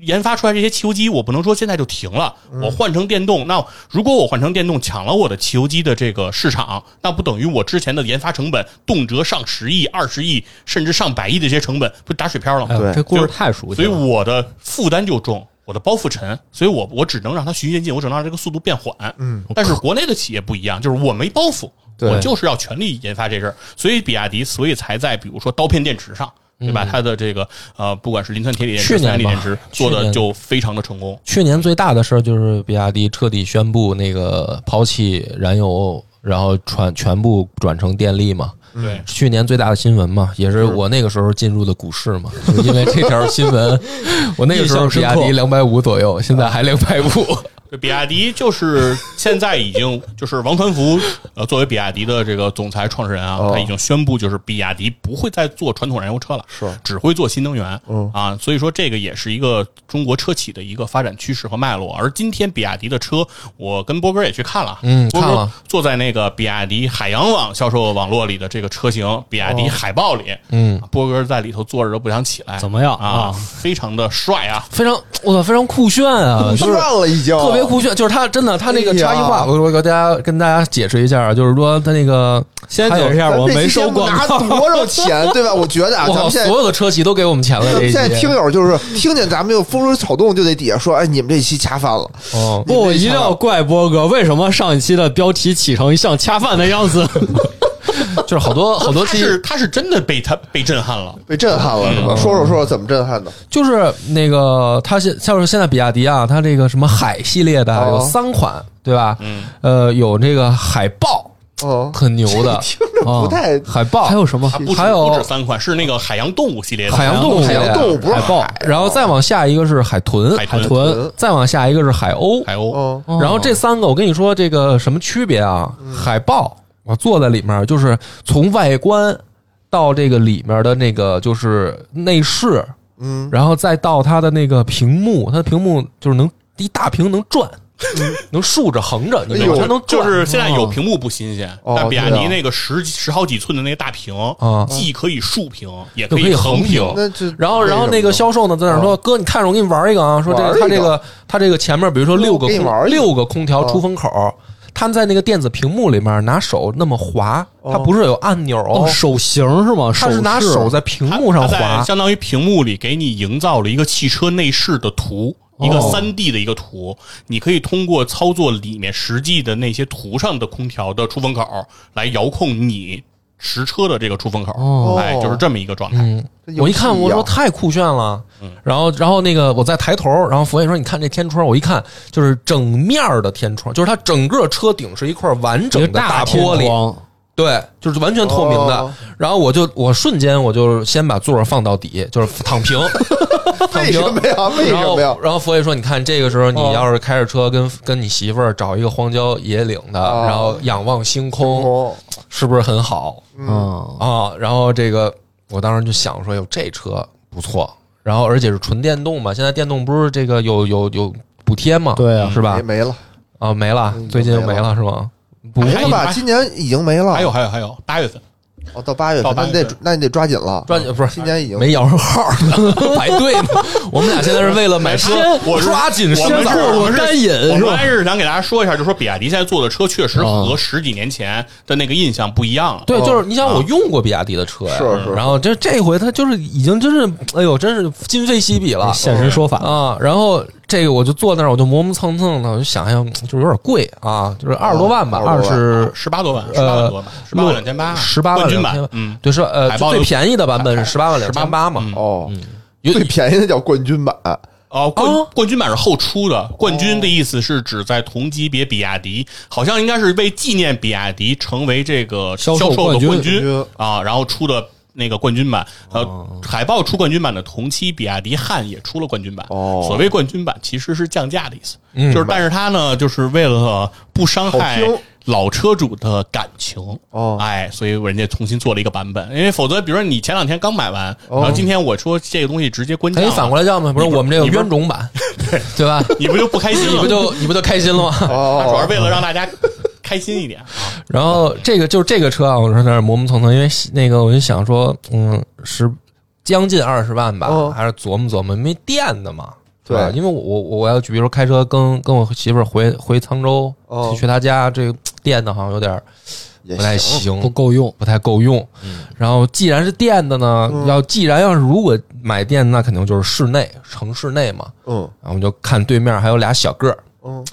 研发出来这些汽油机，我不能说现在就停了，我换成电动。那如果我换成电动抢了我的汽油机的这个市场，那不等于我之前的研发成本动辄上十亿、二十亿，甚至上百亿的这些成本不打水漂了吗？
哎呦
对
这故事
就
太熟悉
所以
了。
我的负担就重，我的包袱沉，所以我我只能让它循序渐进，我只能让这个速度变缓。嗯，但是国内的企业不一样，就是我没包袱，
对
我就是要全力研发这事儿，所以比亚迪，所以才在比如说刀片电池上。对吧？它的这个呃，不管是磷酸铁锂电池、
嗯去
三
年吧
元锂电池，
去
做
年
的就非常的成功。
去年最大的事儿就是比亚迪彻底宣布那个抛弃燃油，然后全全部转成电力嘛。
对，
去年最大的新闻嘛，也是我那个时候进入的股市嘛，就因为这条新闻， 我那个时候比亚迪两百五左右，现在
啊
还两 百五。
这比亚迪就是现在已经就是王传福，呃，作为比亚迪的这个总裁创始人啊，
哦
他已经宣布就是比亚迪不会再做传统燃油车了，
是
只会做新能源，
嗯
啊，所以说这个也是一个中国车企的一个发展趋势和脉络。而今天比亚迪的车，我跟波哥也去看了，
嗯
波哥
看了
坐在那个比亚迪海洋网销售网络里的这个车型，比亚迪海豹里，
哦
啊
嗯，
波哥在里头坐着都不想起来，
怎么样
啊？
啊
非常的帅啊！
非常，我操，非常酷炫 啊！就是
算了已经
特别酷炫，就是它真的，它那个差异
哎
化，
呀
我我给大家跟大家解释一下啊，就是说它那个，
先解释一下，
咱
我
这期
没收
节目
广
拿
告，
多少钱，对吧？我觉 得啊，
我
咱们
靠，
现
所
在。
有的车企都给我们钱了，
咱
这一
们现
期
在听友就是听见咱们又风吹草动，就得底下说：“哎，你们这期掐翻了。
哦，
不，我一定要怪波哥，为什么上一期的标题起成像恰饭的样 子？
就是好多好多
他
期
是他是真的被他被震撼了”，
被震撼了是吧？说说说说怎么震撼的？
就是那个，它现像是现在比亚迪啊，它这个什么海系列的啊
哦
有三款，对吧？嗯，呃，有这个海豹，
嗯，
很牛的，
听着不太
啊海豹，
还有什么
它不止
还有
不止三款，是那个海洋动物系列的
海洋动物系
海
列，
洋动物不是
海豹
海
然后再往下一个是海豚，
海
海
豚
豚，
再往下一个是海鸥，
海鸥，
嗯，
然后这三个我跟你说这个什么区别啊？海豹我坐在里面，就是从外观到这个里面的那个就是内饰，
嗯，
然后再到它的那个屏幕，它的屏幕就是能一大屏能转，能竖着横着，
嗯
你
哎
知
呦
道吗它能
就
转
是现在有屏幕不新鲜，
哦
但比亚迪
对啊
那个十几十好几寸的那个大屏
啊，
既可以竖屏，也
可
可
以横
横
屏
那就
然后，然后那个销售呢，在那儿说：“哥，你看着我给你玩一个啊，说这
啊玩
个
一
他
个
这个他这个前面，比如说六个
给你玩
空
一个啊
六个空调出风口，他在那个电子屏幕里面拿手那么滑，他不是有按钮，
哦，手型是吗？
他是拿
势
手在屏
它
幕上
它在
滑，
相当于屏幕里给你营造了一个汽车内饰的图。
哦
一个三 D 的一个图，你可以通过操作里面实际的那些图上的空调的出风口来遥控你实车的这个出风口，
哦
哎，就是这么一个状态。
这
我一
游戏
看，
样
我说太酷炫了。
嗯
然后，然后那个我再抬头，然后佛爷说：“你看这天窗。”我一看，就是整面儿的天窗，就是它整个车顶是一块完整
一
的
个大
玻
天
璃，
窗
对，就是完全透明的。
哦
然后我就我瞬间我就先把座儿放到底，就是躺 平，躺
为
平
什。么呀？为什
然后
么呀，？
然后佛爷说：“你看，这个时候你要是开着车跟跟你媳妇儿找一个荒郊野岭的，
哦
然后仰望星空，
哦，
是不是很好
嗯，
啊？”然后这个我当时就想说：“哟，这车不错。”然后而且是纯电动嘛，现在电动不是这个有有有补贴嘛？
对啊
是吧
没？没了，
啊，没了，
嗯
最近又
没
没
了哎
了是吗？
不
还有
是吧？
还
今年已经没了，
还有还有还有，八月份
哦，到八月份，那
到八
你
月
得
份
那你得抓紧了，
专不是
今年已经
没摇上号呢， 排队呢。我们俩现在是为了买车
先，我是
抓紧时
我
间
们是
走。
我们是
单引
我
是
们
吧
还是想给大家说一下，就说比亚迪现在做的车确实和十几年前的那个印象不一样了。
啊
哦
对，就是你想，我用过比亚迪的车呀，
是是
然后这这回他就是已经真是，哎呦，真是今非昔比了
现身说法，
啊！然后这个我就坐那儿，我就磨磨蹭蹭的，我就想想，就是有点贵啊，就是二十多万吧，
哦
二十
十八多万，十八万
呃
多吧，十八万两千八，啊
十八万
冠
两
军版
千，
嗯，
对，是吧呃
海豹
最
有
便宜的版本是十八万嗯两千八嘛，
哦，
有
最便宜的叫冠军版，
哦，冠
哦
冠军版是后出的，冠军的意思是指在同级别比亚迪，好像应该是为纪念比亚迪成为这个
销
销
售
售
冠
的
军
冠
冠军
军啊，然后出的。那个冠军版，呃，海豹出冠军版的同期，比亚迪汉也出了冠军版。
哦
所谓冠军版其实是降价的意思，
嗯
就是但是它呢，就是为了不伤
好
害
听
老车主的感情，
哦
哎，所以人家重新做了一个版本，因为否则，比如说你前两天刚买完，然后今天我说这个东西直接关
可
价
以
了，
哎反过来叫嘛，不是
你不
我们这有
你不
冤种版， 对吧？
你不就不开心
你
了？
不就你不就开心了吗？
他主
哦，
要是为了让大家开心一点。啊
然后这个就是这个车啊，我说那儿磨磨蹭蹭，因为那个我就想说，嗯，十将近二十万吧，
嗯
还是琢磨琢磨，没电的嘛，
对
吧？因为我我我要去，比如说开车跟跟我媳妇儿回回沧州、
哦
去她家，这个电的好像有点儿
也
不太
行，
行，
哎不够用。
不太够用。
嗯
然后既然是电的呢，要既然要是如果买电，那肯定就是室内城市内嘛。
嗯
然后我们就看对面还有俩小个儿，
嗯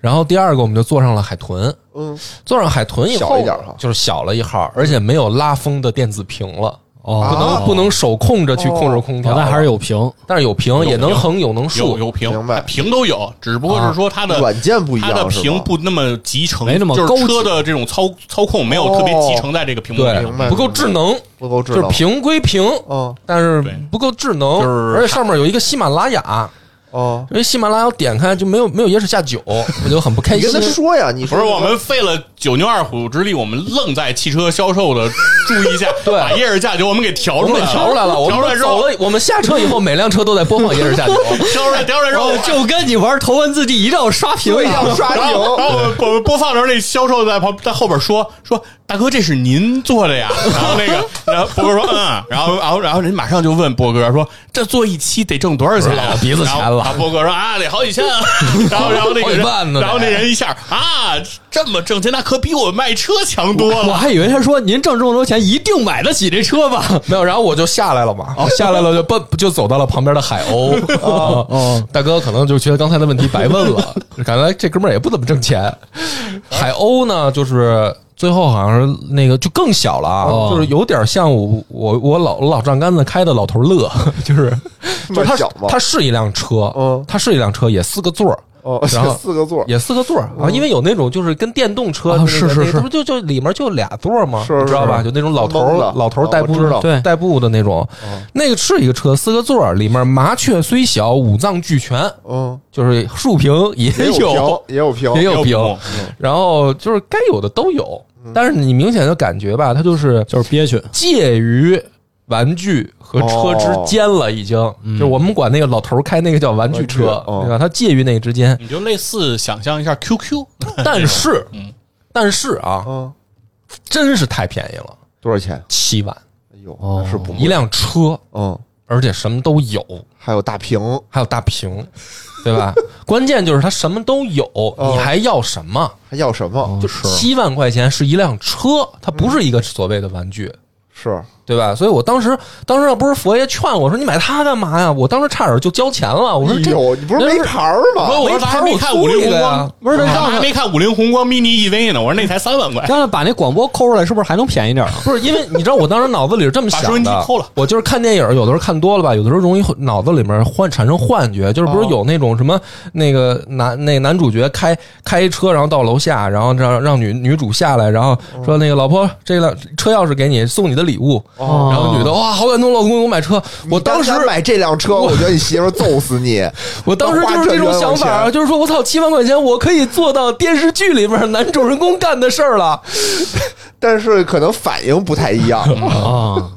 然后第二个我们就坐上了海豚，
嗯，
坐上海豚以后，
小一点哈
就是小了一号，而且没有拉风的电子屏了。
哦，
不
啊
能不能手控着去控
哦
制空调，
那还是有屏，
但是有屏也能横有能
有
竖，
有屏，
明白啊
屏都有，只不过是说它的、
软件不一样
它的
是吧
屏不那么集成，
没那么
就
高
是
级
车的这种操操控没有特别集成在这个屏幕里。
哦对
明白，
不够智能，
不够智
就是
能。
屏归屏，
嗯
但是
对
不够智能，
就是
而且上面有一个喜马拉雅，
哦，
因为喜马拉雅我点开就没有没有野史下酒，我就很不开
你
心
跟。他说呀，你
不
说
是我们费了九牛二虎之力，我们愣在汽车销售的注意下，
对
把夜市价酒我们给调
我
出
们
来
给
了，
调出来了，我
调出来
们
之
走
后，。
了，我们下车以后，每辆车都在播放《野史下酒》
调出来，调出来之后，
哦
哦
就跟你玩头文字 D 一定要刷屏
一定要刷
然
屏
后，然后我们我们播放的时候，那销售在旁在后边说说：“大哥，这是您做的呀？”然后那个，然后波哥说：“嗯。”然后，然后，然后人马上就问波哥说：“这做一期得挣多少钱
不是
啊
老？”鼻子钱
然
了
后然后波哥说：“啊，得好几千啊。”然后，然后那个
好几
人，
万呢
然后那人一下啊，这么挣钱，那可比我卖车强多
我
了。
还以为他说您挣这么多钱，一定买得起这车吧？
没有，然后我就下来了嘛，哦下来了就奔就走到了旁边的海 鸥。啊
哦
大哥可能就觉得刚才的问题白问了， 感觉哎这哥们儿也不怎么挣钱。海鸥呢，就是最后好像是那个就更小了啊，
哦
就是有点像我我我老老丈杆子开的老头乐， 就是
这
就
么
是它
小吗？
它是一辆车，
嗯
它是一辆车，也四个座儿，
哦，
然后
四个座儿，嗯哦
也四个座儿啊，因为有那种就是跟电动车
啊
那个
是是
那
是
这不就就里面就俩座儿吗？
是是
你知道吧？就那种老头
蒙
儿
的
老头儿代步
哦我知道嗯
对
代步的那种，那个是一个车，四个座儿，里面麻雀虽小，五脏俱全，
嗯，
就是竖屏也
也
有
屏，也有屏， 嗯
也有
屏
屏
幕，
然后就是该有的都有，但是你明显就感觉吧，它就是
就是憋屈，
介于玩具和车之间了，已经、就是我们管那个老头儿开那个叫玩具车，
哦玩具哦
对吧？它介于那个之间”，
你就类似想象一下 QQ，
但是，
嗯
但是啊，
嗯，
真是太便宜了，
多少钱？
七万
哎呦，
哦
那是不
一
贵，
辆车，
嗯，
而且什么都有，
还有大屏，
还有大 屏，对吧？关键就是它什么都有，
哦
你还要什么？
还要什么？
哦
就是
七万块钱是一辆车，它不是一个所谓的玩具。
是
对吧？所以我当时，当时要不是佛爷劝我说你买它干嘛呀？我当时差点就交钱了。我说这
哎呦，你不是没牌儿吗？
我说
没
咱
牌
还
儿
没
我
看五
租
菱
一
宏
个
光
呀，
不是
咱
那让
还没看五菱宏光 mini EV 呢，我说那才三万块。
让他把那广播抠出来，是不是还能便宜 点儿啊？
不是因为你知道我当时脑子里是这么想的，
把收音机抠了
我就是看电影，有的时候看多了吧，有的时候容易会脑子里面幻产生幻觉，
哦
就是不是有那种什么那个男那男主角开开车，然后到楼下，然后让让女女主下来，然后说那个老婆，这辆车钥匙给你，送你的礼物。
哦
然后女的哇，好感动，老公给我买车。我当时
你敢买这辆车，我觉得你媳妇儿揍死 你。
我当时就是这种想
花这冤枉
法，
钱
就是说我操，七万块钱我可以做到电视剧里边男主人公干的事儿了。
但是可能反应不太一 样。
嗯
啊，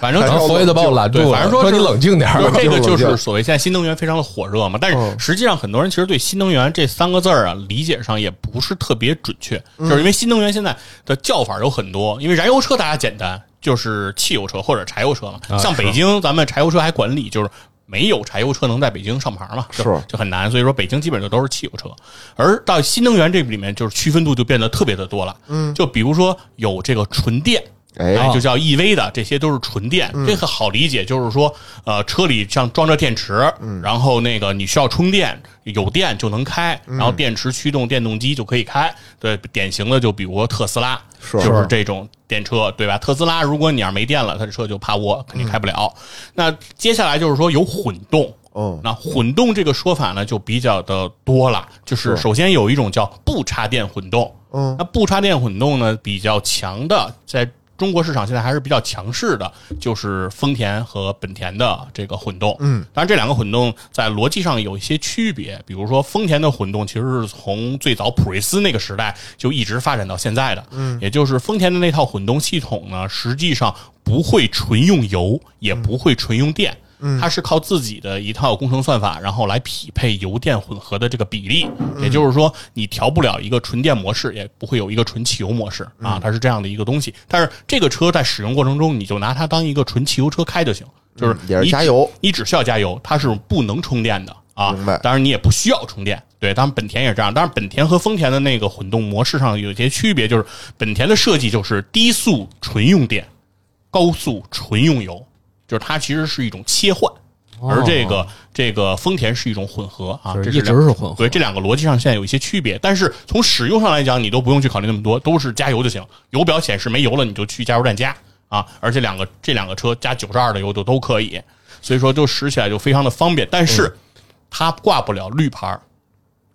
反正
反
然
正
后佛爷就把我拦住
对
了，
反正说
说你
是
冷静点儿
就。是这个
冷静
就
冷
是
静
所谓现在新能源非常的火热嘛，但是
嗯
实际上很多人其实对新能源这三个字儿啊理解上也不是特别准确，就是因为新能源现在的叫法有很多，因为燃油车大家简单，就是汽油车或者柴油车嘛。像北京咱们柴油车还管理，就是没有柴油车能在北京上牌嘛，就是就很难，所以说北京基本就都是汽油车。而到新能源这里面，就是区分度就变得特别的多了，嗯，就比如说有这个纯电。
哎，
就叫 EV 的，这些都是纯电，这个好理解，就是说，呃，车里像装着电池，然后那个你需要充电，有电就能开，然后电池驱动电动机就可以开。对，典型的就比如说特斯拉，
是
就是这种电车，对吧？特斯拉如果你要是没电了，它的车就趴窝，肯定开不了。那接下来就是说有混动。
嗯
那混动这个说法呢，就比较的多了。就是首先有一种叫不插电混动，
嗯
那不插电混动呢，比较强的，在中国市场现在还是比较强势的，就是丰田和本田的这个混动。
嗯，
当然这两个混动在逻辑上有一些区别，比如说丰田的混动其实是从最早普锐斯那个时代就一直发展到现在的。嗯，也就是丰田的那套混动系统呢，实际上不会纯用油，也不会纯用电。
嗯
它是靠自己的一套工程算法，然后来匹配油电混合的这个比例。
嗯
也就是说，你调不了一个纯电模式，也不会有一个纯汽油模式
嗯
啊，它是这样的一个东西。但是这个车在使用过程中，你就拿它当一个纯汽油车开就行，就是
嗯也是
你
加
只
油，
你只需要加油，它是不能充电的啊。
明白
当然你也不需要充电。对，当然本田也是这样。当然本田和丰田的那个混动模式上有一些区别，就是本田的设计就是低速纯用电，高速纯用油，就是它其实是一种切换。而这个、这个丰田是一种混合啊，
就是
这
一直
两
是混合
对，这两个逻辑上现在有一些区别，但是从使用上来讲，你都不用去考虑那么多，都是加油就行。油表显示没油了，你就去加油站加啊，而且两个这两个车加九十二的油就都可以，所以说就使起来就非常的方便。但是它挂不了绿牌儿，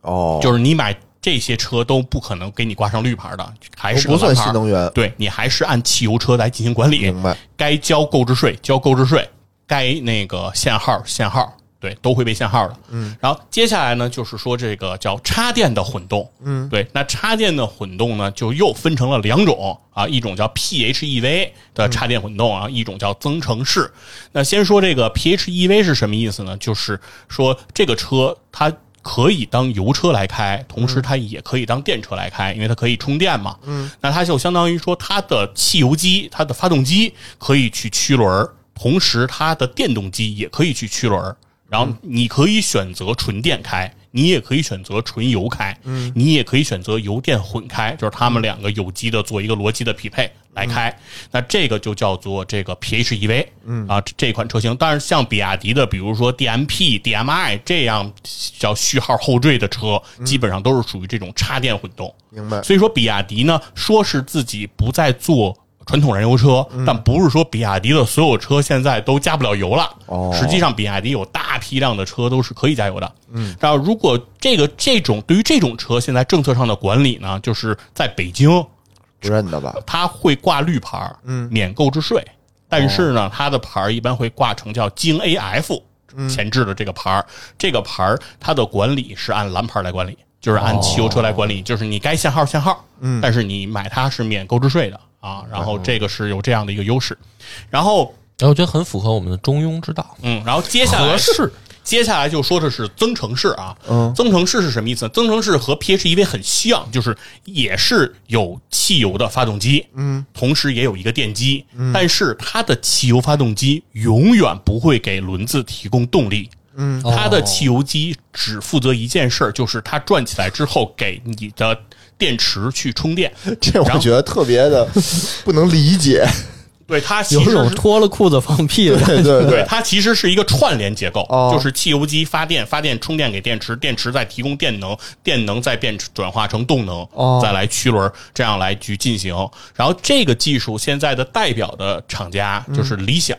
哦，
就是你买这些车都不可能给你挂上绿牌儿的，还是
不
个
算
蓝牌
新
儿
能源
对你还是按汽油车来进行管理。
明白
该交购置税交购置税，该那个限号限号，对，都会被限号的。嗯，然后接下来呢，就是说这个叫插电的混动。嗯，对，那插电的混动呢，就又分成了两种啊，一种叫 PHEV 的插电混动啊，一种叫增程式。那先说这个 PHEV 是什么意思呢？就是说这个车它。可以当油车来开，同时它也可以当电车来开，因为它可以充电嘛。嗯，那它就相当于说，它的汽油机、它的发动机可以去驱轮儿，同时它的电动机也可以去驱轮儿。然后你可以选择纯电开，你也可以选择纯油开，嗯，你也可以选择油电混开，就是它们两个有机的做一个逻辑的匹配来开。那这个就叫做这个 PHEV，嗯啊这这款车型。但是像比亚迪的，比如说 DMP、DMI 这样叫序号后缀的车，基本上都是属于这种插电混动。
明白
所以说，比亚迪呢，说是自己不再做传统燃油车，但不是说比亚迪的所有车现在都加不了油了。
哦
实际上比亚迪有大批量的车都是可以加油的。嗯，然后如果这个这种对于这种车现在政策上的管理呢，就是在北京
不认得吧？
它会挂绿牌儿，免购置税。但是呢，它的牌儿一般会挂成叫京 AF 前置的这个牌儿，这个牌儿它的管理是按蓝牌儿来管理，就是按汽油车来管理，就是你该限号限号，但是你买它是免购置税的啊。然后这个是有这样的一个优势，然后
哎，我觉得很符合我们的中庸之道，
嗯，然后接下来
合适。
接下来就说的是增程式啊，增程式是什么意思呢？增程式和 PHEV 很像，就是也是有汽油的发动机，嗯，同时也有一个电机，但是它的汽油发动机永远不会给轮子提供动力，嗯，它的汽油机只负责一件事儿，就是它转起来之后给你的电池去充电，
这
然
我
后
觉得特别的不能理解，
对它其
有
实
种
是
脱了裤子放屁 的感
对
觉。
对
对，，它其实是一个串联结构，
哦
就是汽油机发电，发电充电给电池，电池再提供电能，电能再变转化成动能，
哦
再来驱轮，这样来去进行。然后这个技术现在的代表的厂家
嗯
就是理想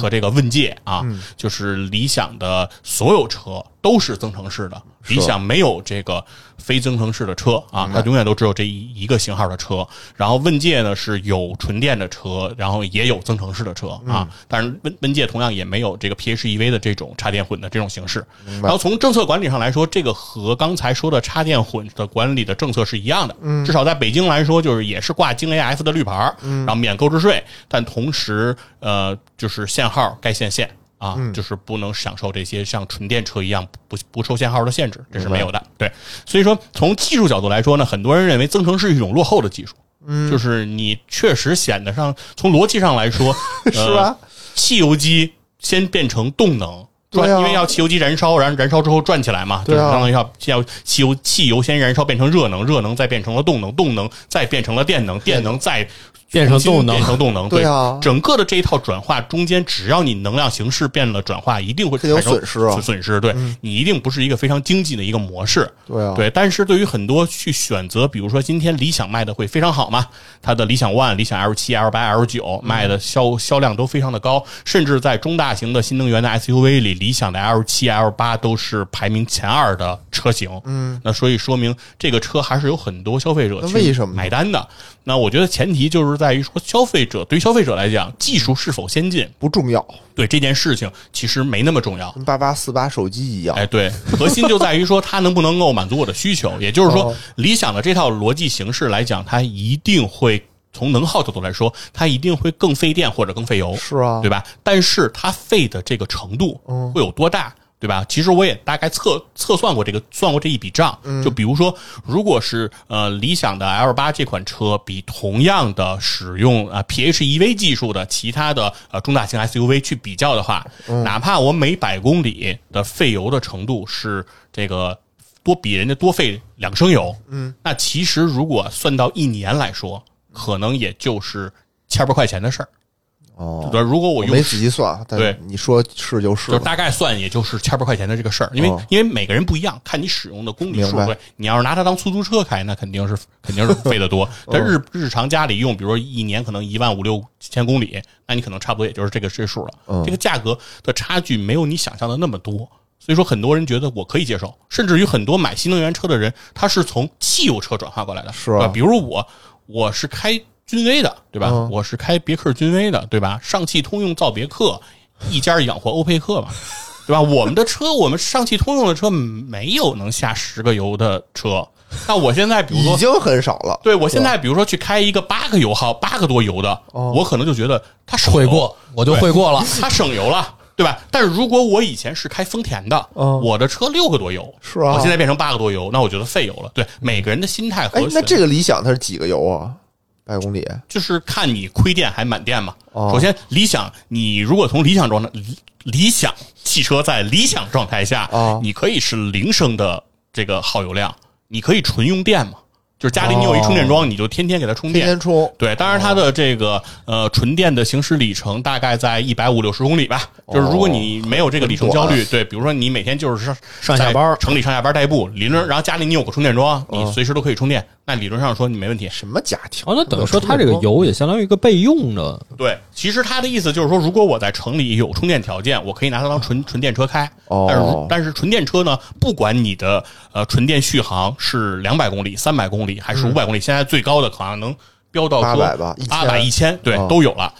和这个问界啊，就是理想的所有车都是增程式的，理想没有这个非增程式的车啊，它永远都只有这一一个型号的车。然后问界呢是有纯电的车，然后也有增程式的车啊，但是问问界同样也没有这个 PHEV 的这种插电混的这种形式。然后从政策管理上来说，这个和刚才说的插电混的管理的政策是一样的，至少在北京来说，就是也是挂京 AF 的绿牌儿，然后免购置税，但同时呃就是限号该限限。啊，
嗯
就是不能享受这些像纯电车一样不不受限号的限制，这是没有的。对，所以说从技术角度来说呢，很多人认为增程是一种落后的技术，嗯，就是你确实显得上从逻辑上来说， 呃
是吧？
汽油机先变成动能。转，
对啊
因为要汽油机燃烧，然后燃烧之后转起来嘛，
对啊
就是相当于要要汽油汽油先燃烧变成热能，热能再变成了动能，动能再变成了电能，电能再
变成动能
变成动能，
对啊
整个的这一套转化中间，只要你能量形式变了转化，一定会
这有
产生
损失啊
损损失。对、你一定不是一个非常经济的一个模式。
对啊
对。但是对于很多去选择，比如说今天理想卖的会非常好嘛，它的理想 ONE、理想 L 七、L 八、L 九
嗯
卖的销、销量都非常的高，甚至在中大型的新能源的 SUV 里，理想的 L 七、L 八都是排名前二的车型。嗯，那所以说明这个车还是有很多消费者
那
去
为什么呢
买单的。那我觉得前提就是在于说，消费者对于消费者来讲，技术是否先进，
不重要，
对这件事情其实没那么重要。
跟八八四八手机一样
哎，，对，核心就在于说它能不能够满足我的需求。也就是说，理想的这套逻辑形式来讲，它一定会从能耗角度来说，它一定会更费电或者更费油，
是啊嗯
对吧？但是它费的这个程度会有多大？对吧？其实我也大概测测算过这个，算过这一笔账。
嗯
就比如说，如果是呃理想的 L 八这款车比同样的使用啊、PHEV 技术的其他的呃中大型 SUV 去比较的话，
嗯
哪怕我每百公里的费油的程度是这个多比人家多费两升油，嗯，那其实如果算到一年来说，可能也就是千把块钱的事儿。
哦，
对，如果我
我
用
没仔细算，啊但
对
你说是就是
就是
了，
大概算，也就是千把块钱的这个事儿，因为、
哦
因为每个人不一样，看你使用的公里数。
明白
对，你要是拿它当出租车开，那肯定是肯定是费 得多。但
哦
日日常家里用，比如说一年可能一万五六千公里，那你可能差不多也就是这个这数了。
嗯
这个价格的差距没有你想象的那么多，所以说很多人觉得我可以接受，甚至于很多买新能源车的人，他是从汽油车转化过来的，
是啊
吧？比如我我是开君威的，对吧？
嗯
我是开别克君威的，对吧？上汽通用造别克，一家养活欧佩克嘛， 对吧？我们的车，我们上汽通用的车没有能下十个油的车。那我现在比如
已
说，
经很少了。
对我现在比如说去开一个八个油耗、八个多油的，
哦
我可能就觉得它省油
会过，我就会过了。
它省油了，对吧？但是如果我以前是开丰田的，
嗯
我的车六个多油，
是啊
我现在变成八个多油，那我觉得费油了。对，每个人的心态和
哎，那
选择
这个理想它是几个油啊？百公里？
就是看你亏电还满电嘛。
哦
首先，理想，你如果从理想状态，理理想汽车在理想状态下，
哦
你可以是零升的这个耗油量，你可以纯用电嘛。就是家里你有一充电桩，你就天天给它充
天
电，
天充
对，当然它的这个呃纯电的行驶里程大概在一百五六十公里吧。就是如果你没有这个里程焦虑，对，比如说你每天就是上
上下班儿
在城里上下班代步，理论然后家里你有个充电桩，你随时都可以充电，那理论上说你没问题。
什么家庭？
哦，那等于说它这个油也相当于一个备用的，
对，其实他的意思就是说，如果我在城里有充电条件，我可以拿它当纯纯电车开。
哦
但是如但是纯电车呢，不管你的呃纯电续航是两百公里、三百公里还是五百公里，现在最高的好像能飙到
800吧
八百一千，对，
哦
都有了。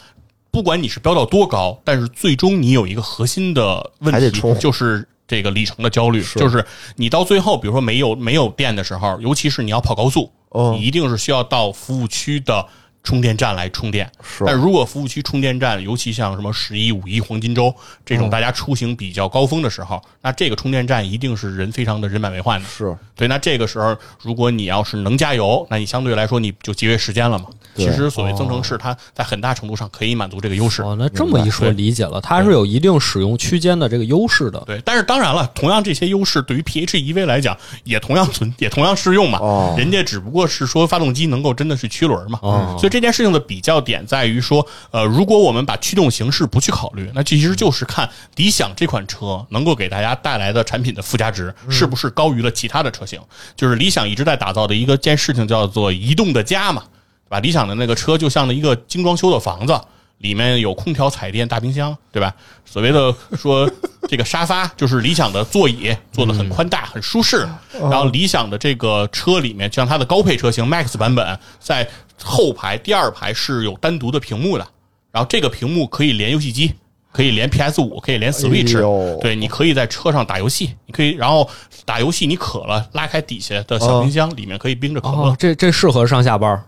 不管你是飙到多高，但是最终你有一个核心的问
还得
题
充，
就是这个里程的焦虑，就是你到最后，比如说没有没有电的时候，尤其是你要跑高速，
嗯
你一定是需要到服务区的充电站来充电。
是
但如果服务区充电站，尤其像什么十一、五一黄金周这种大家出行比较高峰的时候，那这个充电站一定是人非常的人满为患的。
是
对，那这个时候，如果你要是能加油，那你相对来说你就节约时间了嘛。其实所谓增程式，它在很大程度上可以满足这个优势。
哦，那这么一说
对
理解了，它是有一定使用区间的这个优势的。
对，但是当然了，同样这些优势对于 PHEV 来讲，也同样存，也同样适用嘛。
哦
人家只不过是说发动机能够真的是驱轮嘛。
哦
所以这件事情的比较点在于说，呃，如果我们把驱动形式不去考虑，那其实就是看理想这款车能够给大家带来的产品的附加值是不是高于了其他的车型。就是理想一直在打造的一个件事情叫做移动的家嘛，对吧？理想的那个车就像一个精装修的房子。里面有空调、彩电、大冰箱，对吧？所谓的 说这个沙发就是理想的座椅，做的很宽大、很舒适。
嗯
然后理想的这个车里面，像它的高配车型 Max 版本，在后排第二排是有单独的屏幕的，然后这个屏幕可以连游戏机，可以连 PS 五，可以连 Switch，、
哎呦
对，你可以在车上打游戏，你可以然后打游戏，你渴了拉开底下的小冰箱，里面可以冰着可乐。
哦，这这适合上下班儿，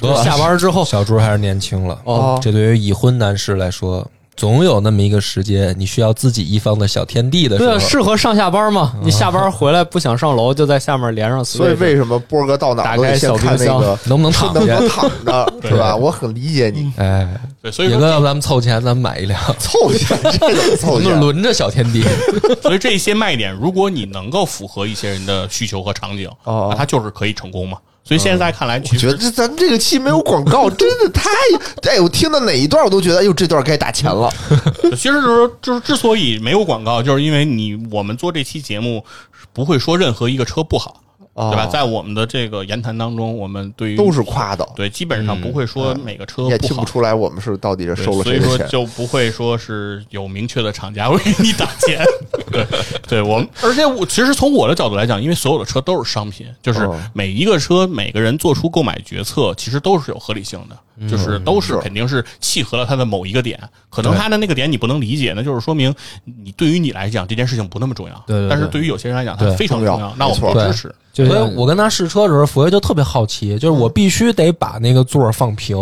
得
下班之
哦
后，
小猪还是年轻了，
哦
这对于已婚男士来说，总有那么一个时间，你需要自己一方的小天地的时
对
候。
啊，适合上下班嘛。你下班回来不想上楼，就在下面连上 Switch，
所以为什么波哥到哪儿都得先看那
打开小
个
能不能躺
能不
下？
能躺 着，是吧？我很理解
嗯
你，
哎，
对，所以
野
说
哥，要不咱们凑钱，咱们买一 辆，
凑一 下，这个
我
凑一
们
下，
轮着小天地。
所以这些卖点，如果你能够符合一些人的需求和场景，
哦嗯
那它就是可以成功嘛。所以现在看来，其
觉得这
实
咱们这个期没有广告，真的太……哎，我听到哪一段我都觉得，哎呦，这段该打钱了。
其实就是说就是之所以没有广告，就是因为你我们做这期节目不会说任何一个车不好，
哦
对吧？在我们的这个言谈当中，我们对于
都是夸的，
对，基本上不会说每个车
嗯也
不
听
好
不。出来我们是到底是
对
收了
所
谁
以
的
说
钱。
就不会说是有明确的厂家会给你打钱。对，对我们， 而且我其实从我的角度来讲，因为所有的车都是商品，就是
哦
每一个车每个人做出购买决策，其实都是有合理性的，就是都是肯定是契合了它的某一个点。可能它的那个点你不能理解，那就是说明你对于你来讲这件事情不那么重要。
对对对
但是对于有些人来讲，它
对
非常重
重要
要。那我
没
们
错
就
对
支持。
就
所
像
以我跟他试车的时候，佛爷就特别好奇，就
嗯
是我必须得把那个座儿放平，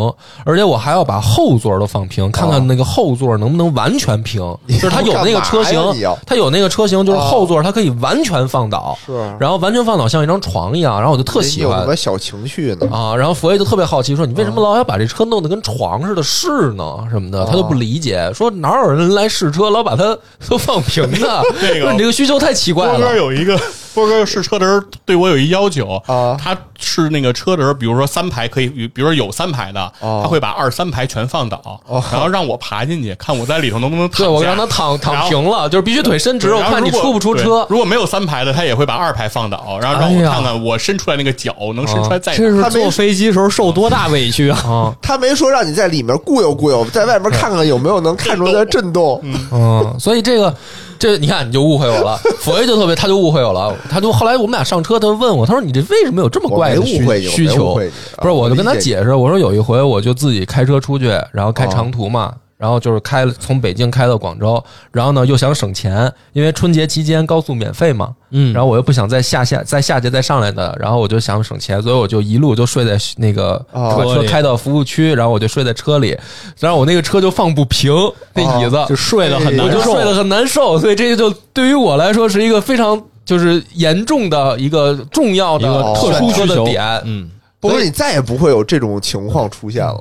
而且我还要把后座儿都放平，看看那个后座儿能不能完全平。
哦你
就是它有那个车型
干嘛呀你要，
它有那个车型，就是后座儿它可以完全放倒，
哦是
然后完全放倒像一张床一样，然后我就特喜
有什嗯
欢
么小情绪呢？
啊。然后佛爷就特别好奇说：“你为什么老想把这车弄得跟床似的试呢什么的，
哦
他就不理解，说哪有人来试车老把它 都放平 的？
这个
说你这个需求太奇怪
波哥
了。
有一个， 波哥试车的时候对我有一要求
啊
他试那个车的时候，比如说三排可以，比如说有三排的，
啊
他会把二三排全放倒，然后让我爬进去，看我在里头能不能
哦
躺
对，我
下
让他躺
然
躺
后
平了，就是必须腿伸直，我
然后
看你
如果
出不出
对
车。
如果没有三排的，他也会把二排放倒，然后让
哎
我
呀
看看我伸出来那个脚能伸出来在哪
这
儿。
是
他没
坐飞机时候受多大委屈啊！
啊，
他没说让你在里面雇悠雇悠，在外面看看有没有能看出来的震动。啊
嗯，所以这个，这你看你就误会我了，佛爷就特别，他就误会我了，他就后来我们俩上车，他就问我，他说你这为什么有这么怪的
我没误会你我没
需需
误
求
会你？啊
不是，
啊
我就跟他
理解
解释，我说有一回我就自己开车出去，然后开长途嘛，然后就是开了从北京开到广州，然后呢又想省钱，因为春节期间高速免费嘛，
嗯
然后我又不想再下下再下节再上来的，然后我就想省钱，所以我就一路就睡在那个
哦
把
车
车
里
开到服务区，然后我就睡在车里，然后我那个车就放不平，
啊
那嗯椅子
就睡得很
哎
我
难
就
受
睡，得很难受，所以这就对于我来说是一个非常就是严重的一个重要的
一个
特殊
需
的
求
点。
嗯，
不过你再也不会有这种情况出现了，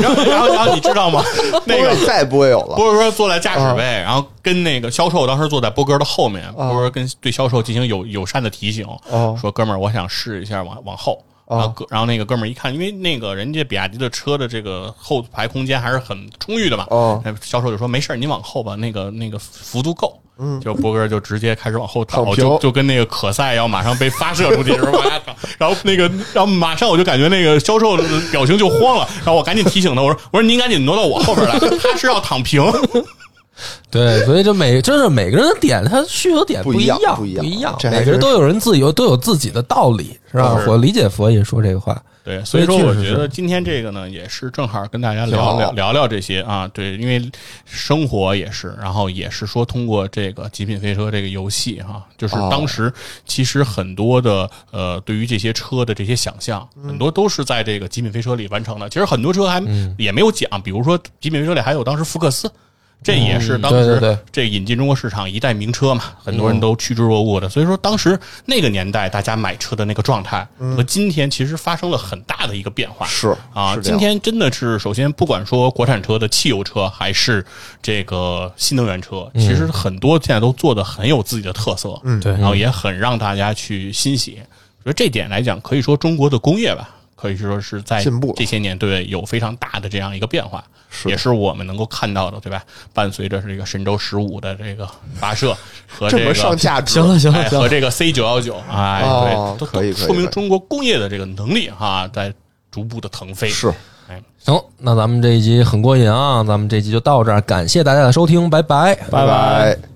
然后，然后，然后你知 道吗？那
不
个
过你再也不会有了。
波哥坐在驾驶位，然后跟那个销售当时坐在波哥的后面，波哥跟对销售进行友友善的提醒，
哦
说哥们儿，我想试一下往往后。然后哥，然后那个哥们儿一看，因为那个人家比亚迪的车的这个后排空间还是很充裕的嘛，
哦
那销售就说没事儿，您往后吧，那个那个幅度够。嗯，就波哥就直接开始往后
躺
倒，
平
就就跟那个可赛要马上被发射出去是吧？然后那个， 然后马上我就感觉那个销售的表情就慌了，然后我赶紧提醒他，我说我说您赶紧挪到我后边来，他是要躺平。
对，所以就每就是每个人的点，他需求点
不
一
一样
不
不一样
一样，
这还
每个人
真
都有人自由，都有自己的道理，是吧？
是
我理解佛爷说这个话，
对，所以
所以
说
确
我
实
觉
是
得今天这个呢，也是正好跟大家
挺
聊
好
聊聊聊这些啊，对，因为生活也是，然后也是说通过这个《极品飞车》这个游戏哈、就是
哦
当时其实很多的呃，对于这些车的这些想象，很多都是在这个《极品飞车》里完成的。其实很多车还也没有讲，比如说《极品飞车》里还有当时福克斯。这也是当
对对对
时这引进中国市场一代名车嘛，很多人都趋之若鹜的。所以说，当时那个年代大家买车的那个状态和今天其实发生了很大的一个变化。
是
啊，
是这
今
样
天真的是首先不管说国产车的汽油车还是这个新能源车，
嗯
其实很多现在都做的很有自己的特色，嗯，
对
然后也很让大家去欣喜。所以这点来讲，可以说中国的工业吧，可以说是在
进步了
这些年对有非常大的这样一个变化，
是
也是我们能够看到的，对吧？伴随着这个神舟十五的这个 发射和
这
这
么
个
上价值，
行了 行
哎
了行
和
了，
这个 C 九幺九，哎，
哦
对，都
可以
都
可以
说明
可以
中国工业的这个能力哈，在逐步的腾飞。
是，
行，那咱们这一集很过瘾啊，咱们这一集就到这儿，感谢大家的收听，拜拜，
拜拜。